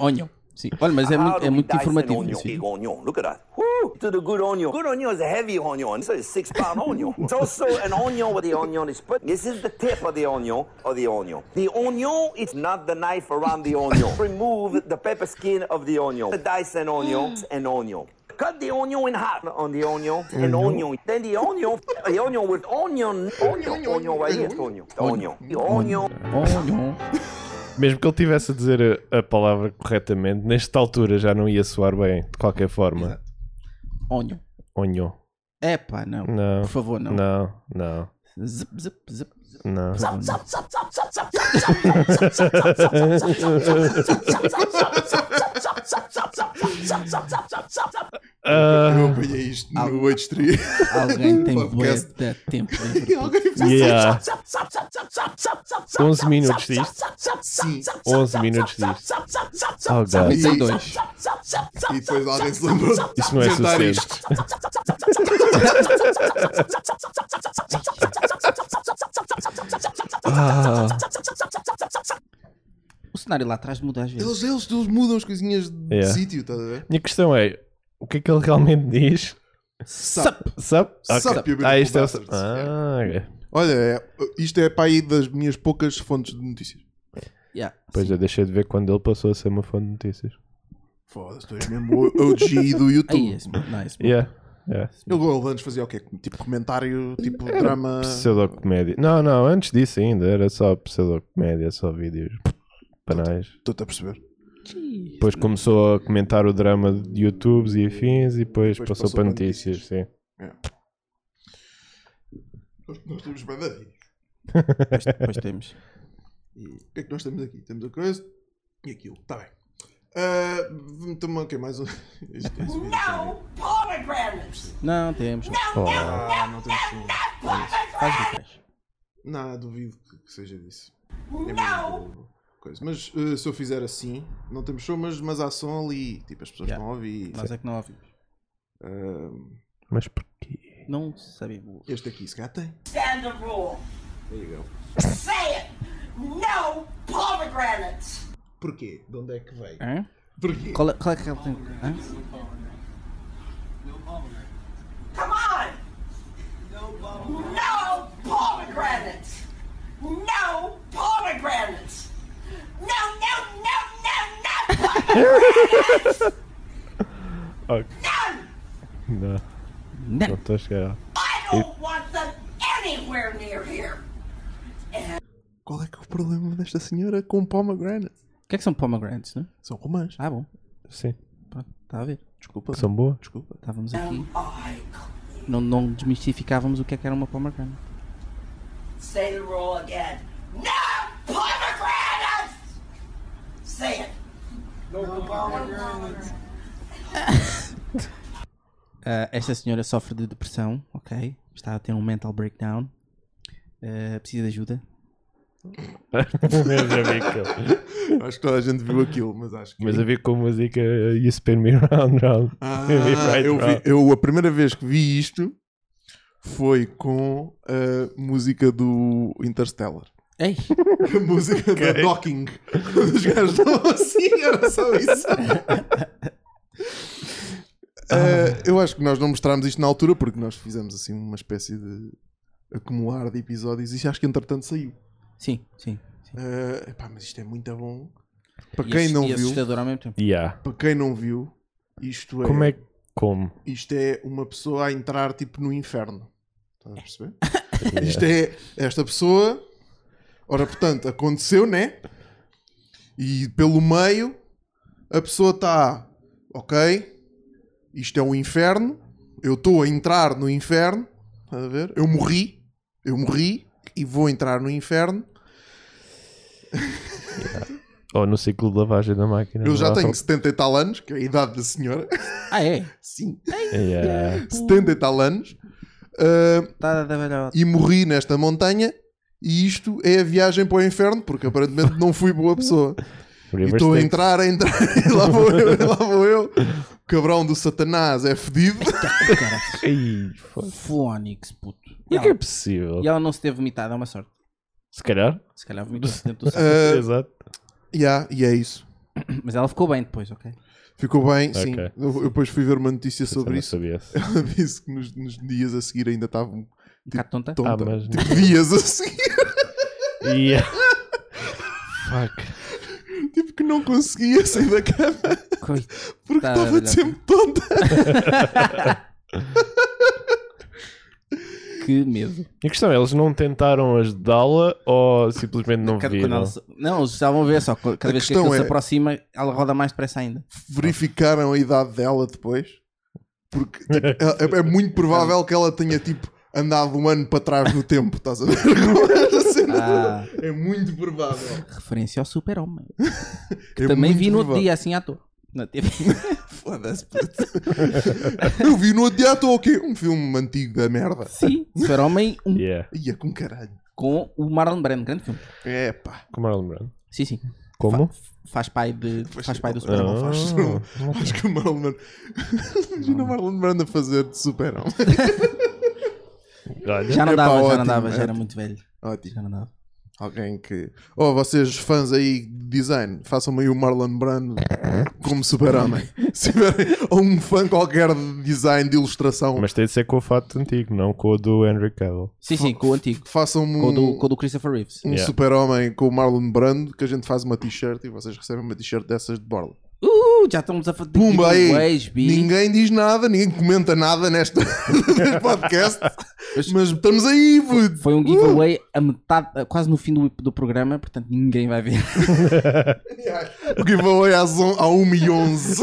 Speaker 2: Onion. Sim. Olha, mas é
Speaker 8: How
Speaker 2: muito,
Speaker 8: do
Speaker 2: é
Speaker 8: we
Speaker 2: muito
Speaker 8: dice an
Speaker 2: informativo.
Speaker 8: onion?
Speaker 2: esse
Speaker 8: Big
Speaker 2: vídeo.
Speaker 8: onion. Look at that. Woo! To the good onion. Good onion is a heavy onion. It's a six pound onion. It's also an onion with the onion is put. This is the tip of the onion of the onion. The onion is not the knife around the onion. Remove the pepper skin of the onion. Dice an onion. It's an onion. Cut the onion in half on the onion, an onion. Then the onion, the onion with onion, onion, onion right here, onion, the onion, the onion.
Speaker 2: Onion.
Speaker 3: Mesmo que ele tivesse a dizer a, a palavra corretamente, nesta altura já não ia soar bem, de qualquer forma.
Speaker 2: Onion.
Speaker 3: Onho.
Speaker 2: Epá, não.
Speaker 3: Não.
Speaker 2: Por favor, não.
Speaker 3: Não, não,
Speaker 2: Zip, zip, zip, zip.
Speaker 3: não.
Speaker 1: Eu apanhei isto no H3.
Speaker 2: Alguém tem bué
Speaker 1: Podcast.
Speaker 2: de tempo livre.
Speaker 1: Alguém fez
Speaker 3: Yeah. 11 minutos disto.
Speaker 1: assim.
Speaker 3: 11 minutos disto. Oh, God.
Speaker 2: Sem é dois.
Speaker 1: E depois alguém se lembrou de
Speaker 3: Isso não é
Speaker 1: apresentar
Speaker 3: sucesso.
Speaker 1: isto.
Speaker 2: O cenário lá atrás muda às vezes.
Speaker 1: Eles, eles, eles mudam as coisinhas de
Speaker 3: Yeah.
Speaker 1: sítio, estás a ver?
Speaker 3: Minha questão é: o que é que ele realmente diz?
Speaker 1: Sup.
Speaker 3: Sup? Ok.
Speaker 1: Sup, you
Speaker 3: Ah, isto é o.
Speaker 1: beautiful bastards.
Speaker 3: Ah, ok.
Speaker 1: Olha, é- isto é para aí das minhas poucas fontes de notícias.
Speaker 2: Yeah.
Speaker 3: Pois eu deixei de ver quando ele passou a ser uma fonte de notícias.
Speaker 1: Foda-se, tu és mesmo o OG do
Speaker 2: Aí,
Speaker 1: YouTube.
Speaker 2: esse, não, esse
Speaker 3: Yeah. yeah.
Speaker 1: Ele ele antes fazia o quê? Tipo comentário, tipo drama.
Speaker 3: Pseudocomédia. Não, não, antes disso ainda era só pseudocomédia, só vídeos banais.
Speaker 1: Estou-te a perceber.
Speaker 3: Depois começou a comentar o drama de YouTubes e afins e depois,
Speaker 1: Depois
Speaker 3: passou, para notícias, sim.
Speaker 1: Nós, nós temos bem daí.
Speaker 2: depois, depois temos.
Speaker 1: O que é que nós temos aqui? Temos a coisa e aquilo. Está bem. Ah, Vamos tomar o quê? Mais um. Isto é isso.
Speaker 2: Não, temos. não.
Speaker 1: Ah, não temos som.
Speaker 2: Faz refresh.
Speaker 1: Não, duvido que, que seja disso. É mesmo do- coisa. Mas eh, se eu fizer assim, não temos show, mas, mas há som ali. Tipo, as pessoas
Speaker 2: Yeah.
Speaker 1: vão ouvir.
Speaker 2: Nós é que não ouvimos.
Speaker 1: Ah,
Speaker 3: Mas porquê?
Speaker 2: Não sabemos.
Speaker 1: este aqui, se calhar tem.
Speaker 9: Stand the rule. There you go. Say it. No pomegranates.
Speaker 1: Porquê? De onde é que veio?
Speaker 2: Hã?
Speaker 1: Porquê?
Speaker 2: Qual, é- qual é que ela tem? Hã?
Speaker 9: Come on. No pomegranates. No pomegranates. No, no, no, no, no pomegranates.
Speaker 3: Ok.
Speaker 9: None.
Speaker 3: Não, não
Speaker 2: Não.
Speaker 3: estou a chegar.
Speaker 9: I don't want them anywhere near here.
Speaker 1: Qual é que é o problema desta senhora com pomegranate?
Speaker 2: O que é que são pomegranates, não?
Speaker 1: São romãs.
Speaker 2: Ah, bom.
Speaker 3: Sim,
Speaker 2: Pronto, está a ver.
Speaker 1: Desculpa.
Speaker 3: são boas.
Speaker 1: Desculpa.
Speaker 2: Estávamos aqui. Não, não desmistificávamos o que é que era uma pomegranate.
Speaker 9: Say the rule again. No pomegranates. Say it.
Speaker 2: Ah, esta senhora sofre de depressão, ok? Está a ter um mental breakdown. Ah, precisa de ajuda.
Speaker 3: Eu já vi aquilo.
Speaker 1: Acho que toda a gente viu aquilo, mas acho que.
Speaker 3: Mas a ver com a música uh, You Spin Me Round Round.
Speaker 1: Ah,
Speaker 3: You spin me right
Speaker 1: eu, vi,
Speaker 3: round.
Speaker 1: eu a primeira vez que vi isto foi com a música do Interstellar.
Speaker 2: Ei!
Speaker 1: A música da Docking. Quando os gajos estavam assim, era só isso.
Speaker 2: Ah.
Speaker 1: Eh, eu acho que nós não mostramos isto na altura porque nós fizemos assim uma espécie de acumular de episódios e acho que entretanto saiu.
Speaker 2: Sim, sim. sim.
Speaker 1: Eh, epá, mas isto é muito bom. Para
Speaker 2: E
Speaker 1: quem
Speaker 2: ass-
Speaker 1: não
Speaker 2: e
Speaker 1: viu,
Speaker 2: assustador ao mesmo tempo.
Speaker 3: Yeah.
Speaker 1: para quem não viu, isto
Speaker 3: Como é que. Como?
Speaker 1: isto é uma pessoa a entrar tipo no inferno. Estás a perceber? Isto é esta pessoa. Ora, portanto, aconteceu, né? E pelo meio a pessoa está, ok, isto é um inferno. Eu estou a entrar no inferno. Estás a ver? Eu morri, eu morri e vou entrar no inferno.
Speaker 3: Ou no ciclo de lavagem da máquina.
Speaker 1: Eu já
Speaker 3: Ou-
Speaker 1: tenho 70 e tal anos, que é a idade da senhora.
Speaker 2: Ah, é?
Speaker 1: Sim.
Speaker 3: Yeah.
Speaker 1: 70 e tal anos, ah,
Speaker 2: Tá da velha.
Speaker 1: e morri nesta montanha. E isto é a viagem para o inferno, porque aparentemente não fui boa pessoa. E
Speaker 3: River
Speaker 1: estou a
Speaker 3: Sticks.
Speaker 1: entrar, a entrar, e lá vou eu, e lá vou eu. O cabrão do Satanás é fedido.
Speaker 3: Ei, foda-se.
Speaker 2: Flonix, puto. E
Speaker 3: Como é que é
Speaker 2: ela,
Speaker 3: possível?
Speaker 2: e ela não se teve vomitado, é uma sorte.
Speaker 3: Se calhar.
Speaker 2: Se calhar vomitou-se dentro do saco.
Speaker 1: Ah,
Speaker 3: Exato.
Speaker 1: yeah, e é isso.
Speaker 2: Mas ela ficou bem depois, ok? Um
Speaker 1: Tipo, Ficou bem,
Speaker 3: Ok.
Speaker 1: sim. Eu, eu depois fui ver uma notícia sobre
Speaker 3: Não
Speaker 1: isso.
Speaker 3: sabia.
Speaker 1: Ela disse que nos, nos dias a seguir ainda estava um
Speaker 2: Um bocado tonta.
Speaker 1: tonta.
Speaker 3: Ah, mas-
Speaker 1: Tipo, dias a seguir.
Speaker 3: Yeah. Fuck.
Speaker 1: Tipo, que não conseguia sair da cama
Speaker 2: Coitada
Speaker 1: porque
Speaker 2: Tá,
Speaker 1: estava
Speaker 2: olha.
Speaker 1: sempre tonta.
Speaker 2: Que medo.
Speaker 3: E a questão é, eles não tentaram ajudá-la ou simplesmente não
Speaker 2: Cada-
Speaker 3: viram?
Speaker 2: quando ela se- Não, eles estavam a ver só. Cada vez que
Speaker 1: questão
Speaker 2: aquilo
Speaker 1: é-
Speaker 2: se aproxima, ela roda mais depressa ainda.
Speaker 1: Verificaram a idade dela depois. Porque tipo, é, é- é muito provável que ela tenha tipo andado um ano para trás no tempo. Estás a ver? Com esta cena?
Speaker 2: Ah,
Speaker 1: É muito provável.
Speaker 2: referência ao super-homem.
Speaker 1: É
Speaker 2: Também
Speaker 1: muito
Speaker 2: vi no outro
Speaker 1: provável.
Speaker 2: dia, assim, à toa. Na TV.
Speaker 1: Foda-se, puto. Eu vi no outro dia, estou o quê? Um filme antigo da merda.
Speaker 2: Sim, super-homem um,
Speaker 3: Yeah.
Speaker 1: Ia com caralho.
Speaker 2: com o Marlon Brando. Grande filme.
Speaker 1: É pá.
Speaker 3: Como era lembrando?
Speaker 2: Sim, sim.
Speaker 3: Como?
Speaker 2: Faz pai, de, faz pai do
Speaker 3: Ah,
Speaker 2: super-homem.
Speaker 1: faz- Acho que o Marlon Brando. Imagina o Marlon Brando a fazer de super-homem.
Speaker 3: olha.
Speaker 2: Já não
Speaker 1: Epá,
Speaker 2: dava, já
Speaker 1: ótimo,
Speaker 2: não dava, já era
Speaker 1: ótimo.
Speaker 2: muito velho.
Speaker 1: Ótimo.
Speaker 2: Já não dava.
Speaker 1: Alguém que. Oh, vocês fãs aí de design, façam-me aí o Marlon Brando como super-homem. Se tiverem ou um fã qualquer de design, de ilustração,
Speaker 3: Mas tem de ser com o fato antigo, não com o do Henry Cavill.
Speaker 2: Sim, sim, com o antigo.
Speaker 1: façam-me
Speaker 2: Com o do,
Speaker 1: um,
Speaker 2: com o do Christopher Reeves.
Speaker 1: um
Speaker 3: Yeah.
Speaker 1: super-homem com o Marlon Brando que a gente faz uma t-shirt e vocês recebem uma t-shirt dessas de borla.
Speaker 2: Uh, já estamos a fazer
Speaker 1: Pumba aí!
Speaker 2: giveaways, bi.
Speaker 1: Ninguém diz nada, ninguém comenta nada neste, neste podcast. mas estamos aí, puto.
Speaker 2: Foi um giveaway a metade, a- quase no fim do, do programa, portanto ninguém vai ver.
Speaker 1: O giveaway às on, à 1 e 11.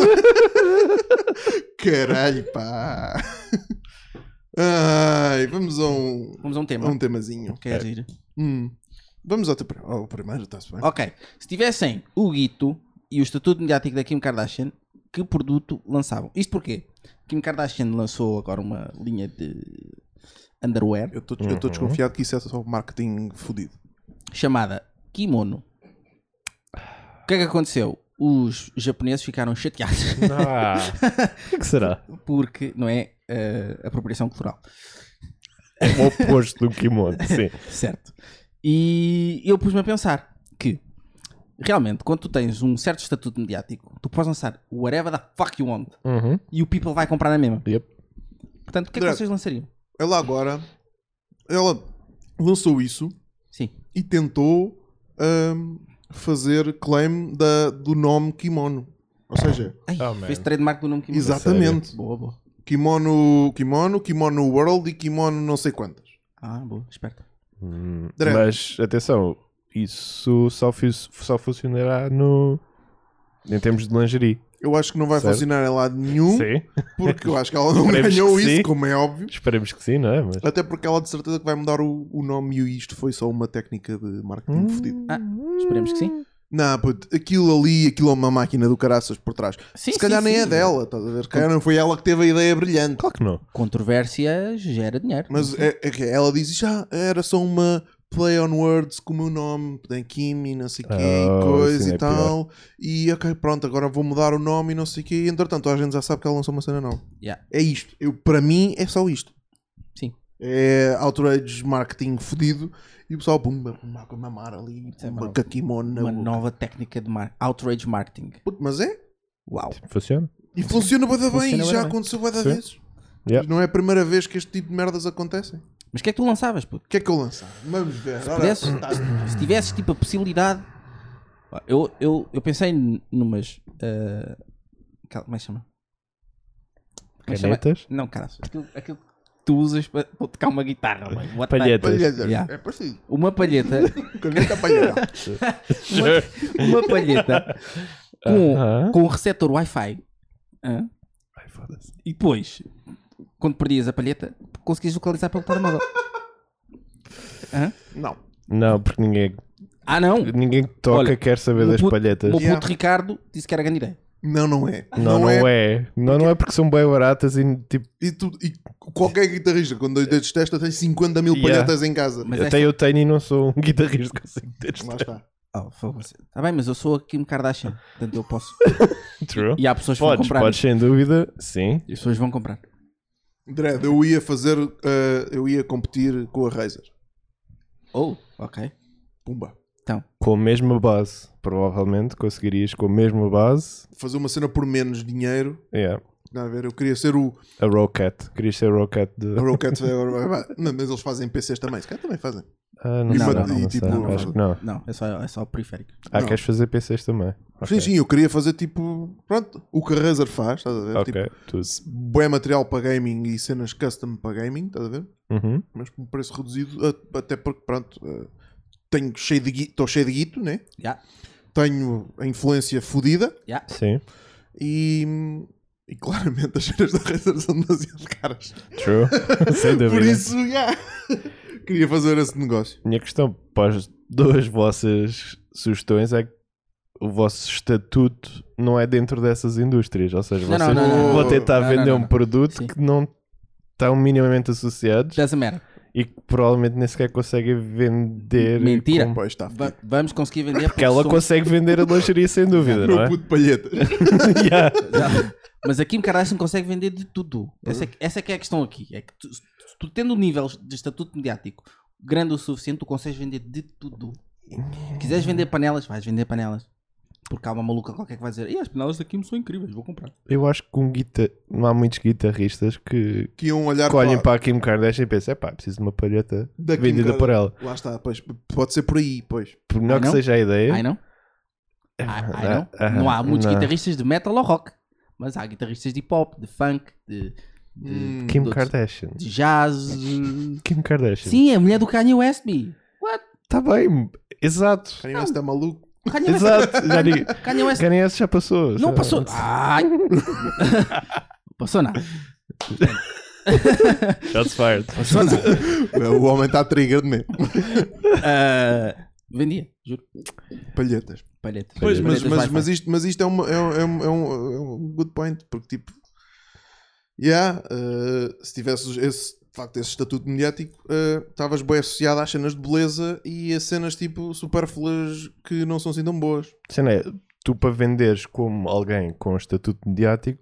Speaker 1: Caralho, pá. Ai, vamos a um,
Speaker 2: Vamos a um tema.
Speaker 1: a um temazinho.
Speaker 2: Quer dizer.
Speaker 1: Hum. Vamos ao, teu, pri- ao primeiro, está-se bem?
Speaker 2: Ok, se tivessem o Guito e o estatuto mediático da Kim Kardashian, que produto lançavam? Isto porquê? Kim Kardashian lançou agora uma linha de underwear
Speaker 1: Eu estou desconfiado que isso é só marketing fodido.
Speaker 2: chamada Kimono. O que é que aconteceu? Os japoneses ficaram chateados.
Speaker 3: Ah, o que, é que será?
Speaker 2: porque não é eh, apropriação cultural,
Speaker 3: É o oposto do kimono, sim.
Speaker 2: certo? E eu pus-me a pensar que realmente, quando tu tens um certo estatuto mediático, tu podes lançar whatever the fuck you want
Speaker 3: Uhum.
Speaker 2: e o people vai comprar na mesma.
Speaker 3: Yep.
Speaker 2: Portanto, o que é que
Speaker 1: Direto.
Speaker 2: vocês lançariam?
Speaker 1: Ela agora, ela lançou isso
Speaker 2: Sim,
Speaker 1: e tentou hum, fazer claim da, do nome kimono. Ou seja,
Speaker 2: Ai,
Speaker 3: Oh, man.
Speaker 2: fez trademark do nome que me deu.
Speaker 1: exatamente.
Speaker 2: Boa, boa.
Speaker 1: Kimono, kimono, kimono world e kimono não sei quantas.
Speaker 2: Ah, boa, esperto.
Speaker 3: Hum,
Speaker 1: Drama.
Speaker 3: Mas, atenção, isso só, fi- só funcionará no... Em termos de lingerie.
Speaker 1: Eu acho que não vai
Speaker 3: Certo.
Speaker 1: funcionar em lado nenhum,
Speaker 3: Sim.
Speaker 1: porque eu acho que ela não
Speaker 3: Esperemos
Speaker 1: ganhou
Speaker 3: que
Speaker 1: isso,
Speaker 3: sim.
Speaker 1: como é óbvio.
Speaker 3: Esperemos que sim, não é? Mas...
Speaker 1: Até porque ela de certeza que vai mudar o, o nome e isto foi só uma técnica de marketing fodido.
Speaker 2: Ah, esperemos que
Speaker 3: Hum.
Speaker 2: sim.
Speaker 1: Não, puto, aquilo ali, aquilo é uma máquina do caraças por trás.
Speaker 2: Sim,
Speaker 1: Se calhar
Speaker 2: sim,
Speaker 1: nem é
Speaker 2: sim.
Speaker 1: dela, estás a ver? Se calhar não foi ela que teve a ideia brilhante.
Speaker 3: Claro que não.
Speaker 2: Controvérsia gera dinheiro.
Speaker 1: Mas
Speaker 3: Uhum.
Speaker 1: é, é que ela diz já era só uma play on words com o meu nome, tem Kim e não sei o quê, e
Speaker 3: Oh,
Speaker 1: coisa
Speaker 3: isso
Speaker 1: e
Speaker 3: é
Speaker 1: tal. E ok, pronto, agora vou mudar o nome e não sei o quê. E, entretanto, a gente já sabe que ela lançou uma cena nova.
Speaker 2: Yeah.
Speaker 1: É isto. Eu, para mim, é só isto.
Speaker 2: Sim.
Speaker 1: É outrage marketing fodido e o pessoal, pumba, pumba, com mamar ali,
Speaker 2: Sim,
Speaker 1: pumba,
Speaker 2: mano.
Speaker 1: com a kimono na
Speaker 2: é Uma
Speaker 1: boca.
Speaker 2: nova técnica de mar outrage marketing.
Speaker 1: Puto, mas é.
Speaker 2: Uau.
Speaker 3: Funciona?
Speaker 1: E funciona bué da bem,
Speaker 3: Funciona
Speaker 1: e
Speaker 3: bué
Speaker 1: já
Speaker 3: da bem.
Speaker 1: aconteceu bué da
Speaker 3: Sim.
Speaker 1: vezes.
Speaker 3: Yeah.
Speaker 1: Não é a primeira vez que este tipo de merdas acontecem.
Speaker 2: Mas o que é que tu lançavas, puto?
Speaker 1: O que é que eu lançava? Vamos ver.
Speaker 2: Se pudesses,
Speaker 3: tá.
Speaker 2: se tivesses tipo a possibilidade. Ó, Eu, eu, eu pensei n- numas. ah, cal- como é que chama? Como é que chama?
Speaker 3: Canetas?
Speaker 2: Não, cara, aquilo, aquilo que tu usas para tocar uma guitarra, mano. What the-
Speaker 3: Palhetas.
Speaker 1: Palheta.
Speaker 2: Yeah.
Speaker 1: É parecido.
Speaker 2: Uma palheta,
Speaker 1: Caneta palheta.
Speaker 2: uma, uma palheta com,
Speaker 3: Aham.
Speaker 2: com um receptor Wi-Fi. hã? E depois, quando perdias a palheta, conseguias localizar pelo telemóvel.
Speaker 1: Não.
Speaker 3: Não, porque ninguém,
Speaker 2: Ah, não!
Speaker 3: ninguém que toca
Speaker 2: Olha,
Speaker 3: quer saber
Speaker 2: meu
Speaker 3: das
Speaker 2: puto-
Speaker 3: palhetas.
Speaker 2: O meu puto
Speaker 1: Yeah.
Speaker 2: Ricardo disse que era grande ideia.
Speaker 1: Não, não é.
Speaker 3: Não, não, é. Não, não é porque são bem baratas e tipo.
Speaker 1: E, tu, e qualquer guitarrista com dois dedos de testa tem 50 mil
Speaker 3: Yeah.
Speaker 1: palhetas em casa.
Speaker 2: Mas
Speaker 3: até
Speaker 2: esta-
Speaker 3: eu tenho e não sou um guitarrista que consigo ter.
Speaker 1: Lá está.
Speaker 2: Oh, Está bem, mas eu sou a Kim Kardashian, portanto eu posso.
Speaker 3: True.
Speaker 2: E há pessoas que vão
Speaker 3: Podes,
Speaker 2: comprar.
Speaker 3: podes, sem dúvida. Sim.
Speaker 2: E as pessoas vão comprar.
Speaker 1: Dread, eu ia fazer. eh, eu ia competir com a Razer.
Speaker 2: Oh, ok.
Speaker 1: Pumba.
Speaker 3: Com a mesma base. Provavelmente conseguirias com a mesma base.
Speaker 1: Fazer uma cena por menos dinheiro.
Speaker 3: Yeah.
Speaker 1: Não a ver, eu queria ser o.
Speaker 3: A Rocket. Querias ser a Rocket de.
Speaker 1: A Rocket. Não, mas eles fazem PCs também. Se calhar também fazem.
Speaker 3: Ah, não,
Speaker 1: E
Speaker 3: sei,
Speaker 1: uma-
Speaker 3: não,
Speaker 1: e
Speaker 3: não
Speaker 1: tipo-
Speaker 3: sei. Acho que não.
Speaker 2: Não, é só, é só o periférico.
Speaker 3: Ah,
Speaker 1: Não.
Speaker 3: queres fazer PCs também.
Speaker 1: Sim, sim, eu queria fazer tipo. Pronto, o que a Razer faz, estás a ver?
Speaker 3: Ok,
Speaker 1: Tipo,
Speaker 3: tudo.
Speaker 1: bué material para gaming e cenas custom para gaming, estás a ver?
Speaker 3: Uhum.
Speaker 1: Mas com preço reduzido, a- até porque, pronto, eh, tenho cheio de guito, estou cheio de guito, né?
Speaker 2: Já,
Speaker 1: Tenho a influência fodida
Speaker 2: já.
Speaker 3: Sim,
Speaker 1: e. E claramente as cenas da Razer são demasiado caras.
Speaker 3: true. Sem dúvida.
Speaker 1: Por isso, yeah. queria fazer esse negócio.
Speaker 3: Minha questão para as duas vossas sugestões é que o vosso estatuto não é dentro dessas indústrias. Ou seja,
Speaker 2: Não,
Speaker 3: vocês
Speaker 2: não, não, não,
Speaker 1: não.
Speaker 3: vão
Speaker 2: Não,
Speaker 3: tentar
Speaker 2: não,
Speaker 3: vender
Speaker 2: não,
Speaker 3: um
Speaker 2: não.
Speaker 3: produto
Speaker 2: Sim.
Speaker 3: que não estão minimamente associados
Speaker 2: Doesn't matter.
Speaker 3: e que provavelmente nem sequer conseguem vender.
Speaker 2: Mentira.
Speaker 1: Pois está.
Speaker 2: Va- vamos conseguir vender
Speaker 3: Porque ela
Speaker 2: somos-
Speaker 3: consegue vender a lingerie sem dúvida, não
Speaker 1: Meu
Speaker 3: é?
Speaker 1: puto palheta.
Speaker 3: Yeah.
Speaker 2: Já. Mas a Kim Kardashian consegue vender de tudo. Essa é, que- essa é que é a questão aqui. É que tu, se tu tendo um nível de estatuto mediático grande o suficiente, tu consegues vender de tudo. Quiseres vender panelas, vais vender panelas. Porque há uma maluca qualquer que vai dizer: e as panelas da Kim são incríveis, vou comprar.
Speaker 3: Eu acho que um guita... não há muitos guitarristas que
Speaker 1: Que iam um olhar
Speaker 3: que olhem para a Kim Kardashian e pensam: pá, preciso de uma palheta
Speaker 1: da Kim
Speaker 3: vendida
Speaker 1: Kardashian."
Speaker 3: por ela.
Speaker 1: Lá está, pois. Pode ser por aí, pois.
Speaker 3: Por melhor
Speaker 2: Ai,
Speaker 3: que
Speaker 2: não?
Speaker 3: seja a ideia.
Speaker 2: Ai não?
Speaker 1: É
Speaker 2: Ai, ai, não?
Speaker 3: Ah, ah,
Speaker 2: não há muitos
Speaker 3: não.
Speaker 2: guitarristas de metal ou rock, mas há guitarristas de hip hop, de funk, de, de-
Speaker 1: Hum.
Speaker 3: Kim
Speaker 2: de-
Speaker 3: Kardashian.
Speaker 2: de jazz.
Speaker 3: Kim Kardashian.
Speaker 2: Sim, é a mulher do Kanye West. me.
Speaker 3: Está Tá bem. Exato.
Speaker 1: Kanye West é maluco.
Speaker 2: O Kanye West,
Speaker 3: Exato. Já digo.
Speaker 2: Kanye West
Speaker 3: Kanye West já passou.
Speaker 2: Não
Speaker 3: já-
Speaker 2: passou. Ai. passou nada.
Speaker 3: Shots fired.
Speaker 2: Passou nada.
Speaker 1: O homem está trigger de mesmo.
Speaker 2: Ah, vendia, juro.
Speaker 1: Palhetas.
Speaker 2: Palhetas.
Speaker 1: Pois, mas,
Speaker 2: Palhetas
Speaker 1: mas,
Speaker 2: Wi-Fi.
Speaker 1: mas isto, mas isto é, uma- é um- é um, é um- é um good point, porque tipo, yeah, eh, se tivesses esse, de facto, esse estatuto mediático, eh, estavas bem associado às cenas de beleza e a cenas tipo supérfluas que não são assim tão boas.
Speaker 3: Cena é, tu para venderes como alguém com estatuto mediático,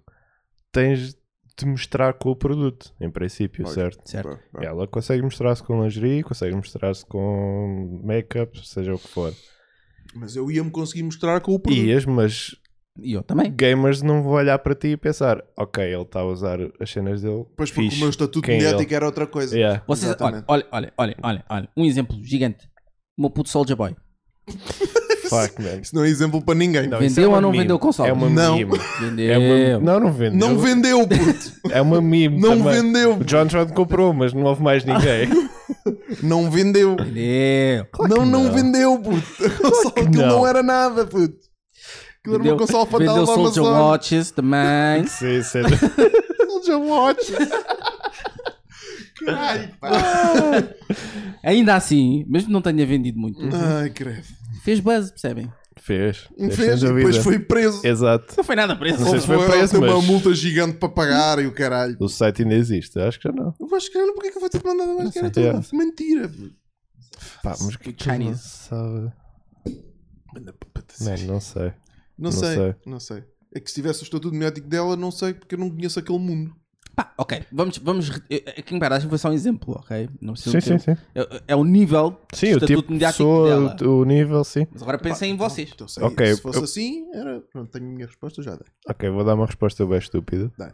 Speaker 3: tens de te mostrar com o produto, em princípio,
Speaker 1: Pois.
Speaker 3: certo?
Speaker 2: Certo.
Speaker 3: Ela consegue mostrar-se com lingerie, consegue mostrar-se com make-up, seja o que for.
Speaker 1: Mas eu ia-me conseguir mostrar com o produto.
Speaker 3: Ias, mas
Speaker 2: E eu também.
Speaker 3: gamers não vão olhar para ti e pensar: ok, ele está a usar as cenas dele.
Speaker 1: Pois porque
Speaker 3: fixe,
Speaker 1: o meu estatuto
Speaker 3: quem é
Speaker 1: mediático
Speaker 3: ele?"
Speaker 1: era outra coisa.
Speaker 3: Yeah.
Speaker 2: Vocês, olha,
Speaker 1: Exatamente.
Speaker 2: olha, olha, olha, olha, olha. Um exemplo gigante. O meu puto Soldier Boy.
Speaker 3: Fuck, man.
Speaker 1: Isso não é exemplo para ninguém.
Speaker 3: Não,
Speaker 1: Não,
Speaker 3: isso é
Speaker 2: Vendeu
Speaker 3: uma
Speaker 2: ou não
Speaker 3: meme.
Speaker 2: vendeu o console?
Speaker 3: É uma
Speaker 1: Não.
Speaker 3: meme.
Speaker 2: Vendeu.
Speaker 3: É uma... Não, não vendeu.
Speaker 1: vendeu, puto.
Speaker 3: É uma meme.
Speaker 1: Não
Speaker 3: também.
Speaker 1: vendeu.
Speaker 3: O John John comprou, mas não houve mais ninguém.
Speaker 1: não vendeu.
Speaker 2: Vendeu.
Speaker 1: não, não,
Speaker 3: não.
Speaker 1: vendeu, puto. Só que aquilo
Speaker 3: não.
Speaker 1: não era nada, puto. Aquilo era
Speaker 2: Vendeu,
Speaker 1: uma console fatal
Speaker 2: vendeu
Speaker 1: da
Speaker 2: Soldier
Speaker 1: Amazon.
Speaker 2: Watches também.
Speaker 3: sim, sim.
Speaker 1: Soldier Watch. Caralho, pá.
Speaker 2: Ainda assim, mesmo que não tenha vendido muito,
Speaker 3: Uhum.
Speaker 1: Ai, credo.
Speaker 2: fez buzz, percebem?
Speaker 3: Fez.
Speaker 1: Fez e depois foi preso.
Speaker 3: Exato.
Speaker 2: Não foi nada preso.
Speaker 3: Não sei se né? foi
Speaker 1: Foi,
Speaker 3: preso,
Speaker 1: tem uma
Speaker 3: mas-
Speaker 1: multa gigante para pagar e o caralho.
Speaker 3: O site ainda existe. Acho que já não.
Speaker 1: Eu acho que era porque é que eu vou ter mandado a máscara
Speaker 3: sei. é.
Speaker 1: toda. Mentira. puto.
Speaker 3: Pá, mas que
Speaker 2: Chinese.
Speaker 3: Sabe?
Speaker 1: Manda pra- pra- pra-
Speaker 3: Man, não sei.
Speaker 1: Não,
Speaker 3: não
Speaker 1: sei,
Speaker 3: sei.
Speaker 1: não sei. É que se tivesse o estatuto mediático dela, não sei, porque eu não conheço aquele mundo.
Speaker 2: Pá, ok, vamos. vamos re- eh, eh, Kim Kardashian foi só um exemplo, ok? Não precisa
Speaker 3: Sim, sim, sim.
Speaker 2: É, é o nível do
Speaker 3: Sim, o
Speaker 2: estatuto
Speaker 3: tipo de
Speaker 2: mediático
Speaker 3: pessoa,
Speaker 2: dela.
Speaker 3: o o nível, sim.
Speaker 2: Mas agora pensem em vocês.
Speaker 1: Então, sei,
Speaker 3: Ok,
Speaker 1: Se fosse
Speaker 3: eu-
Speaker 1: assim, era. Pronto, tenho a minha resposta, já dei.
Speaker 3: Ok, vou dar uma resposta bem estúpida.
Speaker 1: Dá.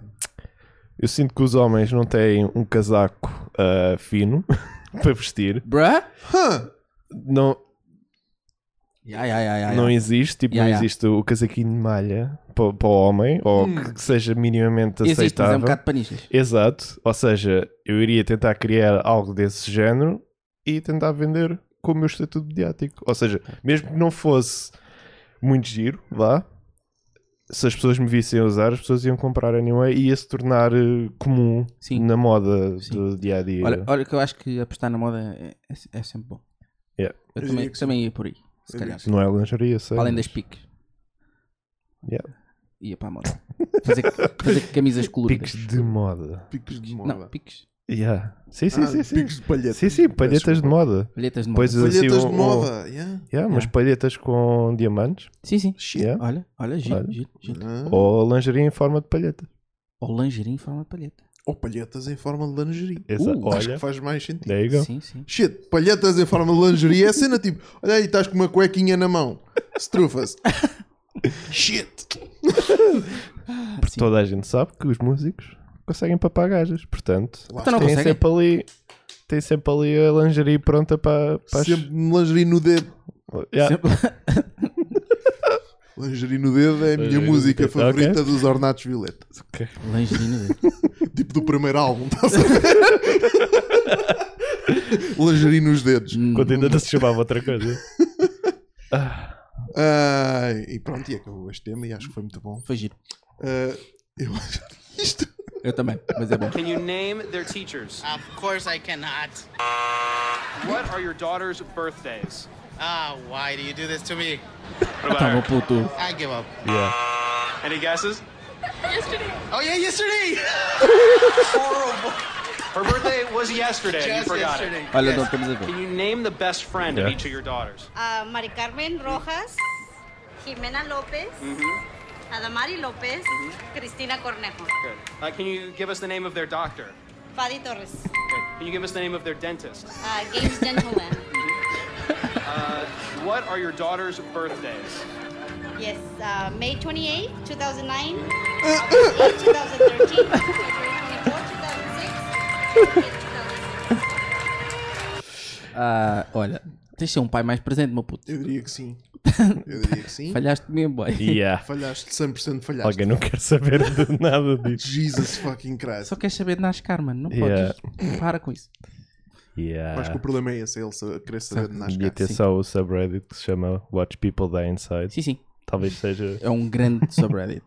Speaker 3: Eu sinto que os homens não têm um casaco ah, fino para vestir.
Speaker 2: Bruh?
Speaker 1: Hã?
Speaker 3: Não,
Speaker 2: Ya, ya, ya, ya, assim,
Speaker 3: não
Speaker 2: ya.
Speaker 3: existe, tipo,
Speaker 2: Yeah,
Speaker 3: não
Speaker 2: yeah.
Speaker 3: existe o casaquinho de malha para, o homem, ou
Speaker 1: Hum.
Speaker 3: que- que seja minimamente aceitável.
Speaker 2: Existe, mas é um bocado panistas.
Speaker 3: Exato, ou seja, eu iria tentar criar algo desse género e tentar vender com o meu estatuto mediático. Ou seja, mesmo que não fosse muito giro, vá, se as pessoas me vissem a usar, as pessoas iam comprar anyway e ia se tornar eh, comum
Speaker 2: Sim.
Speaker 3: na moda
Speaker 2: Sim.
Speaker 3: do dia a dia.
Speaker 2: Olha, olha, que eu acho que apostar na moda é, é- é sempre bom.
Speaker 3: Yeah.
Speaker 2: Eu
Speaker 1: Eu
Speaker 2: também,
Speaker 1: diria que
Speaker 2: também ia por aí, se calhar.
Speaker 3: Não é lingerie, eu sei.
Speaker 2: Além
Speaker 3: mas-
Speaker 2: das piques.
Speaker 3: Yeah.
Speaker 2: Ia para a moda. Fazer, fazer camisas coloridas.
Speaker 3: Picos de moda.
Speaker 1: Picos de moda.
Speaker 2: Não, piques.
Speaker 3: Yeah. Sim, sim,
Speaker 1: Ah,
Speaker 3: sim, sim.
Speaker 1: Picos de palheta.
Speaker 3: Sim, sim, palhetas de moda.
Speaker 2: Palhetas de moda.
Speaker 3: Pois assim,
Speaker 1: Palhetas de
Speaker 3: um- um-
Speaker 1: moda. yeah.
Speaker 3: Yeah, umas palhetas com diamantes.
Speaker 2: Sim, sim.
Speaker 3: Yeah.
Speaker 2: Olha, olha, giro,
Speaker 3: Olha.
Speaker 2: giro, giro.
Speaker 1: Ah,
Speaker 3: Ou lingerie em forma de palheta.
Speaker 2: Ou lingerie em forma de palheta.
Speaker 1: Ou palhetas em forma de lingerie.
Speaker 3: Essa,
Speaker 2: Uh,
Speaker 1: Acho
Speaker 3: olha,
Speaker 1: que faz mais sentido.
Speaker 3: there you go.
Speaker 2: Sim, sim.
Speaker 1: Shit, palhetas em forma de lingerie é cena tipo, olha aí, estás com uma cuequinha na mão. Estrufa-se. Shit.
Speaker 3: Porque toda a gente sabe que os músicos conseguem papar gajas. Portanto,
Speaker 1: Lá
Speaker 2: Então não
Speaker 3: tem
Speaker 2: conseguem.
Speaker 3: sempre ali. Tem sempre ali a lingerie pronta para. para as- Oh,
Speaker 1: Sempre lingerie no dedo.
Speaker 3: Yeah.
Speaker 1: Lingerie no dedo é a minha
Speaker 3: Lingerie no
Speaker 1: música
Speaker 3: dedo,
Speaker 1: favorita dos Ornatos Violeta.
Speaker 2: Lingerie né? no dedo.
Speaker 1: Tipo do primeiro álbum, estás a ver? lingerie nos dedos.
Speaker 3: Quando ainda não se chamava outra coisa.
Speaker 1: Ah, e pronto, e acabou este tema e acho que foi muito bom.
Speaker 2: Foi giro.
Speaker 1: Ah, eu acho isto.
Speaker 2: Eu também, mas é bom.
Speaker 10: Can you name their teachers?
Speaker 9: Of course I cannot.
Speaker 10: What are your daughter's birthdays?
Speaker 9: Ah, why do you do this to me?
Speaker 10: What about
Speaker 2: Tava
Speaker 10: her?
Speaker 2: Ah, tá, puto.
Speaker 9: I give up.
Speaker 3: Yeah.
Speaker 10: Any guesses?
Speaker 9: Oh yeah, yesterday.
Speaker 10: Her birthday was yesterday. and you
Speaker 9: Just
Speaker 10: forgot
Speaker 9: yesterday.
Speaker 2: Olha, não estamos a
Speaker 10: it.
Speaker 2: ver.
Speaker 10: Can you name the best friend
Speaker 3: Yeah.
Speaker 10: of each of your daughters?
Speaker 11: a Mari Carmen Rojas, Jimena López, Adamari López, Cristina Cornejo,
Speaker 10: Good. Uh, can you give us the name of their doctor?
Speaker 11: Fadi Torres,
Speaker 10: Good. Can you give us the name of their dentist?
Speaker 11: uh, Games Gentleman.
Speaker 10: Uh, What are your daughter's birthdays?
Speaker 11: Yes, uh, May 28, 2009, August 8, 2013, February 24, 2006, 2006.
Speaker 2: Ah, olha, tens de ser um pai mais presente, meu puto.
Speaker 1: Eu diria que sim. Eu diria que sim.
Speaker 2: Falhaste mesmo, boy.
Speaker 3: Yeah.
Speaker 1: Falhaste, 100% falhaste.
Speaker 3: Alguém não quer saber de nada disso.
Speaker 1: Jesus fucking Christ.
Speaker 2: Só queres saber de NASCAR, mano. Não
Speaker 3: Yeah.
Speaker 2: podes. Para com isso.
Speaker 3: Yeah.
Speaker 2: Ah.
Speaker 1: Acho que o problema é esse, é ele sa- querer saber de
Speaker 3: Devia
Speaker 1: NASCAR.
Speaker 3: ter só o subreddit que se chama Watch People Die Inside.
Speaker 2: Sim, sim.
Speaker 3: Talvez seja.
Speaker 2: É um grande subreddit.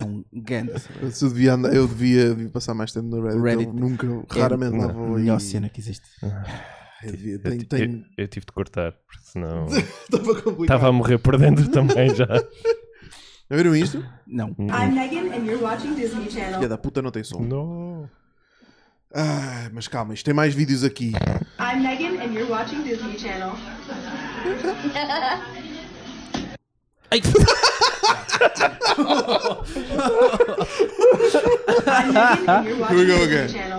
Speaker 2: É um grande subreddit.
Speaker 1: Se eu devia, andar, eu devia, devia passar mais tempo no Reddit.
Speaker 2: Reddit.
Speaker 1: Eu nunca,
Speaker 2: É
Speaker 1: raramente lá
Speaker 2: a
Speaker 1: vou.
Speaker 2: melhor
Speaker 1: e-
Speaker 2: cena que existe.
Speaker 1: Eu devia-
Speaker 3: Eu,
Speaker 1: tenho-
Speaker 3: ti-
Speaker 1: tenho-
Speaker 3: eu- eu tive de cortar, porque senão
Speaker 1: Estava complicado.
Speaker 3: estava a morrer por dentro também já.
Speaker 1: Já viram isto?
Speaker 2: Não.
Speaker 11: I'm Megan and you're watching Disney Channel.
Speaker 1: Filha da puta, não tem som.
Speaker 3: Não.
Speaker 1: Ah, mas calma, isto tem mais vídeos aqui.
Speaker 11: I'm Megan and you're watching Disney Channel.
Speaker 2: Ai,
Speaker 11: I'm Megan and you're
Speaker 1: Here we go again.
Speaker 11: Channel.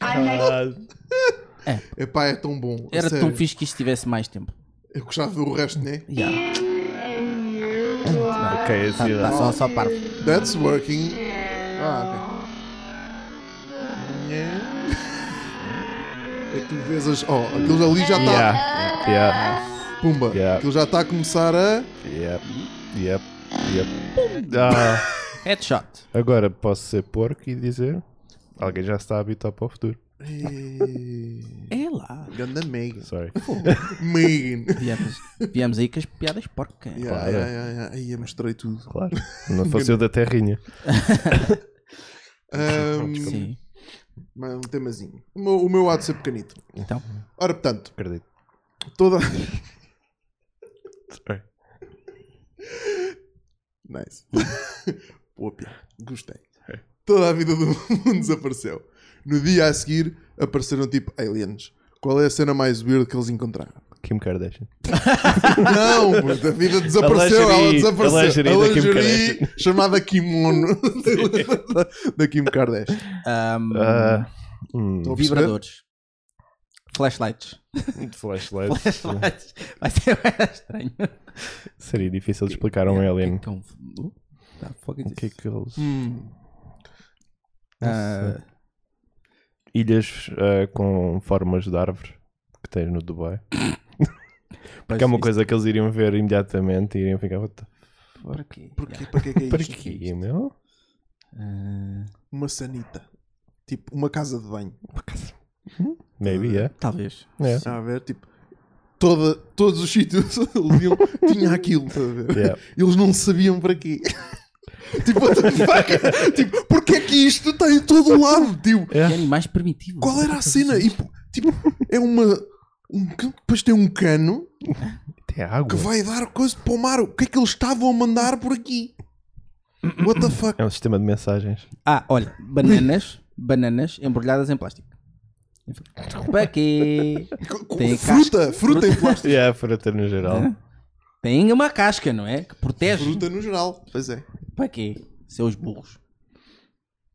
Speaker 3: Ah,
Speaker 1: Epá, é tão bom. a
Speaker 2: era
Speaker 1: sério.
Speaker 2: tão fixe que isto tivesse mais tempo.
Speaker 1: Eu gostava de ver o resto, né?
Speaker 2: Yeah.
Speaker 3: ok, assim
Speaker 2: Tá
Speaker 3: dá.
Speaker 2: só, só parvo.
Speaker 1: That's working. Ah, ok. Yeah. É que tu vês as. Oh, aquilo ali já está.
Speaker 3: Yeah. Yeah.
Speaker 1: Pumba.
Speaker 3: Yeah.
Speaker 1: Aquilo já está a começar a.
Speaker 3: Yep. Yep. Yep. Ah,
Speaker 2: Headshot.
Speaker 3: agora posso ser porco e dizer. Alguém já se está a habitar para o futuro.
Speaker 1: Ei,
Speaker 2: É lá.
Speaker 1: Ganda Megan.
Speaker 3: Sorry.
Speaker 1: Megan.
Speaker 2: Viemos, viemos aí com as piadas porca.
Speaker 1: Yeah,
Speaker 3: Claro.
Speaker 1: yeah, yeah, yeah. Aí eu mostrei tudo.
Speaker 3: Claro. Não fosse eu da terrinha.
Speaker 1: Ahm,
Speaker 2: Sim.
Speaker 1: mas um temazinho. O meu, o meu há de ser pequenito.
Speaker 2: Então,
Speaker 1: Ora, portanto,
Speaker 3: Acredito.
Speaker 1: toda.
Speaker 3: Sorry.
Speaker 1: Nice. Boa piada. Gostei.
Speaker 3: É.
Speaker 1: Toda a vida do mundo desapareceu. No dia a seguir apareceram tipo aliens. Qual é a cena mais weird que eles encontraram?
Speaker 3: Kim Kardashian.
Speaker 1: Não, puto, a vida desapareceu,
Speaker 3: A lingerie-
Speaker 1: ela desapareceu.
Speaker 3: a lingerie da Kim
Speaker 1: lingerie chamada kimono da- da Kim Kardashian.
Speaker 2: ahm,
Speaker 3: Ah, hum,
Speaker 1: Estou a perceber?
Speaker 2: Um, vibradores. Flashlights.
Speaker 3: flashlight.
Speaker 2: Flashlights. Vai ser mais estranho.
Speaker 3: Seria difícil de explicar a um alien.
Speaker 2: Então, uh, tá, fuck
Speaker 3: O que é
Speaker 2: it.
Speaker 3: que eles.
Speaker 1: Hum,
Speaker 2: Ah,
Speaker 3: Ilhas ah, com formas de árvores que tens no Dubai.
Speaker 2: pois,
Speaker 3: Que é uma
Speaker 2: isso-
Speaker 3: coisa que eles iriam ver imediatamente e iriam ficar. "What the
Speaker 2: Por aqui.
Speaker 1: porquê, para que é que é
Speaker 3: Para
Speaker 1: isto?
Speaker 3: quê, meu?
Speaker 2: Ah,
Speaker 1: Uma sanita. Tipo, uma casa de banho.
Speaker 3: Maybe, yeah.
Speaker 2: talvez.
Speaker 3: Yeah.
Speaker 1: Está a ver? Tipo, toda, todos os sítios onde iam, tinha aquilo. Está a ver?
Speaker 3: Yeah.
Speaker 1: Eles não sabiam para quê. tipo, what the fuck? tipo, porque é que isto está em todo o lado? Tipo,
Speaker 3: É.
Speaker 2: E animais primitivos.
Speaker 1: qual é era a cena? E, tipo, é uma. Um, can- depois tem um cano
Speaker 3: que é água?
Speaker 1: que vai dar coisa para o mar. O que é que eles estavam a mandar por aqui? What the fuck?
Speaker 3: É um sistema de mensagens.
Speaker 2: Ah, olha, bananas, bananas embrulhadas em plástico. Para quê? Tem a casca-
Speaker 3: Yeah, fruta no geral.
Speaker 2: Hã?
Speaker 1: É?
Speaker 2: Tem uma casca, não é? Que protege.
Speaker 1: Fruta no geral, pois é.
Speaker 2: Para quê? Seus burros.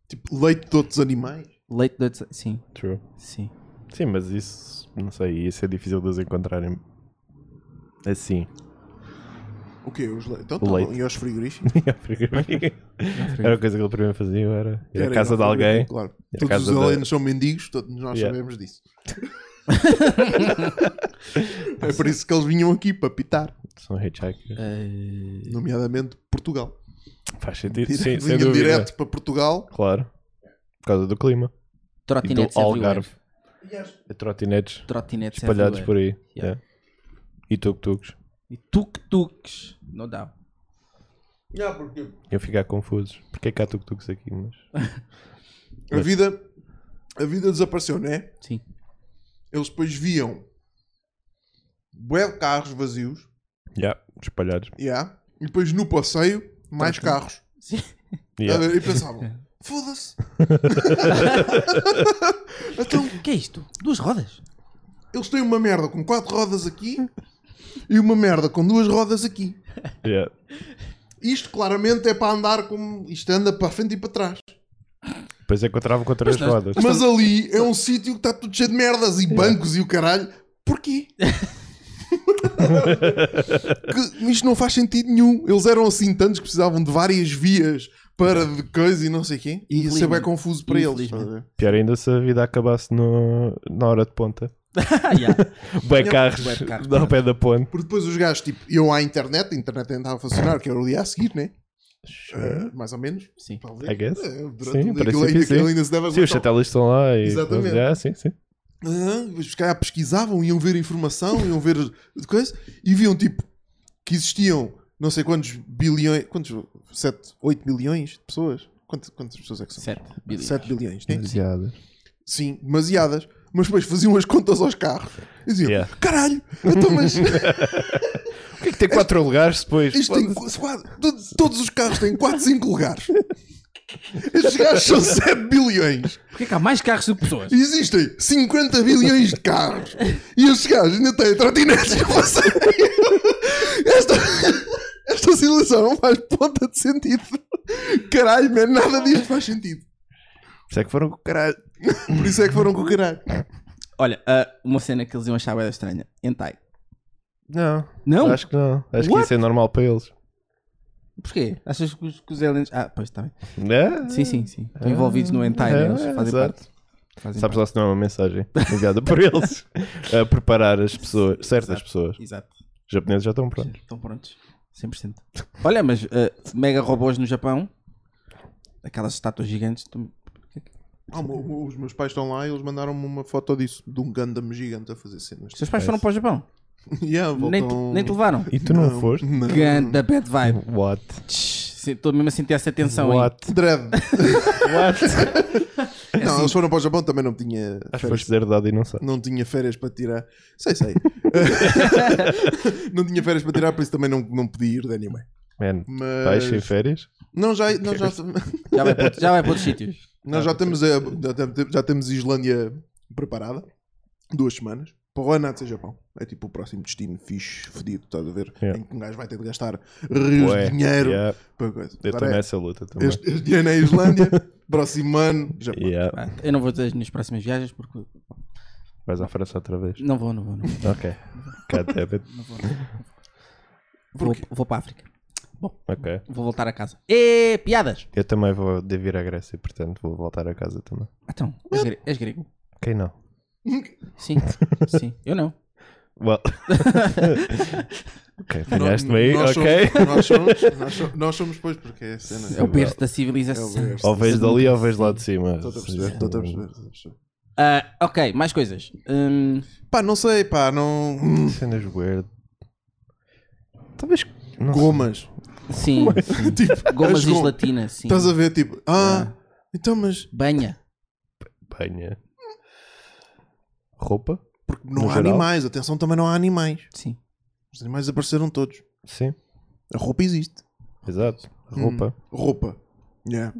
Speaker 1: Tipo, leite de outros animais.
Speaker 2: Leite de outros... Sim.
Speaker 3: True.
Speaker 2: Sim.
Speaker 3: Sim, mas isso, não sei, isso é difícil de eles encontrarem assim.
Speaker 1: O quê? Os leite? Então,
Speaker 3: O
Speaker 1: tá
Speaker 3: leite.
Speaker 1: bom. E aos frigoríficos?
Speaker 3: E ao frigorífico. É era a coisa que ele primeiro fazia, era ir à
Speaker 1: É Era
Speaker 3: casa
Speaker 1: ir
Speaker 3: de
Speaker 1: ao
Speaker 3: alguém.
Speaker 1: frigorífico, Claro.
Speaker 3: ir à
Speaker 1: Todos
Speaker 3: casa
Speaker 1: os
Speaker 3: da-
Speaker 1: aliens são mendigos, todos nós
Speaker 3: Yeah.
Speaker 1: sabemos disso. é por isso que eles vinham aqui para pitar.
Speaker 3: São hitchhikers.
Speaker 1: É. Nomeadamente Portugal.
Speaker 3: Faz sentido.
Speaker 1: Dire-
Speaker 3: Sim, sem
Speaker 1: vinham
Speaker 3: dúvida.
Speaker 1: direto para Portugal.
Speaker 3: Claro. Por causa do clima.
Speaker 1: Ah,
Speaker 2: Trotinetes
Speaker 3: e do Algarve.
Speaker 1: everywhere.
Speaker 3: E Trotinetes.
Speaker 1: é
Speaker 2: Trotinetes
Speaker 3: espalhados por aí.
Speaker 2: everywhere. Yeah.
Speaker 3: é. E tuk-tuks.
Speaker 2: E tuk-tuks. Não dá.
Speaker 1: Não, porque
Speaker 3: Iam ficar confusos. Porquê que há tuk-tuks aqui? Mas...
Speaker 1: a vida, a vida desapareceu, não é?
Speaker 2: Sim.
Speaker 1: Eles depois viam bué de carros vazios,
Speaker 3: Yeah, espalhados.
Speaker 1: yeah, e depois no passeio, mais carros.
Speaker 2: Sim.
Speaker 3: Yeah.
Speaker 1: E pensavam, foda-se. então,
Speaker 2: o que é isto? Duas rodas?
Speaker 1: Eles têm uma merda com quatro rodas aqui e uma merda com duas rodas aqui.
Speaker 3: Yeah.
Speaker 1: Isto claramente é para andar como. Isto anda para a frente e para trás.
Speaker 3: Depois encontravam com três rodas.
Speaker 1: Mas ali é um sítio que está tudo cheio de merdas
Speaker 3: É.
Speaker 1: e bancos e o caralho. Porquê? que isto não faz sentido nenhum. Eles eram assim tantos que precisavam de várias vias
Speaker 3: É.
Speaker 1: para de coisa e não sei quê. E isso é bem confuso para eles. estás a ver?
Speaker 3: Pior ainda se a vida acabasse no... na hora de ponta.
Speaker 2: Ah,
Speaker 3: Bué
Speaker 1: Não, é?
Speaker 3: carros
Speaker 1: bué de carros,
Speaker 3: ao pé da ponte.
Speaker 1: Porque depois os gajos tipo, iam à internet, a internet tentava funcionar, que era o dia a seguir, né? Ah, mais ou menos.
Speaker 2: Sim.
Speaker 1: Talvez.
Speaker 3: é. I guess.
Speaker 1: Ah, durante
Speaker 3: sim,
Speaker 1: um dia,
Speaker 3: por
Speaker 1: aquilo ainda,
Speaker 3: princípio,
Speaker 1: aquilo ainda
Speaker 3: sim.
Speaker 1: se deve
Speaker 3: Sim, os
Speaker 1: aguentar.
Speaker 3: satélites estão lá e...
Speaker 1: então- Exatamente.
Speaker 3: Ah, sim, sim.
Speaker 1: Ah, mas se calhar pesquisavam, iam ver informação, iam ver coisas e viam tipo que existiam não sei quantos bilhões, quantos? 7, 8 bilhões de pessoas? Quanto- quantas pessoas é que são?
Speaker 2: 7 bilhões.
Speaker 1: 7 bilhões, né?
Speaker 3: Demasiadas.
Speaker 1: Sim, demasiadas. Mas depois faziam as contas aos carros e diziam: caralho, então mas.
Speaker 3: Porquê que tem quatro lugares depois?
Speaker 1: Isto tem qu- quatro- to- todos os carros têm 4, 5 lugares. Estes gajos são 7 bilhões.
Speaker 2: Porquê que há mais carros do que pessoas?
Speaker 1: Existem 50 bilhões de carros. E estes gajos ainda têm trotinetes que passam. Esta, esta situação não faz ponta de sentido. Caralho, man, nada disto faz sentido.
Speaker 3: Por isso é que foram com o caralho.
Speaker 1: Por isso é que foram com o caralho.
Speaker 2: Olha, ah, uma cena que eles iam achar bem estranha. Hentai.
Speaker 3: Não.
Speaker 2: Não?
Speaker 3: Acho que não. Acho que
Speaker 2: What?
Speaker 3: isso é normal para eles.
Speaker 2: Porquê? Achas que os, que os aliens... Ah, pois, está bem.
Speaker 3: É?
Speaker 2: Sim, sim, sim. Estão envolvidos no hentai, né? Eles fazem
Speaker 3: exato.
Speaker 2: parte. Fazem
Speaker 3: Sabes lá se não é uma mensagem enviada por eles a preparar as pessoas, certas
Speaker 2: Exato,
Speaker 3: pessoas.
Speaker 2: exato.
Speaker 3: Os japoneses já estão prontos.
Speaker 2: Estão prontos. 100%. Olha, mas ah, mega robôs no Japão. Aquelas estátuas gigantes. tu-
Speaker 1: Ah, o meu- os meus pais estão lá e eles mandaram-me uma foto disso, de um Gundam gigante a fazer cenas.
Speaker 2: Os teus
Speaker 3: É
Speaker 2: pais foram para o Japão.
Speaker 1: Yeah,
Speaker 2: nem,
Speaker 1: voltam- um
Speaker 2: te, nem te levaram.
Speaker 3: E tu não, foste?
Speaker 2: Ganda bad vibe.
Speaker 1: Uhum.
Speaker 3: What?
Speaker 2: Estou mesmo a sentir essa tensão aí.
Speaker 3: What?
Speaker 1: Dread.
Speaker 3: What? É
Speaker 1: não,
Speaker 3: assim.
Speaker 1: eles foram para o Japão também não tinha
Speaker 3: Acho que
Speaker 1: férias.
Speaker 3: foste herdado e não sabes.
Speaker 1: Não tinha férias para tirar. Sei, sei. não tinha férias para tirar, por isso também não, não podia ir de anime.
Speaker 3: Man,
Speaker 1: Mas-
Speaker 3: estás sem férias?
Speaker 1: Não, já, nós já,
Speaker 2: Já vai para outro- já vai para outros sítios.
Speaker 1: Nós
Speaker 3: Ah,
Speaker 1: já temos, a, já, tem- já temos a Islândia preparada. Duas semanas. Para o ano há de ser Japão. É tipo o próximo destino fixe, fedido, estás a ver?
Speaker 3: Yeah.
Speaker 1: Em que um gajo vai ter de gastar rios
Speaker 3: Ué,
Speaker 1: de dinheiro
Speaker 3: yeah.
Speaker 1: para coisa.
Speaker 3: Eu estou
Speaker 1: Agora é-
Speaker 3: nessa luta também.
Speaker 1: Este, este dinheiro é a Islândia, próximo ano, Japão.
Speaker 3: Yeah.
Speaker 2: Pá, Eu não vou dizer as minhas próximas viagens porque.
Speaker 3: Vais à França outra vez.
Speaker 2: Não vou, não vou. Não vou.
Speaker 3: Ok. God damn it.
Speaker 2: Não vou, não vou. Vou, vou para a África. Bom,
Speaker 3: Ok.
Speaker 2: vou voltar a casa. E piadas!
Speaker 3: Eu também vou devo ir à Grécia, portanto vou voltar a casa também.
Speaker 2: Então, és, gre- és grego?
Speaker 3: Quem não?
Speaker 2: Sim, sim. Eu não.
Speaker 3: Well. ok, apanhaste-me aí,
Speaker 1: Nós
Speaker 3: ok?
Speaker 1: somos- nós, somos, nós, somos, nós somos, pois, porque é a cena.
Speaker 2: É o berço da civilização.
Speaker 1: É o berço.
Speaker 3: Ou vês dali ou vês lá de cima.
Speaker 1: Estou a perceber, estou a perceber. estou a perceber.
Speaker 2: Ah, ok, mais coisas. Hum,
Speaker 1: Pá, não sei, pá, não. hum,
Speaker 3: Cenas weird. Talvez. não sei.
Speaker 1: Gomas.
Speaker 2: sim, sim.
Speaker 1: Tipo,
Speaker 2: Gomas
Speaker 1: as gomas.
Speaker 2: islatina, sim.
Speaker 1: Estás a ver, tipo, ah, então, mas
Speaker 2: Banha.
Speaker 3: Banha. Roupa?
Speaker 1: porque não
Speaker 3: No
Speaker 1: há
Speaker 3: geral?
Speaker 1: animais, atenção, também não há animais.
Speaker 2: Sim.
Speaker 1: Os animais apareceram todos.
Speaker 3: Sim.
Speaker 1: A roupa existe.
Speaker 3: Exato. Roupa.
Speaker 1: Hum, Ah, roupa. Yeah.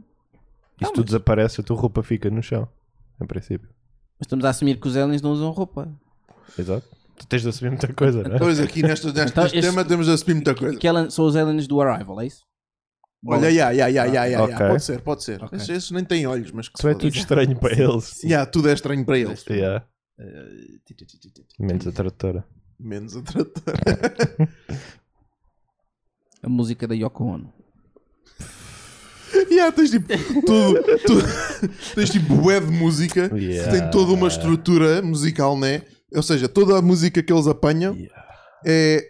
Speaker 3: E se tu desaparece, a tua roupa fica no chão. Em princípio.
Speaker 2: Mas estamos a assumir que os aliens não usam roupa.
Speaker 3: Exato. Tu tens de assumir muita coisa, não é?
Speaker 1: Pois aqui neste, neste,
Speaker 2: Então,
Speaker 1: neste
Speaker 2: este-
Speaker 1: tema temos a assumir muita coisa.
Speaker 2: Que é ela- são os aliens do Arrival, é isso?
Speaker 1: Olha, ya, ya, ya, ya, ya,
Speaker 3: Ok.
Speaker 1: ya. pode ser, pode ser. Esses, esses nem têm olhos, mas que
Speaker 3: Tu é
Speaker 1: se foda.
Speaker 3: tudo estranho para eles.
Speaker 1: Ya, tudo é estranho Eh, para eles.
Speaker 3: Yeah. Menos a tradutora.
Speaker 1: Menos a trator.
Speaker 2: A música da Yoko Ono.
Speaker 1: yeah, tens tipo tudo, tudo- tens tipo bué de música
Speaker 3: Yeah.
Speaker 1: que tem toda uma estrutura musical, né? Ou seja, toda a música que eles apanham é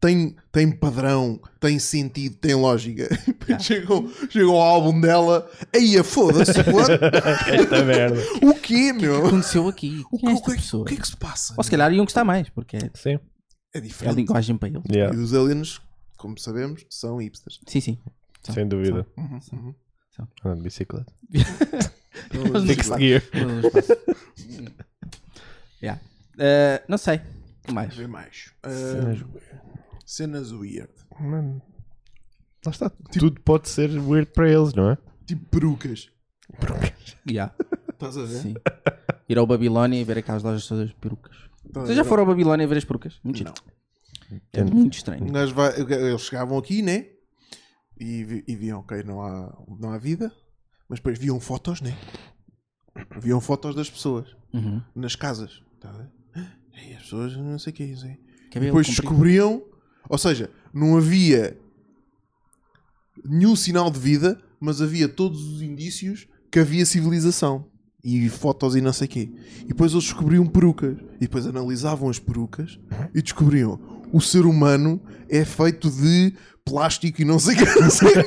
Speaker 1: tem, tem padrão, tem sentido, tem lógica. chegam, chegam ao álbum dela, aí a foda-se, what?
Speaker 3: Esta merda.
Speaker 1: o quê, meu?
Speaker 2: Aconteceu aqui. Quem é esta pessoa?
Speaker 1: O que é que se passa?
Speaker 2: Ou se calhar iam gostar mais, porque é
Speaker 3: Sim.
Speaker 1: É
Speaker 2: a
Speaker 1: diferente.
Speaker 2: linguagem para eles.
Speaker 3: Yeah.
Speaker 1: E os aliens, como sabemos, são hipsters.
Speaker 2: Sim, sim.
Speaker 3: Sem dúvida.
Speaker 1: Uhum, uhum.
Speaker 3: Andando de bicicleta.
Speaker 1: Então,
Speaker 3: Fixed gear.
Speaker 2: Todo o espaço. Yeah. Eh, não sei. O Mais.
Speaker 1: Vê mais.
Speaker 3: Cenas
Speaker 1: Ah, cenas weird.
Speaker 3: Mano. Lá está. Tudo pode ser weird para eles, não é?
Speaker 1: Tipo perucas.
Speaker 2: Yeah.
Speaker 1: Estás a ver?
Speaker 2: Sim. Ir ao Babilónia e ver aquelas lojas todas de perucas.
Speaker 1: Estás
Speaker 2: Vocês já
Speaker 1: a ver?
Speaker 2: foram ao Babilónia ver as perucas? Muito giro. É
Speaker 3: Entendo.
Speaker 2: muito
Speaker 1: Um
Speaker 2: estranho.
Speaker 1: gajo vai- eles chegavam aqui, né? E, vi- e viam, ok, não há, não há vida. Mas depois viam fotos, né? Viam fotos das pessoas
Speaker 2: Uhum.
Speaker 1: nas casas. Tá a ver? E as pessoas não sei o que é isso aí.
Speaker 2: Cabelo
Speaker 1: depois
Speaker 2: comprido.
Speaker 1: descobriam, ou seja, não havia nenhum sinal de vida, mas havia todos os indícios que havia civilização e fotos e não sei quê. E depois eles descobriam perucas e depois analisavam as perucas e descobriam o ser humano é feito de plástico e não sei o que, não sei o que.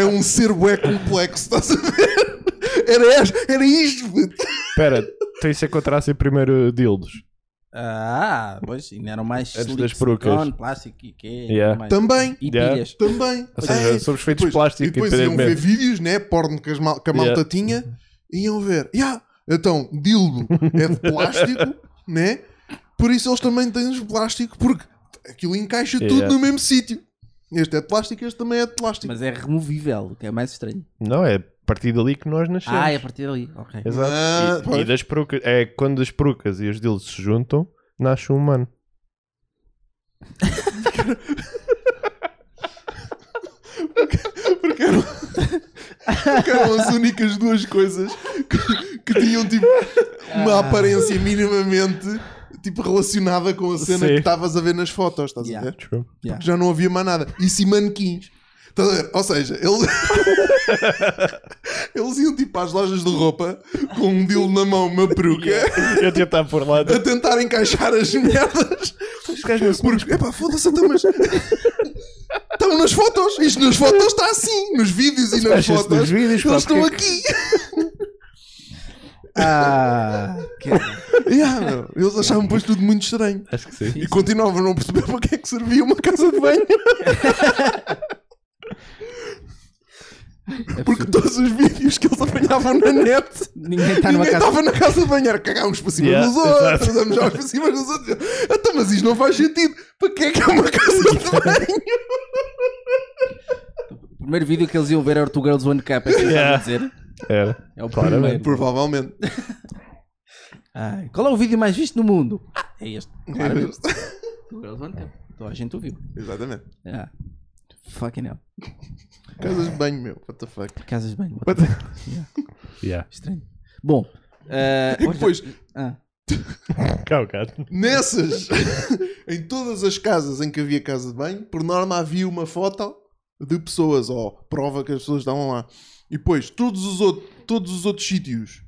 Speaker 1: é um ser bué complexo, estás a ver? Era, esta- era isto, puto.
Speaker 3: Espera, tens de encontrar-se primeiro dildos.
Speaker 2: Ah, pois, ainda eram mais
Speaker 3: Antes
Speaker 2: slick
Speaker 3: das perucas.
Speaker 2: silicone, plástico e quê?
Speaker 3: Yeah.
Speaker 2: mais-
Speaker 1: também.
Speaker 2: E
Speaker 3: Yeah.
Speaker 2: pilhas.
Speaker 1: Também.
Speaker 3: Ou seja,
Speaker 1: É,
Speaker 3: somos feitos de
Speaker 1: depois-
Speaker 3: plástico,
Speaker 1: E depois iam ver
Speaker 3: independentemente.
Speaker 1: vídeos, né? Porno que, as mal- que a malta
Speaker 3: Yeah.
Speaker 1: tinha. E iam ver. Yeah, então, dildo é de plástico, né? Por isso eles também têm de plástico, porque aquilo encaixa
Speaker 3: Yeah.
Speaker 1: tudo no mesmo sítio. Este é de plástico, este também é de plástico.
Speaker 2: Mas é removível, o que é mais estranho.
Speaker 3: Não, é a partir dali que nós nascemos.
Speaker 2: Ah, é a partir dali. Ok.
Speaker 3: Exato.
Speaker 1: Ah,
Speaker 3: E- e,
Speaker 1: pois.
Speaker 3: das perucas, é quando as perucas e os dildos se juntam, nasce um humano.
Speaker 1: Porque eram, porque eram as únicas duas coisas que, que tinham tipo uma aparência minimamente tipo, relacionada com a cena
Speaker 3: Sim.
Speaker 1: que estavas a ver nas fotos, estás
Speaker 2: Yeah.
Speaker 1: a ver?
Speaker 3: True.
Speaker 2: Yeah.
Speaker 1: já não havia mais nada. Isso e manequins. Estás a ver? Ou seja, ele... eles iam tipo às lojas de roupa com um dildo na mão, uma peruca,
Speaker 3: Eu tentar por lá.
Speaker 1: a tentar encaixar as merdas.
Speaker 3: Os gajos não se
Speaker 1: Porque, epá, foda-se, então, mas. Estão nas fotos, isto nas fotos está assim, nos vídeos e nas
Speaker 3: Fecha-se
Speaker 1: fotos.
Speaker 3: nos vídeos, pá,
Speaker 1: eles estão
Speaker 3: porque-
Speaker 1: aqui.
Speaker 2: Ah, que...
Speaker 1: Yeah, meu, eles achavam depois tudo muito estranho.
Speaker 3: Acho que sim.
Speaker 1: E continuavam a não perceber para que é que servia uma casa de banho. Porque todos os vídeos que eles apanhavam na net,
Speaker 2: Ninguém está numa
Speaker 1: ninguém tá-
Speaker 2: casa.
Speaker 1: estava na casa de banho. Era cagar uns para cima
Speaker 3: Yeah,
Speaker 1: dos outros,
Speaker 3: exato.
Speaker 1: damos uns para cima dos outros. Então, mas isto não faz sentido. Para que é que é uma casa de banho?
Speaker 2: O primeiro vídeo que eles iam ver era o Two Girls One Cup, é o que eu estava a
Speaker 3: Yeah.
Speaker 2: dizer.
Speaker 3: Era.
Speaker 2: É o
Speaker 3: Claramente.
Speaker 2: primeiro.
Speaker 1: Provavelmente.
Speaker 2: Ai, qual é o vídeo mais visto no mundo? Ah, é este. Claramente. Two Girls One Cup. Toda a gente ouviu.
Speaker 1: Exatamente.
Speaker 2: Ah. Fucking hell.
Speaker 1: Casas de banho, meu. What the fuck.
Speaker 2: Casas bem.
Speaker 1: What the-
Speaker 3: Yeah.
Speaker 2: Estranho. Bom. ah,
Speaker 1: E depois,
Speaker 2: ah,
Speaker 3: Cá um o gato.
Speaker 1: nessas, em todas as casas em que havia casa de banho, por norma havia uma foto de pessoas, ou prova que as pessoas estavam lá. E depois, todos os, outro, todos os outros sítios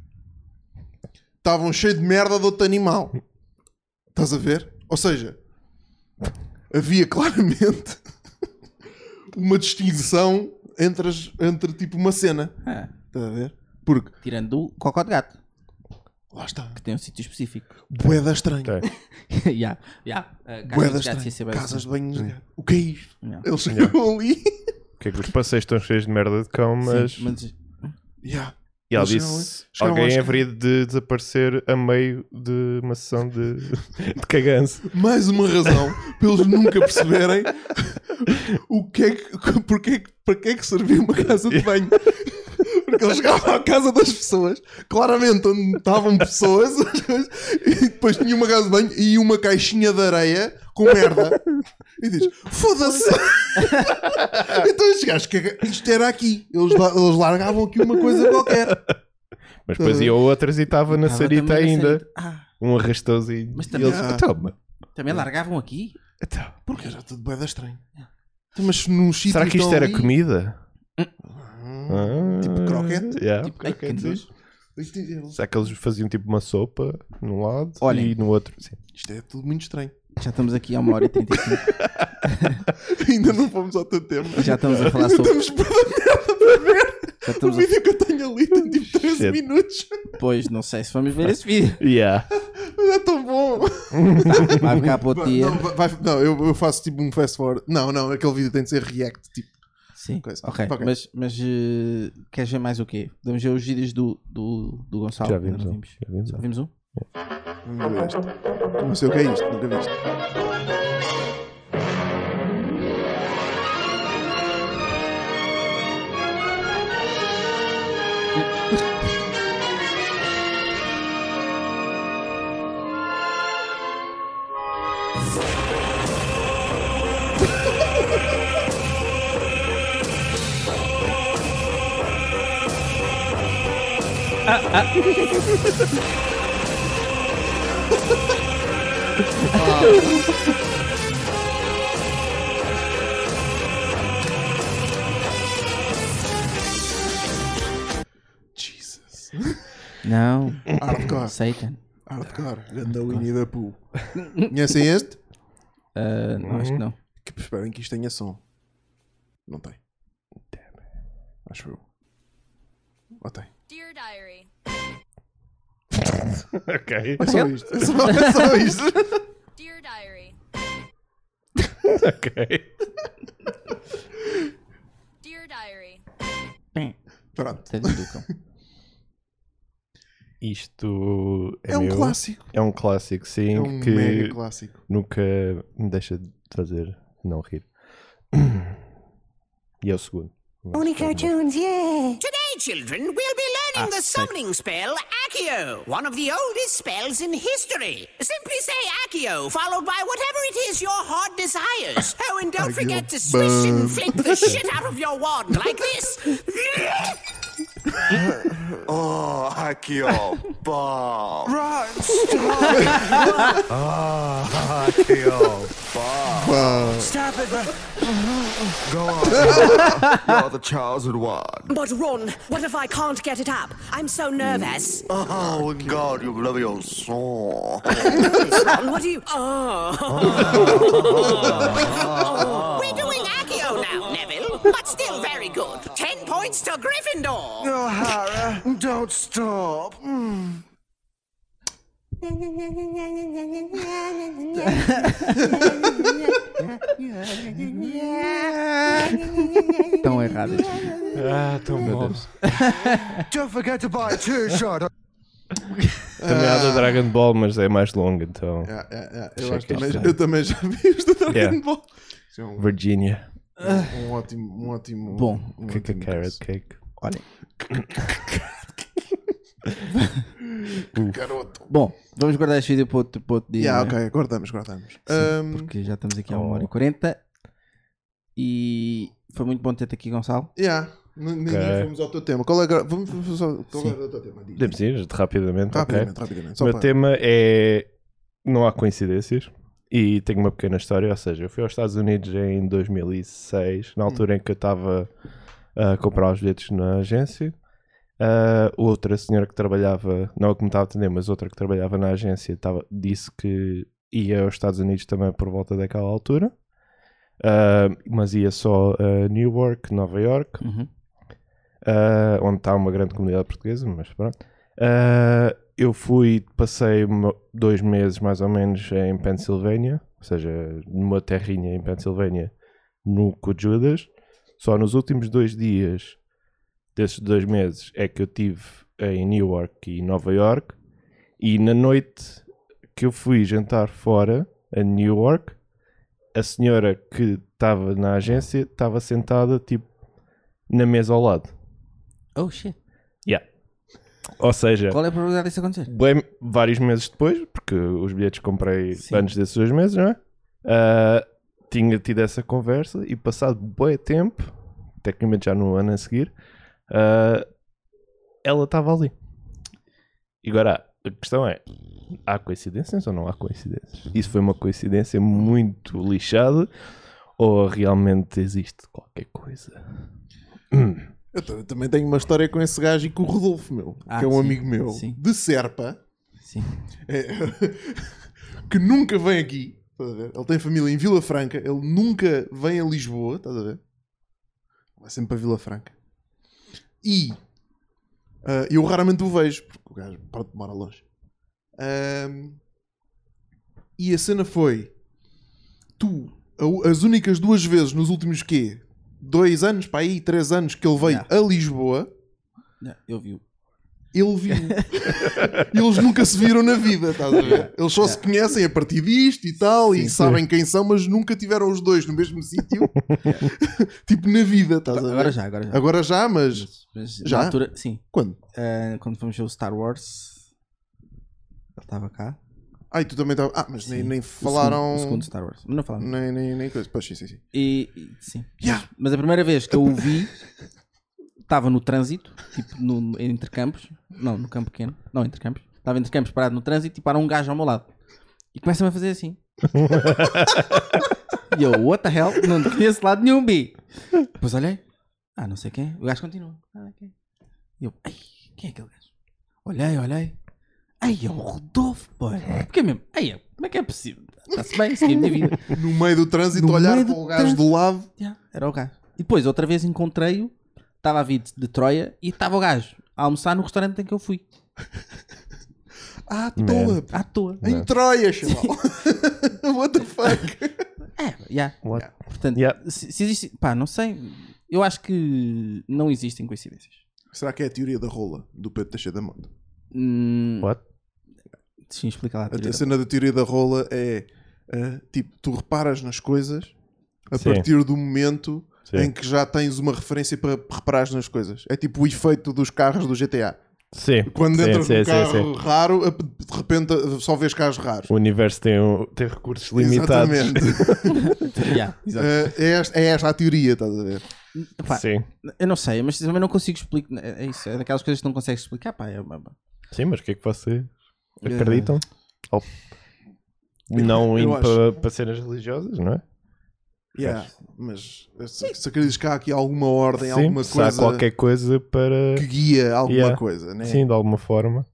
Speaker 1: estavam cheios de merda de outro animal. Estás a ver? Ou seja, havia claramente uma distinção entre, as- entre tipo uma cena.
Speaker 2: ah,
Speaker 1: Estás a ver? Porque,
Speaker 2: tirando o cocó de gato,
Speaker 1: lá está,
Speaker 2: que tem um sítio específico.
Speaker 1: boeda estranha.
Speaker 3: Tem.
Speaker 2: yeah, yeah. ah,
Speaker 1: Boeda
Speaker 2: casas de gato,
Speaker 1: estranha.
Speaker 2: sem saber
Speaker 1: Casas de
Speaker 2: se-
Speaker 1: banho. O que é isto?
Speaker 2: Yeah.
Speaker 1: Eles chegam ali.
Speaker 3: Que é que os passeios estão cheios de merda de cão, mas.
Speaker 2: Sim, mas
Speaker 1: Yeah.
Speaker 3: E ela
Speaker 1: Eles
Speaker 3: disse:
Speaker 1: chegaram- chegaram
Speaker 3: alguém
Speaker 1: é.
Speaker 3: é
Speaker 1: aos-
Speaker 3: haveria de desaparecer a meio de uma sessão de, de caganço.
Speaker 1: Mais uma razão para eles nunca perceberem o que é que, porque é que, para que é que servia uma casa de banho. Porque eles chegavam à casa das pessoas, claramente onde estavam pessoas, e depois tinha uma casa de banho e uma caixinha de areia com merda. E diz: Foda-se! então estes gajos, caga- isto era aqui. Eles, la- eles largavam aqui uma coisa qualquer.
Speaker 3: Mas depois ia outras e estava na
Speaker 2: Estava
Speaker 3: sarita
Speaker 2: também na
Speaker 3: ainda.
Speaker 2: sarita. Ah.
Speaker 3: Um arrastãozinho.
Speaker 2: Mas
Speaker 3: E
Speaker 2: também-
Speaker 3: eles,
Speaker 2: Ah.
Speaker 3: "Então, mas
Speaker 2: Também largavam aqui?
Speaker 3: Então.
Speaker 1: Porque era tudo bué da estranho. Então, Mas num sítio
Speaker 3: será que isto
Speaker 1: tão
Speaker 3: era
Speaker 1: ali-
Speaker 3: comida?
Speaker 1: Tipo
Speaker 3: Ah,
Speaker 1: croquete?
Speaker 3: yeah.
Speaker 1: Tipo Ai, que croquete. nojo. Isto é-
Speaker 3: Será que eles faziam tipo uma sopa num lado
Speaker 2: Olhem.
Speaker 3: e no outro? Sim.
Speaker 1: Isto é tudo muito estranho.
Speaker 2: Já estamos aqui há uma hora e 35.
Speaker 1: Ainda não fomos ao teu tema.
Speaker 2: Já estamos a falar sobre-
Speaker 1: Estamos para merda para ver.
Speaker 2: Já estamos
Speaker 1: o
Speaker 2: a-
Speaker 1: vídeo que eu tenho ali tem tipo 13
Speaker 2: Shit.
Speaker 1: minutos.
Speaker 2: Pois, não sei se vamos ver esse vídeo.
Speaker 3: Yeah.
Speaker 1: Mas é tão bom.
Speaker 2: Vai ficar para outro dia.
Speaker 1: Não, vai- vai- não, eu, eu faço tipo um fast forward. Não, não, aquele vídeo tem de ser react. Tipo,
Speaker 2: Sim,
Speaker 1: coisa.
Speaker 2: ok.
Speaker 1: Ok.
Speaker 2: Mas, mas eh, queres ver mais o quê? Podemos ver os vídeos do, do, do Gonçalo?
Speaker 3: Já vimos
Speaker 2: Ainda não
Speaker 3: um, já vimos
Speaker 2: Só
Speaker 3: um.
Speaker 2: vimos um?
Speaker 1: Vamos ver "Hum, este. Não sei o que é isto, nunca vi isto.
Speaker 2: Não.
Speaker 1: Hardcore.
Speaker 2: Satan.
Speaker 1: Hardcore. Ganda Winnie the Pooh. Conhecem este?
Speaker 2: Ah, não,
Speaker 1: Uhum.
Speaker 2: acho que não.
Speaker 1: Que esperem que isto tenha som. Não tem. Acho eu. Ou tem?
Speaker 12: Dear diary.
Speaker 3: ok.
Speaker 1: É só isto. É só, é só isto.
Speaker 12: Dear diary.
Speaker 3: ok.
Speaker 12: Dear diary.
Speaker 1: Pronto.
Speaker 3: Isto é,
Speaker 1: É um
Speaker 3: meu.
Speaker 1: clássico.
Speaker 3: É um clássico, sim.
Speaker 1: É um
Speaker 3: que
Speaker 1: mega clássico.
Speaker 3: Nunca me deixa de fazer não rir. E é o segundo.
Speaker 13: Only cartoons, yeah.
Speaker 14: Today, children, we'll be learning
Speaker 3: Ah,
Speaker 14: the
Speaker 3: sick.
Speaker 14: summoning spell Accio, one of the oldest spells in history. Simply say Accio, followed by whatever it is your heart desires. Oh, and don't
Speaker 9: Accio.
Speaker 14: forget to swish
Speaker 9: Boom.
Speaker 14: and flick the shit out of your wand like this.
Speaker 9: oh, Akio. Bob.
Speaker 14: Right,
Speaker 9: stop.
Speaker 15: Ah, Akio.
Speaker 9: Bob.
Speaker 14: Stop it, Ron.
Speaker 15: Go on. You're the chosen one.
Speaker 14: But Ron, what if I can't get it up? I'm so nervous.
Speaker 15: Oh, God, you love your soul.
Speaker 14: Ron, what are you? Oh. We're doing Accio now, Neville, but still very good. Ten points to Gryffindor.
Speaker 15: No, Hara, don't stop. Mm.
Speaker 2: Tão errado.
Speaker 3: Ah, tão bom.
Speaker 15: Don't forget to buy a t-shirt.
Speaker 3: Também há da Dragon Ball, mas é mais longa, então.
Speaker 1: Yeah, yeah, yeah. Eu,
Speaker 3: Achei
Speaker 1: acho
Speaker 3: que
Speaker 1: também,
Speaker 3: isto é-
Speaker 1: eu também já vi os da Dragon
Speaker 3: Yeah.
Speaker 1: Ball. Isso é um-
Speaker 3: Virginia.
Speaker 1: Um, um ótimo. Um ótimo
Speaker 3: Bom.
Speaker 1: um
Speaker 3: Cake a
Speaker 1: ótimo
Speaker 3: carrot
Speaker 1: caso.
Speaker 3: cake.
Speaker 2: Olhem.
Speaker 1: Garoto.
Speaker 2: Bom, vamos guardar este vídeo para outro, para outro dia.
Speaker 1: Yeah,
Speaker 2: não é?
Speaker 1: ok, guardamos, guardamos.
Speaker 2: Sim,
Speaker 1: Um,
Speaker 2: Porque já estamos aqui há uma hora e 40. E foi muito bom ter-te aqui, Gonçalo.
Speaker 1: Yeah. Nem nem
Speaker 3: Ok.
Speaker 1: fomos ao teu tema. Qual é, agora- vamos, vamos só, qual era o teu tema? Diz.
Speaker 3: Podemos ir rapidamente.
Speaker 1: Rapidamente,
Speaker 3: ok?
Speaker 1: rapidamente,
Speaker 3: O
Speaker 1: só
Speaker 3: meu
Speaker 1: para-
Speaker 3: tema é. Não há coincidências. E tenho uma pequena história. Ou seja, eu fui aos Estados Unidos em 2006,
Speaker 1: Hum.
Speaker 3: na altura em que eu estava a comprar os bilhetes na agência. Ah, outra senhora que trabalhava, não a que me estava a atender, mas outra que trabalhava na agência, estava- disse que ia aos Estados Unidos também por volta daquela altura. Ah, mas ia só a Newark, Nova York.
Speaker 1: Uhum.
Speaker 3: Uh, onde está uma grande comunidade portuguesa, mas pronto. Uh, eu fui, passei mo- dois meses mais ou menos em Pensilvânia, ou seja, numa terrinha em Pensilvânia, no Cojudas. Só nos últimos dois dias desses dois meses é que eu tive em Newark e Nova York e na noite que eu fui jantar fora a Newark a senhora que estava na agência estava sentada tipo na mesa ao lado
Speaker 2: Oh shit.
Speaker 3: yeah. ou seja
Speaker 2: Qual é a probabilidade disso acontecer?
Speaker 3: Bem, vários meses depois, porque os bilhetes comprei antes desses dois meses, não é? Ah, tinha tido essa conversa e passado bem tempo, tecnicamente já no ano a seguir, ah, ela estava ali. E agora, a questão é, há coincidências ou não há coincidências? Isso foi uma coincidência muito lixada ou realmente existe qualquer coisa?
Speaker 1: Eu t- também tenho uma história com esse gajo e com o Rodolfo, meu,
Speaker 3: Ah,
Speaker 1: que é um
Speaker 3: sim,
Speaker 1: amigo meu,
Speaker 3: sim.
Speaker 1: de Serpa,
Speaker 2: Sim.
Speaker 1: é, que nunca vem aqui. Estás a ver? Ele tem família em Vila Franca, ele nunca vem a Lisboa, estás a ver? Vai sempre para Vila Franca. E ah, eu raramente o vejo, porque o gajo pronto, mora longe. Ahm, e a cena foi: tu, a- as únicas duas vezes nos últimos quê? Dois anos, para aí, três anos que ele veio a Lisboa,
Speaker 2: Não, eu vi.
Speaker 1: ele viu. e eles nunca se viram na vida, estás a ver? Eles só se conhecem a partir disto e tal, e sabem quem são, mas nunca tiveram os dois no mesmo sítio, tipo na vida, estás a ver?
Speaker 2: Agora já, agora já.
Speaker 1: Agora já, mas.
Speaker 2: Mas
Speaker 1: já?
Speaker 2: Na altura, sim.
Speaker 1: Quando?
Speaker 2: Ah, quando fomos ver o Star Wars. Ele estava cá.
Speaker 1: Ai, tu também estava. Ah, mas nem,
Speaker 2: Sim.
Speaker 1: nem
Speaker 2: O
Speaker 1: falaram.
Speaker 2: segundo- o segundo Star Wars. Mas não falaram.
Speaker 1: Nem, nem, nem coisa. Pois sim, sim, sim.
Speaker 2: E, e- sim. Mas a primeira vez que eu o vi, estava no trânsito, tipo no, no- entre campos. Não, no campo pequeno. Não, entre campos. Estava entre campos parado no trânsito e para um gajo ao meu lado. E começa-me a fazer assim. e eu, what the hell? Não te conheço de lado nenhum, bi. Depois olhei. Ah, não sei quem. O gajo continua. Ah, ok. E eu, ai, quem é aquele gajo? Olhei, olhei. Ai, é o Rodolfo, pô. Porque mesmo, ai, como é que é possível? Está-se bem, segui a minha vida.
Speaker 1: No meio do trânsito,
Speaker 2: No
Speaker 1: olhar
Speaker 2: meio do
Speaker 1: para o gajo do
Speaker 2: trânsito.
Speaker 1: lado.
Speaker 2: Yeah, era o gajo. E depois, outra vez, encontrei-o. Estava a vir de, de Troia e estava o gajo a almoçar no restaurante em que eu fui.
Speaker 1: À
Speaker 2: Man.
Speaker 1: "Ah, toa.
Speaker 2: À toa.
Speaker 1: Em
Speaker 2: Não.
Speaker 1: Troia, chaval. What the fuck?
Speaker 2: Yeah.
Speaker 3: Yeah.
Speaker 2: Portanto, se, se existe. Pá, não sei. Eu acho que não existem coincidências.
Speaker 1: Será que é a teoria da rola do Pedro Teixeira da Moto?
Speaker 2: Hum,
Speaker 3: What?
Speaker 2: Sim, explica lá.
Speaker 1: A cena da teoria da rola é ah, tipo, tu reparas nas coisas a
Speaker 3: Sim.
Speaker 1: partir do momento
Speaker 3: Sim.
Speaker 1: em que já tens uma referência para reparar nas coisas. É tipo o efeito dos carros do GTA.
Speaker 3: Sim.
Speaker 1: Quando
Speaker 3: Sim,
Speaker 1: entras
Speaker 3: sim,
Speaker 1: num
Speaker 3: sim,
Speaker 1: carro
Speaker 3: sim.
Speaker 1: raro, ap- de repente ah, só vês carros raros.
Speaker 3: O universo tem, um- tem recursos limitados.
Speaker 1: Exatamente.
Speaker 2: Yeah, exato.
Speaker 1: Ah, é, esta, é esta a teoria, estás a ver?
Speaker 2: Pá,
Speaker 3: Sim.
Speaker 2: Eu não sei, mas também não consigo explicar. É isso, é daquelas coisas que não consegues explicar. Pá, é uma-
Speaker 3: Sim, mas o que é que vocês
Speaker 2: Eh,
Speaker 3: acreditam? Ou não
Speaker 1: É. eu
Speaker 3: indo
Speaker 1: acho-
Speaker 3: para, para cenas religiosas, não é?
Speaker 1: Yeah, mas eh, se, se acreditas que há aqui alguma ordem,
Speaker 3: Sim,
Speaker 1: alguma
Speaker 3: se há
Speaker 1: coisa.
Speaker 3: qualquer coisa para...
Speaker 1: que guia alguma
Speaker 3: Yeah.
Speaker 1: coisa, né?
Speaker 3: Sim, de alguma forma.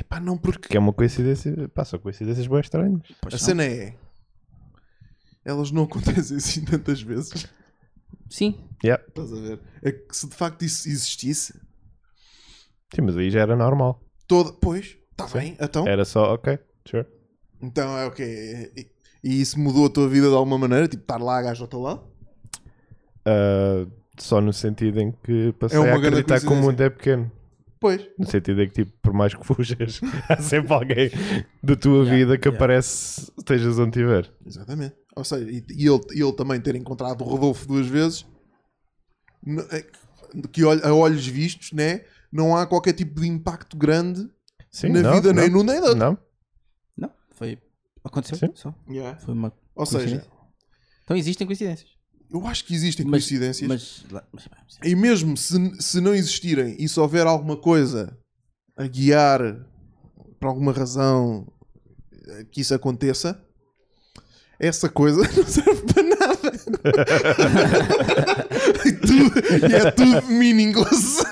Speaker 1: Epá, não porque
Speaker 3: Que é uma coincidência... Pá, são coincidências bem estranhas.
Speaker 1: a cena é. Elas não acontecem assim tantas vezes.
Speaker 2: Sim.
Speaker 3: Yeah.
Speaker 1: Estás a ver? É que se de facto isso existisse,
Speaker 3: Sim, mas aí já era normal.
Speaker 1: toda. Pois, está bem, então.
Speaker 3: Era só, ok, sure.
Speaker 1: Então é o quê? E- E isso mudou a tua vida de alguma maneira? Tipo, estar lá, gajo ao teu lado?
Speaker 3: Ah, só no sentido em que passei
Speaker 1: É uma
Speaker 3: a
Speaker 1: grande
Speaker 3: acreditar que o mundo
Speaker 1: coincidência.
Speaker 3: é pequeno.
Speaker 1: Pois.
Speaker 3: No sentido em que, tipo, por mais que fujas, há sempre alguém da tua vida que aparece, estejas onde estiver.
Speaker 1: Exatamente. Ou seja, e, e ele, e ele também ter encontrado o Rodolfo duas vezes, n- é que- que olho- a olhos vistos, né? Não há qualquer tipo de impacto grande
Speaker 3: Sim,
Speaker 1: na
Speaker 3: não,
Speaker 1: vida, nem
Speaker 3: não.
Speaker 1: num nem no outro.
Speaker 3: Não.
Speaker 2: Não, foi. Aconteceu só.
Speaker 1: Yeah.
Speaker 2: Foi uma.
Speaker 1: Ou seja-
Speaker 2: coincidência. Então existem coincidências.
Speaker 1: Eu acho que existem
Speaker 2: Mas-
Speaker 1: coincidências.
Speaker 2: mas- mas-
Speaker 1: e mesmo se, se não existirem e se houver alguma coisa a guiar por alguma razão eh, que isso aconteça, essa coisa não serve para nada. e, tudo- e é tudo meaningless.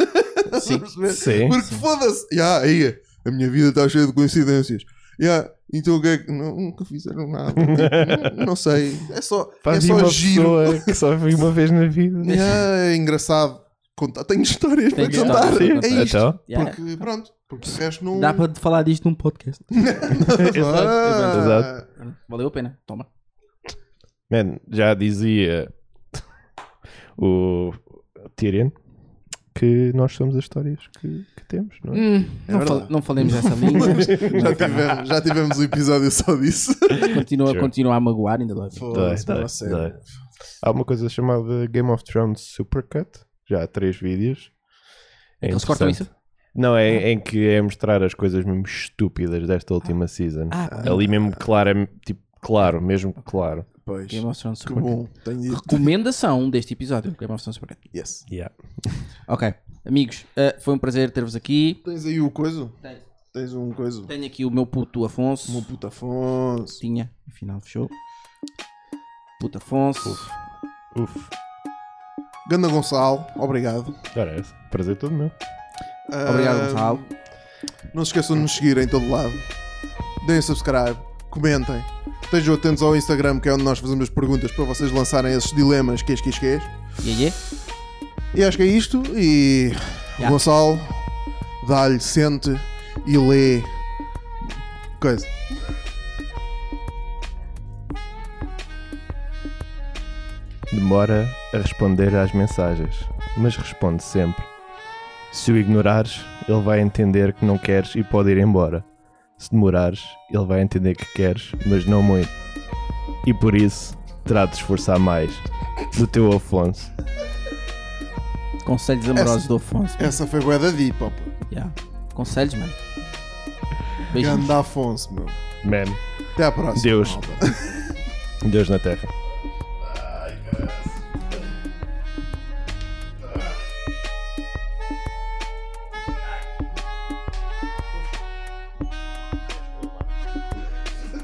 Speaker 2: Sim.
Speaker 1: Sim. Porque foda-se. Ya, aí, a minha vida está cheia de coincidências. Ya, então o que é que. Não, nunca fizeram nada. Tipo, não, não sei. É só, é
Speaker 3: Faz
Speaker 1: só
Speaker 3: uma
Speaker 1: giro.
Speaker 3: pessoa que só vi uma vez na vida.
Speaker 1: Yeah, é engraçado. Contar. Tenho histórias
Speaker 2: Tenho
Speaker 1: para contar.
Speaker 2: histórias para
Speaker 1: É
Speaker 2: contar.
Speaker 1: isto.
Speaker 2: Então? Yeah.
Speaker 1: Porque, pronto, porque o resto não.
Speaker 2: Dá para falar disto num podcast.
Speaker 1: Exato, exato.
Speaker 2: Valeu a pena. Toma.
Speaker 3: Man, já dizia o Tyrion que nós somos as histórias que, que temos, não é?
Speaker 2: Hum, não, fal- não falemos dessa língua.
Speaker 1: já, tivemos, já tivemos um episódio só disso.
Speaker 2: Continua,
Speaker 3: Sure.
Speaker 2: continua a magoar, ainda dói.
Speaker 3: Dói, dói, dói. Há uma coisa chamada Game of Thrones Supercut. Já há três vídeos. É
Speaker 2: Eles cortam Ah.
Speaker 3: interessante. Não, é em que é mostrar as coisas mesmo estúpidas desta última season.
Speaker 2: Ah,
Speaker 3: Ali mesmo claro, tipo, claro, mesmo claro.
Speaker 1: Pois.
Speaker 2: Game of Thrones
Speaker 1: Que
Speaker 2: Supercat.
Speaker 1: bom, tenho dito.
Speaker 2: Recomendação deste episódio. é Game of Thrones Supercat.
Speaker 1: Yes.
Speaker 3: Yeah.
Speaker 2: Ok. Amigos, eh, foi um prazer ter-vos aqui.
Speaker 1: Tens aí o coisa? Tens. Tens um coisa?
Speaker 2: Tenho aqui o meu puto Afonso.
Speaker 1: Meu puto Afonso.
Speaker 2: Tinha, afinal fechou. Puto Afonso.
Speaker 3: Uf.
Speaker 1: Ganda Gonçalo, obrigado.
Speaker 3: Ora, é esse. prazer todo meu.
Speaker 2: Obrigado,
Speaker 1: Ah,
Speaker 2: Gonçalo.
Speaker 1: Não se esqueçam de nos seguir em todo lado. Deem subscribe, comentem. Estejam atentos ao Instagram, que é onde nós fazemos as perguntas para vocês lançarem esses dilemas que que que
Speaker 2: E aí?
Speaker 1: E acho que é isto. E
Speaker 2: Yeah.
Speaker 1: Gonçalo, dá-lhe, sente e lê. Coisa.
Speaker 3: Demora a responder às mensagens, mas responde sempre. Se o ignorares, ele vai entender que não queres e pode ir embora. Se demorares, ele vai entender que queres, mas não muito. E por isso, terá de esforçar mais. Do teu Afonso.
Speaker 2: Conselhos amorosos
Speaker 1: Essa-
Speaker 2: do Afonso.
Speaker 1: Essa foi boa da deep, opa.
Speaker 2: Yeah. Conselhos, mano. Beijinhos.
Speaker 1: Ganda Afonso, meu.
Speaker 3: Man.
Speaker 1: Até à próxima.
Speaker 3: Deus.
Speaker 1: malta.
Speaker 3: Deus na Terra.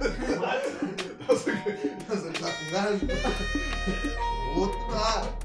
Speaker 1: Estás a- estás a ajudar com o gajo? Puta!